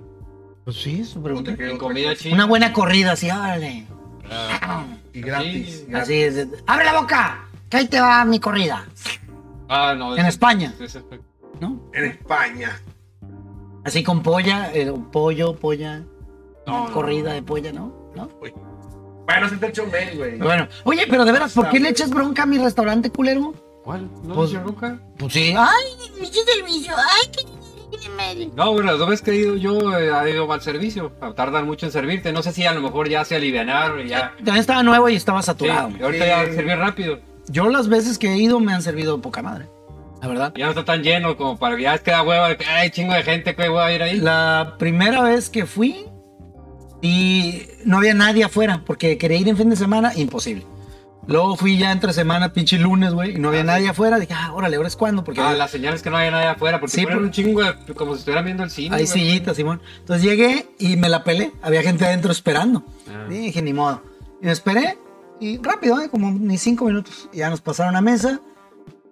B: Pues sí, su
A: pregunta. Otra
C: En comida
A: cosa.
C: china.
B: Una buena corrida, sí, ábrale.
C: Ah,
A: Y gratis.
C: Así,
A: gratis.
B: Así es. ¡Abre la boca! Que ahí te va mi corrida.
C: ah, no.
B: En
C: ese-
B: España,
C: ese fue-
B: ¿no?
A: En España.
B: Así con polla, eh, pollo, polla.
C: No, no.
B: corrida de polla, ¿no? ¿No?
A: Bueno, se está el chomel, güey.
B: Bueno, oye, pero de veras, ¿por qué le echas bronca a mi restaurante, culero?
C: ¿Cuál? ¿No
B: Pues-
C: señor Luca?
B: Pues sí. Ay,
E: mucho servicio. Ay, qué qué madre.
C: No, bueno, las dos veces que he ido yo eh, ha ido mal servicio. Tardan mucho en servirte. No sé si a lo mejor ya se alivianaron y ya.
B: también estaba nuevo y estaba
C: Sí,
B: saturado.
C: ahorita ya
A: Sí.
C: sirvió rápido.
B: Yo las veces que he ido me han servido poca madre. La verdad.
C: Ya no está tan lleno como para que ya es que da hueva. de que, Ay, chingo de gente que voy a ir ahí.
B: La primera vez que fui y no había nadie afuera porque quería ir en fin de semana, imposible. Luego fui ya entre semana, pinche lunes, güey, y no había nadie afuera. Dije, ah, órale, ahora es cuando, porque
C: Ah,
B: había-
C: la señal es que no hay nadie afuera. Porque
B: Sí,
C: ponen
B: por-
C: un chingo de- pues, como si estuvieran viendo el cine.
B: hay
C: güey.
B: sillitas, Simón. Entonces llegué y me la pelé. Había gente adentro esperando.
C: Ah.
B: Y dije, ni modo. Y me esperé y rápido, ¿eh? como ni cinco minutos. Y ya nos pasaron a mesa.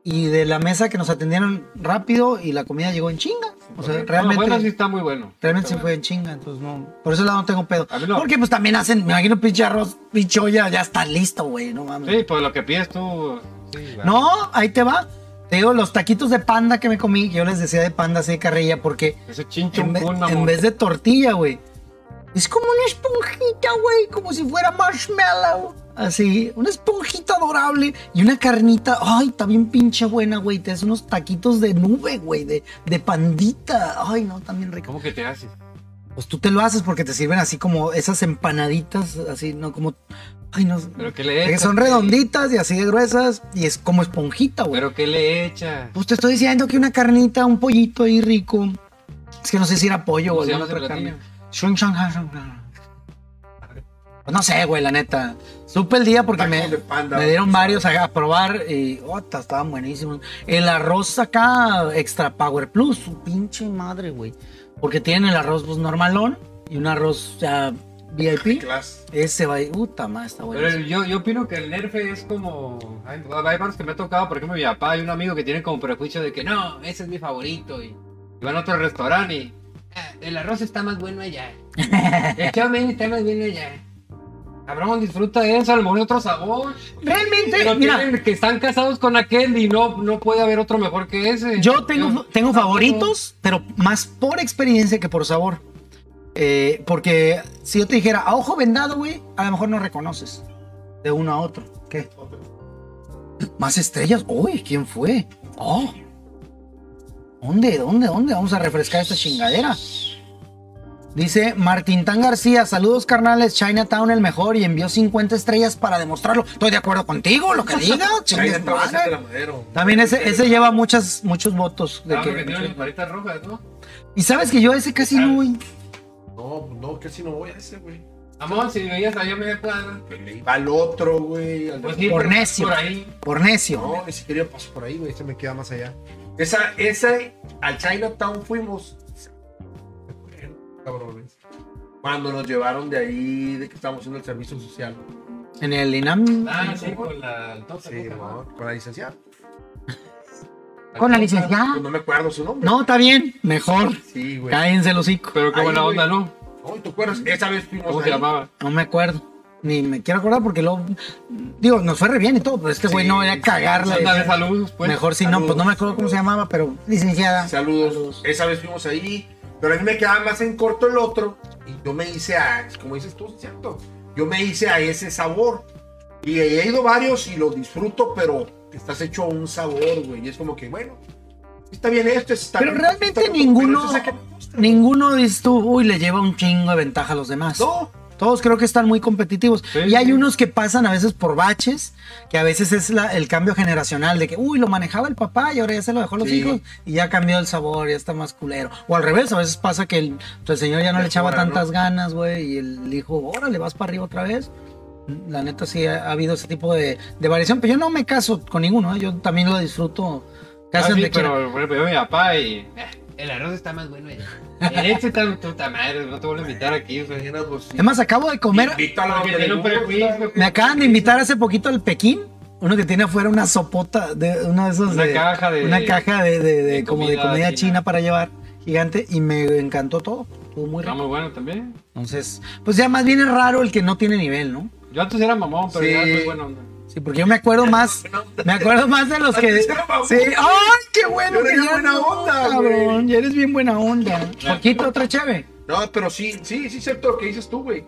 B: Y de la mesa que nos atendieron rápido y la comida llegó en chinga. O sea, realmente.
C: No, bueno, sí está muy bueno.
B: Realmente se
C: Está
B: fue en chinga, entonces no. Por ese lado no tengo pedo.
C: A mí no.
B: Porque pues también hacen, me imagino, pinche arroz, pinche olla, ya está listo, güey, no mames.
C: bueno. Sí, pues lo que pides tú. sí, va.
B: No, ahí te va. Te digo, los taquitos de panda que me comí, yo les decía de panda así de carrilla, porque
C: Ese chincho
B: en, ve-
C: mamón.
B: en vez de tortilla, güey, es como una esponjita, güey, como si fuera marshmallow. Así, una esponjita adorable y una carnita, ay, está bien pinche buena, güey. Te hacen unos taquitos de nube, güey, de, de pandita. Ay, no, también rico.
C: ¿Cómo que te haces?
B: Pues tú te lo haces porque te sirven así como esas empanaditas, así, no como. Ay, no.
C: ¿Pero qué le
B: Que
C: echas?
B: son redonditas y así de gruesas y es como esponjita, güey.
C: ¿Pero qué le echas?
B: Pues te estoy diciendo que una carnita, un pollito ahí rico. Es que no sé si era pollo o
C: ¿Cómo se
B: alguna
C: llama ese
B: otra carne.
C: platillo?
B: Shun, shun, shun, shun, shun. Pues no sé, güey, la neta. Supe el día porque me,
A: Tacos de panda,
B: me dieron
A: güey.
B: varios a, a probar y ota, estaban buenísimos. El arroz acá, Extra Power Plus, su pinche madre, güey. Porque tienen el arroz pues, normalón y un arroz ya VIP.
A: Class.
B: Ese va puta madre, está bueno.
C: Pero yo, yo opino que el nerfe es como. Hay hay varios que me ha tocado, por ejemplo, mi papá hay un amigo que tiene como prejuicio de que no, ese es mi favorito. Y, y van a otro restaurante y. "Ah, el arroz está más bueno allá. El chowmein está más bueno allá. Cabrón, disfruta eso, a lo mejor otro sabor.
B: Realmente,
C: Pero
B: mira,
C: tienen que están casados con aquel y no, no puede haber otro mejor que ese.
B: yo tengo, tengo favoritos, pero más por experiencia que por sabor. Eh, porque si yo te dijera a ojo vendado, güey, a lo mejor no reconoces de uno a otro. ¿Qué? Más estrellas. Uy, ¿quién fue? Oh. ¿Dónde, dónde, dónde? Vamos a refrescar esta chingadera. Dice Martín Tan García, saludos carnales, Chinatown el mejor y envió 50 estrellas para demostrarlo. Estoy de acuerdo contigo, lo que digas.
A: Ahí
B: chingues
A: está,
B: madre.
A: bastante la madero. Este
B: También ese, ese lleva muchas, muchos votos. de
C: Ah,
B: que-
C: porque tienen las varitas rojas, ¿no?
B: y sabes que yo a ese casi no voy.
A: No, pues, no, casi no voy a ese, güey.
C: Amor, si veías allá media cuadra.
A: Pues le iba al otro, güey. al de-
C: Pues sí,
B: Por
C: pero
B: necio.
C: Por ahí.
B: Por necio. ¿eh?
A: No, ni siquiera paso por ahí, güey. Este me queda más allá. Esa, esa, al Chinatown fuimos. Cabrones. Cuando nos llevaron de ahí, de que estábamos haciendo el servicio social.
B: En el INAM.
C: Ah, sí, con la. el tope,
A: Sí,
C: ¿no?
A: ¿no? con la licenciada.
B: Con la licenciada.
A: Pues no me acuerdo su nombre.
B: No, está bien. Mejor.
A: Sí, güey.
B: Cállense el hocico.
C: Pero qué
A: Ahí,
C: buena
A: güey.
C: onda, ¿no?
A: No, ¿te acuerdas? Esa vez fuimos
C: ¿Cómo se
A: ahí.
C: llamaba?
B: No me acuerdo. Ni me quiero acordar porque luego. Digo, nos fue re bien y todo, pero este güey
A: Sí,
B: no voy a
A: sí,
B: cagarla.
C: Una vez saludos, pues.
B: Mejor si no,
A: Saludos.
B: pues no me acuerdo cómo se llamaba, pero licenciada.
A: Saludos. Esa vez fuimos ahí, pero a mí me quedaba más en corto el otro. Y yo me hice a, como dices tú, ¿cierto? Yo me hice a ese sabor. Y he ido varios y lo disfruto, pero estás hecho a un sabor, güey. Y es como que, bueno, está bien esto, está
B: Pero
A: bien,
B: realmente
A: está bien,
B: ninguno-
A: pero es ese que me gusta.
B: Ninguno dices tú, uy, le lleva un chingo de ventaja a los demás.
A: No,
B: Todos creo que están muy competitivos.
C: Sí,
B: y hay
C: sí.
B: unos que pasan a veces por baches, que a veces es la- el cambio generacional de que, uy, lo manejaba el papá y ahora ya se lo dejó los
A: Sí.
B: hijos y ya cambió el sabor, ya está más culero. O al revés, a veces pasa que el, el señor ya no le echaba
A: Mejora, ¿no?
B: tantas ganas, güey, y el hijo, órale, vas para arriba otra vez. La neta sí ha, ha habido ese tipo de, de variación, pero yo no me caso con ninguno, ¿eh? yo también lo disfruto casi
C: Ah, sí,
B: donde quiera.
C: pero por ejemplo, yo mi papá y. "Ah, El arroz está más bueno. allá. El este está tu puta madre, no te vuelvo a invitar aquí. o sea,
A: imagínate, pues, sí.
B: Es más, acabo de comer,
A: Invítala
C: Porque
A: donde
C: tiene un
A: le gusta.
C: prejuicio.
B: me acaban de invitar hace poquito al Pekín, uno que tiene afuera una sopota de uno de esos
C: Una
B: de-
C: caja de.
B: una caja de, de- de-
C: de
B: como de
C: comida
B: comida china.
C: china.
B: para llevar gigante y me encantó todo estuvo muy
C: Está
B: rico
C: muy bueno también.
B: entonces pues ya más bien es raro el que no tiene nivel no
C: Yo antes era mamón, pero
A: Sí.
C: ya soy bueno.
B: sí porque yo me acuerdo más me acuerdo más de los que sí
A: Antes era mamón.
B: ay qué bueno
A: Yo
B: que
A: era
B: ya
A: buena
B: no,
A: onda,
B: cabrón
A: güey.
B: ya eres bien buena onda poquito otra chave
A: No, pero sí, sí, sí, cierto lo que dices tú, güey.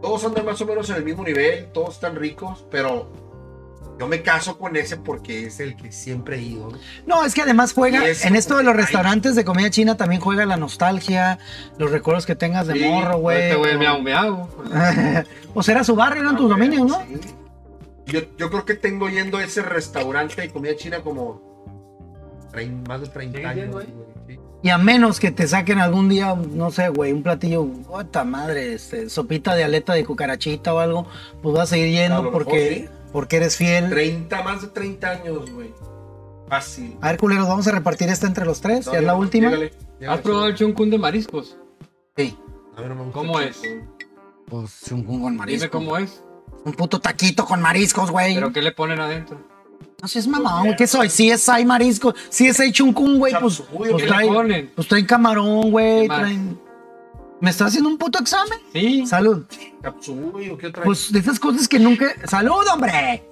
A: Todos andan más o menos en el mismo nivel, todos están ricos, pero yo me caso con ese porque es el que siempre he ido. ¿no?
B: No, es que además juega,
A: Y eso,
B: en esto de los
A: ay.
B: restaurantes de comida china también juega la nostalgia, los recuerdos que tengas de
A: Sí,
B: morro, güey.
C: Este güey me
B: o-
C: hago, me hago.
B: Pues era su barrio, eran tus
A: Ah,
B: dominios, ¿no?
A: sí. Yo, yo creo que tengo yendo a ese restaurante de comida china como trein- más de 30
C: ¿Sigues yendo
A: años.
C: ahí?
A: güey, sí.
B: Y a menos que te saquen algún día, no sé, güey, un platillo, puta madre, este, sopita de aleta de cucarachita o algo, pues vas a seguir yendo
A: A lo mejor,
B: porque, porque eres fiel.
A: 30, más de 30 años, güey. Fácil.
B: A ver, culeros, vamos a repartir esta entre los tres, ya es la
A: No,
B: última.
A: llégale, llégale.
C: ¿Has probado el chuncún de mariscos?
B: Sí.
A: A mí no me gusta
C: ¿Cómo
A: el
C: es?
A: chuncún.
B: Pues un jugo con
C: Dime
B: mariscos.
C: cómo es.
B: Un puto taquito con mariscos, güey.
C: ¿Pero pues, qué le ponen adentro?
B: No seas mamón, ¿qué soy? Si es hay mariscos, si es hay chuncún, güey, pues,
A: Chapsuy,
B: pues
A: ¿qué
C: le
B: traen,
C: ponen?
B: pues traen camarón,
C: ¿Qué
B: güey,
C: más?
B: traen... ¿Me estás haciendo un puto examen?
C: Sí.
B: Salud.
A: Capsuy, ¿o qué otra?
B: Pues de esas cosas que nunca... ¡Salud, hombre!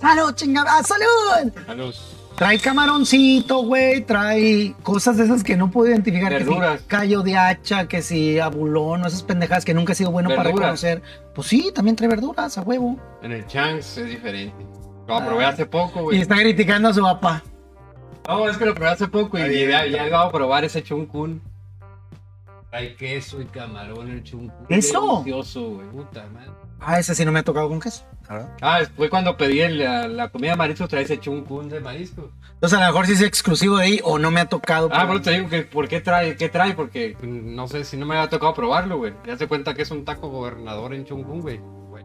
B: ¡Salud, chingada! ¡Ah, ¡Salud!
C: Saludos.
B: Trae camaroncito, güey, trae cosas de esas que no puedo identificar. Que si
C: Verduras.
B: callo de hacha, que si abulón, o esas pendejadas que nunca he sido bueno para
C: Verduras.
B: reconocer. Pues sí, también trae verduras, a huevo.
C: En el Changs es diferente. Lo probé hace poco,
B: Ah. Y
C: güey.
B: está criticando a su papá.
C: No, es que lo probé hace poco y
A: Ahí
C: ya,
A: está.
C: ya iba a probar ese chuncún. Hay queso y camarón el chuncún.
B: ¿Queso?
C: Delicioso, güey. Puta madre.
B: Ah, ese sí no me ha tocado con queso.
C: Ah, fue cuando pedí el- la, la comida de marisco, trae ese chuncún de marisco.
B: Entonces a lo mejor sí es exclusivo de ahí o no me ha tocado.
C: Ah,
B: pero-
C: pero te digo que por qué trae, qué trae, porque mm, no sé si no me había tocado probarlo, güey. Ya se cuenta que es un taco gobernador en chuncún, güey. Güey,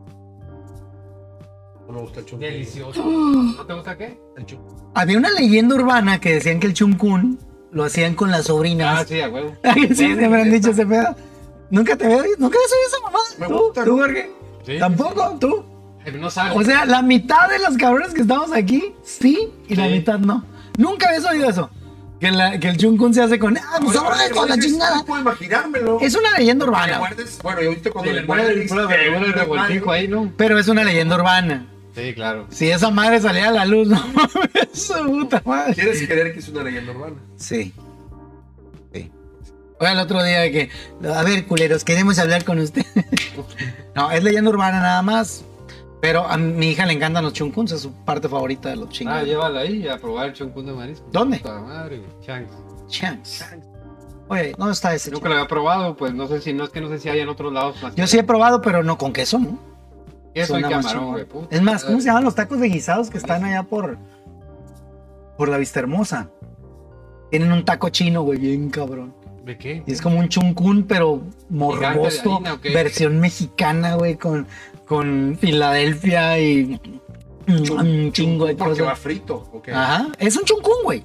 A: No me gusta el chuncún.
C: Delicioso. ¿No te gusta qué?
A: El chuncún.
B: Había una leyenda urbana que decían que el chuncún Lo hacían con las sobrinas.
C: Ah, sí, a huevo.
B: Ay, sí,
C: Bueno,
B: siempre han dicho
C: neta.
B: ese pedo. Nunca te veo, nunca has oído esa mamada.
A: Me
B: ¿Tú?
A: gusta,
B: ¿Tú,
A: ¿no?
B: Jorge?
C: Sí.
B: Tampoco, tú.
C: Eh, No salgo.
B: O sea, la mitad de los cabrones que estamos aquí, sí, y la
C: Sí.
B: mitad no. Nunca habías oído eso. Que, la- que el Chunkun se hace con. ¡Ah, pues ahora con la chingada!
A: No puedo imaginármelo.
B: Es una leyenda
A: Le
B: urbana.
A: muerdes- Bueno, y ahorita cuando
C: Sí,
A: le
C: el muere
A: muerdes,
C: el pura
A: dices,
C: vergüenza, el
A: "Eh,
C: revoltijo
A: madre".
C: ahí, ¿no?
B: Pero es una leyenda urbana.
C: Sí, claro.
B: Si esa madre salía a la luz, no mames, su puta madre.
A: Quieres creer que es una leyenda urbana.
B: Sí. Sí. Fue el otro día que, a ver, culeros, queremos hablar con usted. no, es leyenda urbana nada más. Pero a mi hija le encantan los chunkuns, es su parte favorita de los
C: Ah,
B: chingados.
C: llévala ahí a probar el choncún de marisco.
B: ¿Dónde?
C: Puta madre, güey. Changs.
B: Chance. Oye, ¿dónde está ese?
C: Nunca lo había probado, pues no sé si, no es que no sé si hay en otros lados más.
B: chon- Yo sí he probado, pero no con queso, ¿no?
C: Eso y
B: Suena más
C: camarón,
B: chingón.
C: güey. puta
B: Es más, ¿cómo se
C: madre.
B: llaman los tacos de guisados que están allá por por la Vista Hermosa? Tienen un taco chino, güey, bien cabrón.
C: ¿De qué?
B: Y es como un chuncún, pero
C: Gigante de
B: morboso,
C: harina, ok.
B: versión mexicana, güey, con, con Filadelfia y un chingo de
A: Porque va
B: cosas.
A: frito. ok.
B: Ajá, es un chuncún, güey.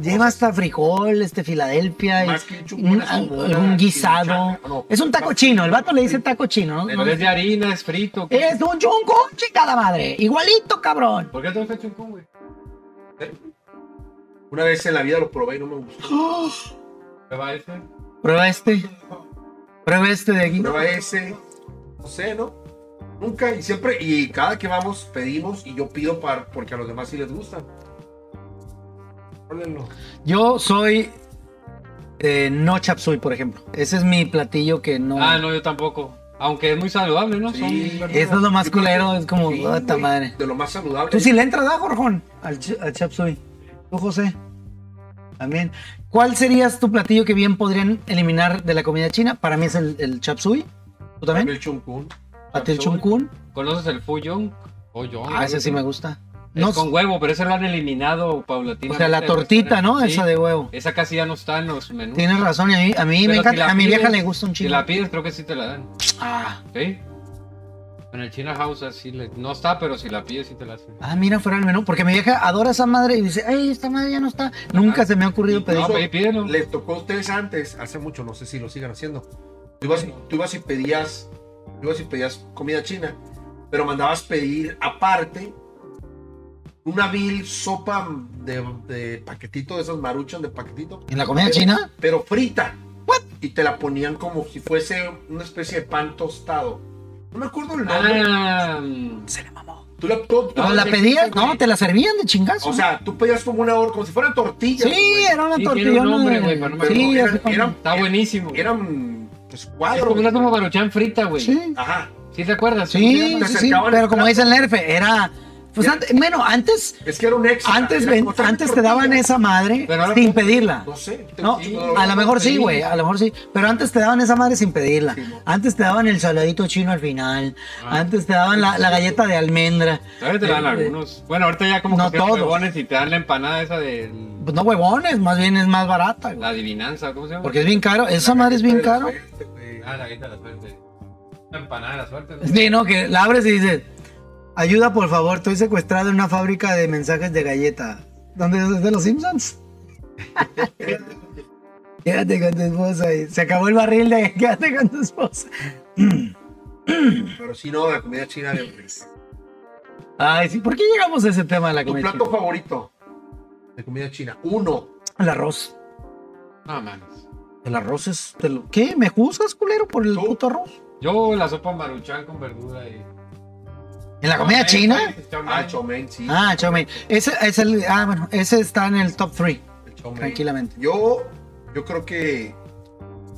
B: Lleva hasta frijol, este Filadelfia y
A: Más que un
B: un,
A: chucón, es como una
B: algún guisado.
A: chimichanga, no.
B: Es un taco chino, el vato le dice taco chino, ¿no?
C: Pero es de harina, es frito. ¿qué?
B: Es un chuncún, chica la madre, igualito, cabrón.
C: ¿Por qué te gusta el choncún, güey?
A: Una vez en la vida lo probé y no me gustó.
C: Prueba ese.
B: Prueba este, prueba este de aquí.
A: Prueba ese. No sé, ¿no? Nunca y siempre. Y cada que vamos pedimos y yo pido para, porque a los demás sí les gusta. Órdenlo.
B: Yo soy eh, no chapsui, por ejemplo. Ese es mi platillo que no.
C: Ah, no, yo tampoco. Aunque es muy saludable, ¿no? Son
A: Sí.
C: verduras.
B: Eso es lo más
A: Yo creo
B: culero, es como,
A: Sí,
B: puta
A: güey,
B: madre.
A: De lo más saludable.
B: Tú sí le entras, ¿da, Jorjón? Al, ch- al chapsui. Tú, José. También. ¿Cuál serías tu platillo que bien podrían eliminar de la comida china? Para mí es el, el chapsui. ¿Tú también?
A: El chuncún.
B: ¿Para ti el
C: chapsui.
B: chunkun?
C: ¿Conoces el Fuyong? O Yong,
B: Ah,
C: algo
B: ese sí
C: así.
B: me gusta.
C: Es
B: No,
C: con huevo, pero ese lo han eliminado
B: o
C: paulatinamente.
B: sea, la
C: de
B: tortita, ¿no?
C: restaurante.
B: Esa de huevo.
C: Sí, Esa casi ya no está en los menús.
B: Tienes razón, y a mí, a mí me
C: Pero si
B: encanta.
C: la
B: a mi vieja
C: pides-
B: le gusta un
C: Si
B: chile.
C: la pides, creo que sí te la dan.
B: Ah,
C: ¿Sí? En el China House así le- no está, pero si la pides sí te la hacen.
B: ah, mira, fuera del menú. Porque mi vieja adora esa madre y dice, ¡ay, esta madre ya no está! Nunca se me ha ocurrido pedir.
C: No, pe- pídelo.
A: Les tocó a ustedes antes, hace mucho, no sé si lo sigan haciendo. Tú ibas, y- tú ibas y pedías, tú ibas y pedías comida china, pero mandabas pedir aparte una vil sopa de, de paquetito, de esas maruchan de paquetito,
B: ¿En la comida china?
A: pero frita. Y te la ponían como si fuese una especie de pan tostado. No me acuerdo el nombre.
C: Ah, mm,
B: Se la mamó.
A: Tú la, tú- tú
B: No, la pedías, no, te la servían de chingazo.
A: O sea, tú pedías como una hora, como si fueran tortillas.
B: sí,
A: güey.
B: era una
C: Sí, tiene
B: tortilla.
C: un nombre,
B: ¿no?
C: güey, pero no me
B: sí,
A: acuerdo.
B: ya
A: Era-
B: sé cómo.
A: era-
C: está buenísimo. Es
A: Eran pues,
C: como
A: cuadros.
C: una sopa maruchan frita, güey. ¿Sí?
B: Sí,
A: Ajá.
C: te acuerdas?
B: sí,
A: te
B: sí, sí,
A: acercaban
B: pero
A: el
B: como
A: plato.
B: dice el nerfe, era. Pues
A: Era-
B: antes, bueno, antes,
A: Es que era un extra.
B: antes,
A: era
B: ven-
A: como traer
B: antes te daban
A: tortillas.
B: esa madre
C: Pero ahora
B: sin
C: como-
B: pedirla.
A: No sé. te-
B: No,
A: sí,
B: a lo mejor sí,
C: sí.
B: güey, a lo mejor sí. Pero antes te daban esa madre sin pedirla.
A: Sí, no.
B: Antes te daban el saladito chino al final.
C: Ah.
B: Antes te daban la, la galleta de almendra.
C: Todavía te dan
B: Eh,
C: algunos. Bueno, ahorita ya como
B: no
C: que hacen
B: todos.
C: huevones y te dan la empanada esa de
B: Pues no huevones, más bien es más barata, güey.
C: la adivinanza, ¿cómo se llama?
B: Porque es bien caro, esa
A: La
B: madre es bien
A: galleta de
B: caro.
A: la suerte, güey.
C: Ah, la guita de la suerte. La empanada de la suerte. ¿no?
B: Sí, no, que la abres y dices, ayuda por favor, estoy secuestrado en una fábrica de mensajes de galleta. ¿Dónde es de los Simpsons? Quédate con tu esposa. y se acabó el barril de quédate con tu esposa.
A: Pero si no, la comida china bien rica.
B: Ay, sí, ¿por qué llegamos a ese tema de la
A: ¿Tu
B: comida?
A: plato favorito de comida china? Uno.
B: china? El arroz.
C: No mames.
B: El arroz es... de lo- ¿Qué? ¿Me juzgas, culero, por el
A: ¿Tú?
B: puto arroz?
C: Yo la sopa maruchan con verdura y.
B: ¿En la
C: eh,
B: comida china?
A: Ah, chomen, sí.
B: Ah, chow mein. Ese es el... Ah, bueno, ese está en el top 3,
A: el chow mein.
B: tranquilamente.
A: Yo, yo creo que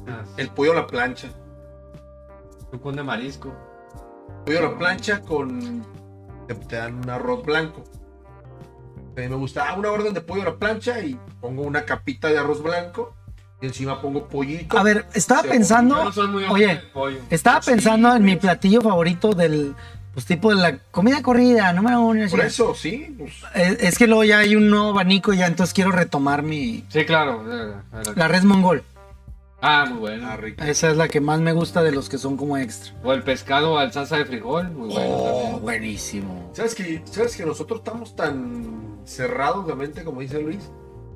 C: Ah,
A: el pollo a la plancha.
C: Chucún de marisco.
A: Pollo a la plancha con. Te, te dan un arroz blanco. A mí me gusta. Ah, una orden de pollo a la plancha y pongo una capita de arroz blanco. Y encima pongo pollito.
B: A ver, estaba
A: Se
C: Yo
B: pensando...
C: no soy muy
B: Oye,
C: hombre de pollo.
B: Estaba
A: Sí, pues.
B: pensando en
A: güey.
B: mi platillo favorito del pues, tipo de la comida corrida, número uno. así.
A: Por eso, sí. pues,
B: Es, es que luego ya hay un nuevo abanico, y ya entonces quiero retomar mi.
C: Sí, claro. eh, eh,
B: La res mongol.
C: Ah, muy bueno.
A: ah, rico.
B: Esa es la que más me gusta de los que son como extra.
C: O el pescado al salsa de frijol, muy bueno
B: Oh.
A: Oh,
C: también.
B: buenísimo.
A: ¿Sabes que, ¿Sabes que nosotros estamos tan cerrados de mente, como dice Luis?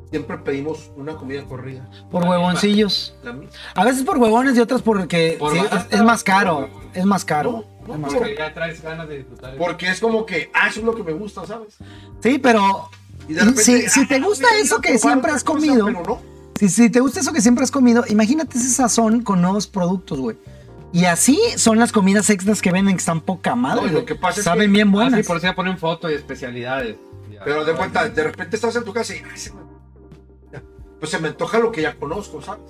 A: siempre pedimos una comida corrida.
B: Por
C: La
B: huevoncillos.
A: La mi-
B: A veces por huevones y otras porque
C: Por
B: sí, es-
C: barata,
B: es, más caro.
C: por-
B: Es más caro.
A: No,
B: es
A: no,
B: más
A: por-
B: caro.
C: ya traes ganas de disfrutar. el-
A: Porque es como que, ah, eso es lo que me gusta, ¿sabes?
B: Sí, pero
A: Y de repente,
B: Si- si te
A: ah,
B: gusta
A: voy a ir
B: eso
A: a
B: que
A: probar
B: siempre
A: otra
B: has
A: cosa,
B: comido.
A: pero no.
B: si, si te gusta eso que siempre has comido, imagínate ese sazón con nuevos productos, güey. Y así son las comidas extras que venden que están poca madre.
A: No, y lo
B: güey.
A: que pasa es
B: Saben
A: que-
B: bien
C: Ah,
B: buenas.
C: sí, por eso ya ponen fotos y especialidades. Ya.
A: Pero de cuenta, de repente estás en tu casa y, ah, se me... pues se me antoja lo que ya conozco, ¿sabes?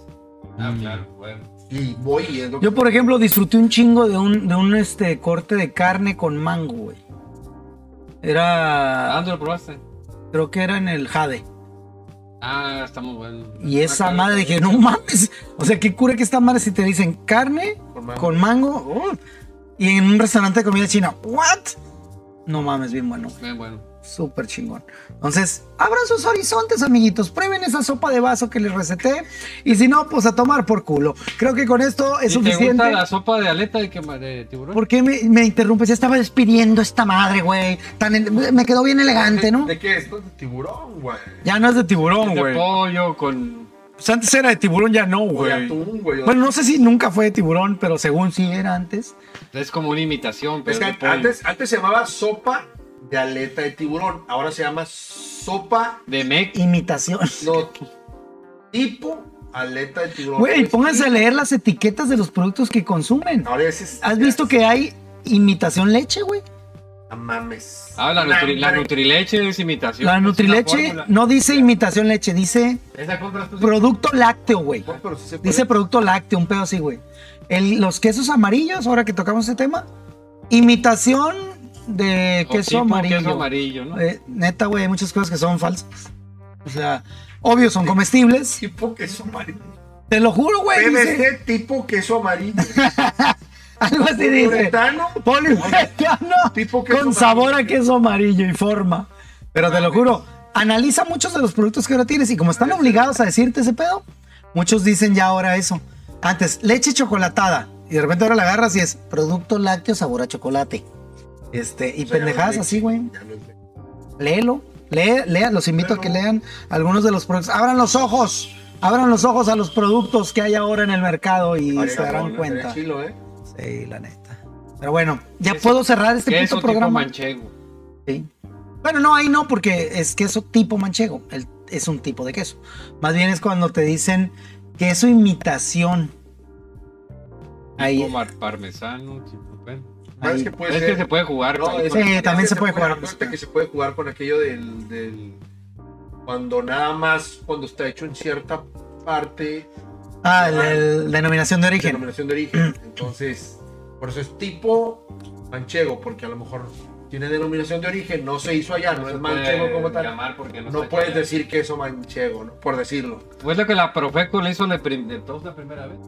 C: Ah, claro, bueno.
A: Y voy y es lo
B: Yo,
A: que-
B: por ejemplo, disfruté un chingo de un, de un este, corte de carne con mango, güey.
C: ¿A
B: Era.
C: dónde lo probaste?
B: Creo que era en el Jade.
C: Ah, está muy bueno.
B: Y esa
C: Una
B: madre
C: carne-
B: dije, no mames. O sea, qué cura que esta madre si te dicen carne
A: Con mango.
B: con mango. oh, Y en un restaurante de comida china. ¿What? No mames, bien bueno.
C: Bien bueno.
B: Súper chingón. Entonces, abran sus horizontes, amiguitos. Prueben esa sopa de vaso que les receté. Y si no, pues a tomar por culo. Creo que con esto es
C: ¿Y ¿Te
B: suficiente.
C: gusta la sopa de aleta de, quema- de tiburón?
B: ¿Por qué me, me interrumpes? Ya estaba despidiendo esta madre, güey. Tan ele- me quedó bien elegante, ¿no?
A: ¿De qué? Esto es de tiburón, güey.
B: Ya no es de tiburón,
C: de
B: güey.
C: pollo con...
B: Pues antes era de tiburón, ya no,
A: O de
B: güey.
A: atún, güey. o de-
B: Bueno, no sé si nunca fue de tiburón, pero según sí era antes.
C: Es como una imitación, pero
A: Es que
C: de pollo.
A: antes, antes se llamaba sopa de aleta de tiburón, ahora se llama sopa,
C: De mec.
B: Imitación.
A: no, tipo aleta de tiburón.
B: Güey,
C: pues
A: Entonces,
B: pónganse a leer las etiquetas de los productos que consumen.
A: Ahora ese es,
B: ¿Has visto que hay imitación leche, güey?
A: No mames.
C: Ah, la, nutri- la Nutrileche es imitación.
B: La
C: es una
B: Nutrileche
C: fórmula.
B: no dice imitación leche, dice
C: Esa compras tú. sí.
B: producto lácteo, güey.
A: No, pero sí se puede.
B: Dice producto lácteo, un pedo así, güey. El- los quesos amarillos, ahora que tocamos ese tema, imitación de
C: O
B: queso
C: tipo
B: amarillo.
C: Queso amarillo, ¿no?
B: Eh, neta, güey, hay muchas cosas que son falsas. O sea, obvio, son comestibles.
A: tipo queso amarillo.
B: Te lo juro, güey. dice-
A: PVC tipo queso amarillo.
B: Algo así dice.
A: Uretano.
B: Poliuretano
A: Tipo queso
B: con sabor a
A: amarillo.
B: queso amarillo y forma. Pero te lo juro, analiza muchos de los productos que ahora tienes y como están obligados a decirte ese pedo, muchos dicen ya ahora eso. Antes, leche chocolatada y de repente ahora la agarras y es producto lácteo sabor a chocolate. Este, y
A: O sea,
B: pendejadas
A: leche.
B: así, güey.
A: Ya no es leche.
B: Léelo, lee, lea, los invito a que
A: Léelo.
B: lean algunos de los productos. Abran los ojos, abran los ojos a los productos que hay ahora en el mercado y
A: Estaría
B: se darán
A: cabrón, estaría
B: cuenta.
A: chilo, ¿eh?
B: Sí, la neta. Pero bueno, ya
C: Queso-
B: puedo cerrar este puto
C: queso tipo
B: programa.
C: manchego.
B: Sí. Bueno, no, ahí no, porque es queso tipo manchego. El- es un tipo de queso. Más bien es cuando te dicen queso imitación. Ahí. Pues eh,
C: Tipo mar- parmesano. tipo- bueno.
A: ¿Sabes
B: Ahí.
A: qué puede
C: Es
A: ser?
C: que se puede jugar.
A: No,
C: ahí
A: es-
C: con-
B: Sí,
A: es
B: también
A: que
B: se puede jugar con
A: acuérdate
B: eso.
A: que se puede jugar con aquello del, del- Cuando nada más, cuando está hecho en cierta parte,
B: Ah, el- el- denominación de origen.
A: denominación de origen. Entonces, por eso es tipo manchego, porque a lo mejor tiene denominación de origen, no se hizo allá, no
C: se
A: es
C: puede
A: manchego como tal.
C: llamar porque no
A: No
C: está
A: puedes
C: hecho.
A: decir que eso manchego, ¿no? por decirlo.
C: Pues lo que la Profeco le hizo de, prim- de todos la primera vez.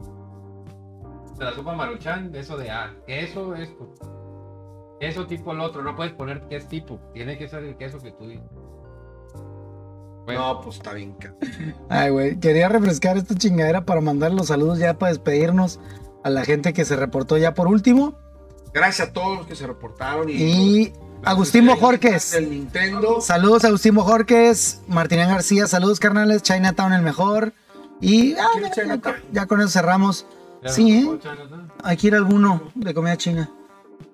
C: De la sopa maruchan, de eso de ah, queso esto. Queso tipo el otro, no puedes poner qué es tipo, tiene que ser el queso que tú dices. Bueno,
A: No, pues está bien. ca-
B: Ay, güey. Quería refrescar esta chingadera para mandar los saludos ya para despedirnos a la gente que se reportó ya por último.
A: Gracias a todos los que se reportaron. Y,
B: Y Agustín Bojorques.
A: El Nintendo.
B: Saludos a Agustín Jorques, Martinán García, saludos carnales, Chinatown el mejor. Y ah,
A: ¿Quién es
B: ya, ya
A: Chinatown?
B: con- ya con eso cerramos.
C: ya
B: sí,
C: no
B: ¿eh?
C: puedo echar nada.
B: Hay que ir a alguno de comida china.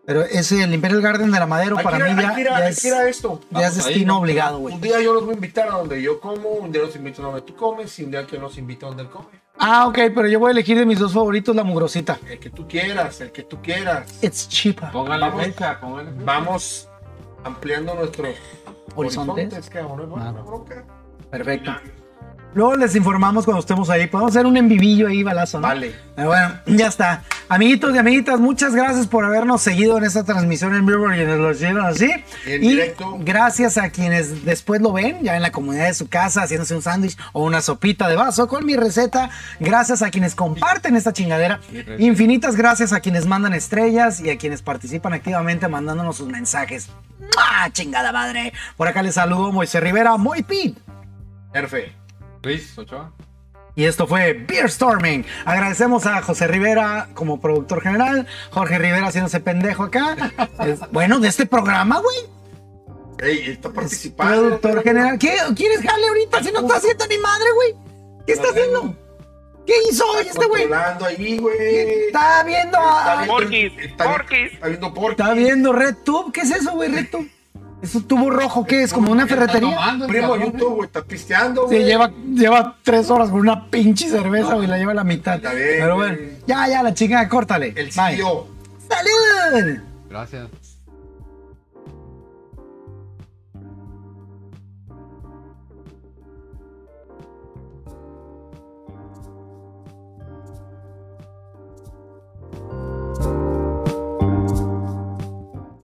B: Pero ese, el Imperial Garden de la Madero,
A: Hay que
B: para
A: ir a-
B: mí
A: hay
B: ya,
A: que ir a-
B: ya
A: hay
B: es,
A: que ir a esto.
B: ya es
C: Vamos ahí,
B: destino
C: ¿no?
B: obligado, güey.
A: Un día yo los voy a invitar a donde yo como, un día los invito a donde tú comes, y un día que los invito a donde él come.
B: Ah, ok, pero yo voy a elegir de mis dos favoritos la mugrosita.
A: El que tú quieras, el que tú quieras.
B: It's cheaper.
C: Póngale
A: Vamos.
C: fecha, póngale fecha.
A: Vamos ampliando nuestros
B: Horizontes.
A: horizontes, cabrón, es buena
B: Ah.
A: la bronca.
B: Perfecto. Luego les informamos cuando estemos ahí. Podemos hacer un envivillo ahí, balazo, ¿no?
A: Vale.
B: Pero bueno, ya está. Amiguitos y amiguitas, muchas gracias por habernos seguido en esta transmisión en vivo y nos lo hicieron así.
A: Y en
B: Y
A: directo.
B: gracias a quienes después lo ven, ya en la comunidad de su casa, haciéndose un sándwich o una sopita de vaso con mi receta. Gracias a quienes comparten esta chingadera. Infinitas gracias a quienes mandan estrellas y a quienes participan activamente mandándonos sus mensajes. ¡Mua! ¡Chingada madre! Por acá les saludo Moisés Rivera, Moy Pit.
A: Perfecto.
C: Luis Ochoa.
B: Y esto fue Beer Storming. Agradecemos a José Rivera como productor general, Jorge Rivera haciéndose pendejo acá. Es- bueno, de este programa, güey.
A: Ey, está
B: Es
A: participando.
B: productor general. ¿Qué? ¿Quieres jale ahorita si no está haciendo ni madre, güey? ¿Qué está haciendo? ¿Qué hizo hoy este güey?
A: Controlando ahí, güey.
B: Está viendo a-
D: Porquis,
A: está-
D: porquis.
A: Está viendo Porky.
B: Está viendo RedTube. ¿Qué es eso, güey? RedTube. Es un tubo rojo. ¿Qué es? ¿Como una ferretería?
A: Primo YouTube, güey, está pisteando,
B: Sí,
A: güey.
B: lleva, lleva tres horas con una pinche cerveza, güey. La lleva a la mitad.
A: Está bien,
B: Pero bueno,
A: güey. E
B: ya, ya, la chingada, córtale.
A: El
B: Bye.
A: CEO.
B: ¡Salud!
C: eh. Gracias.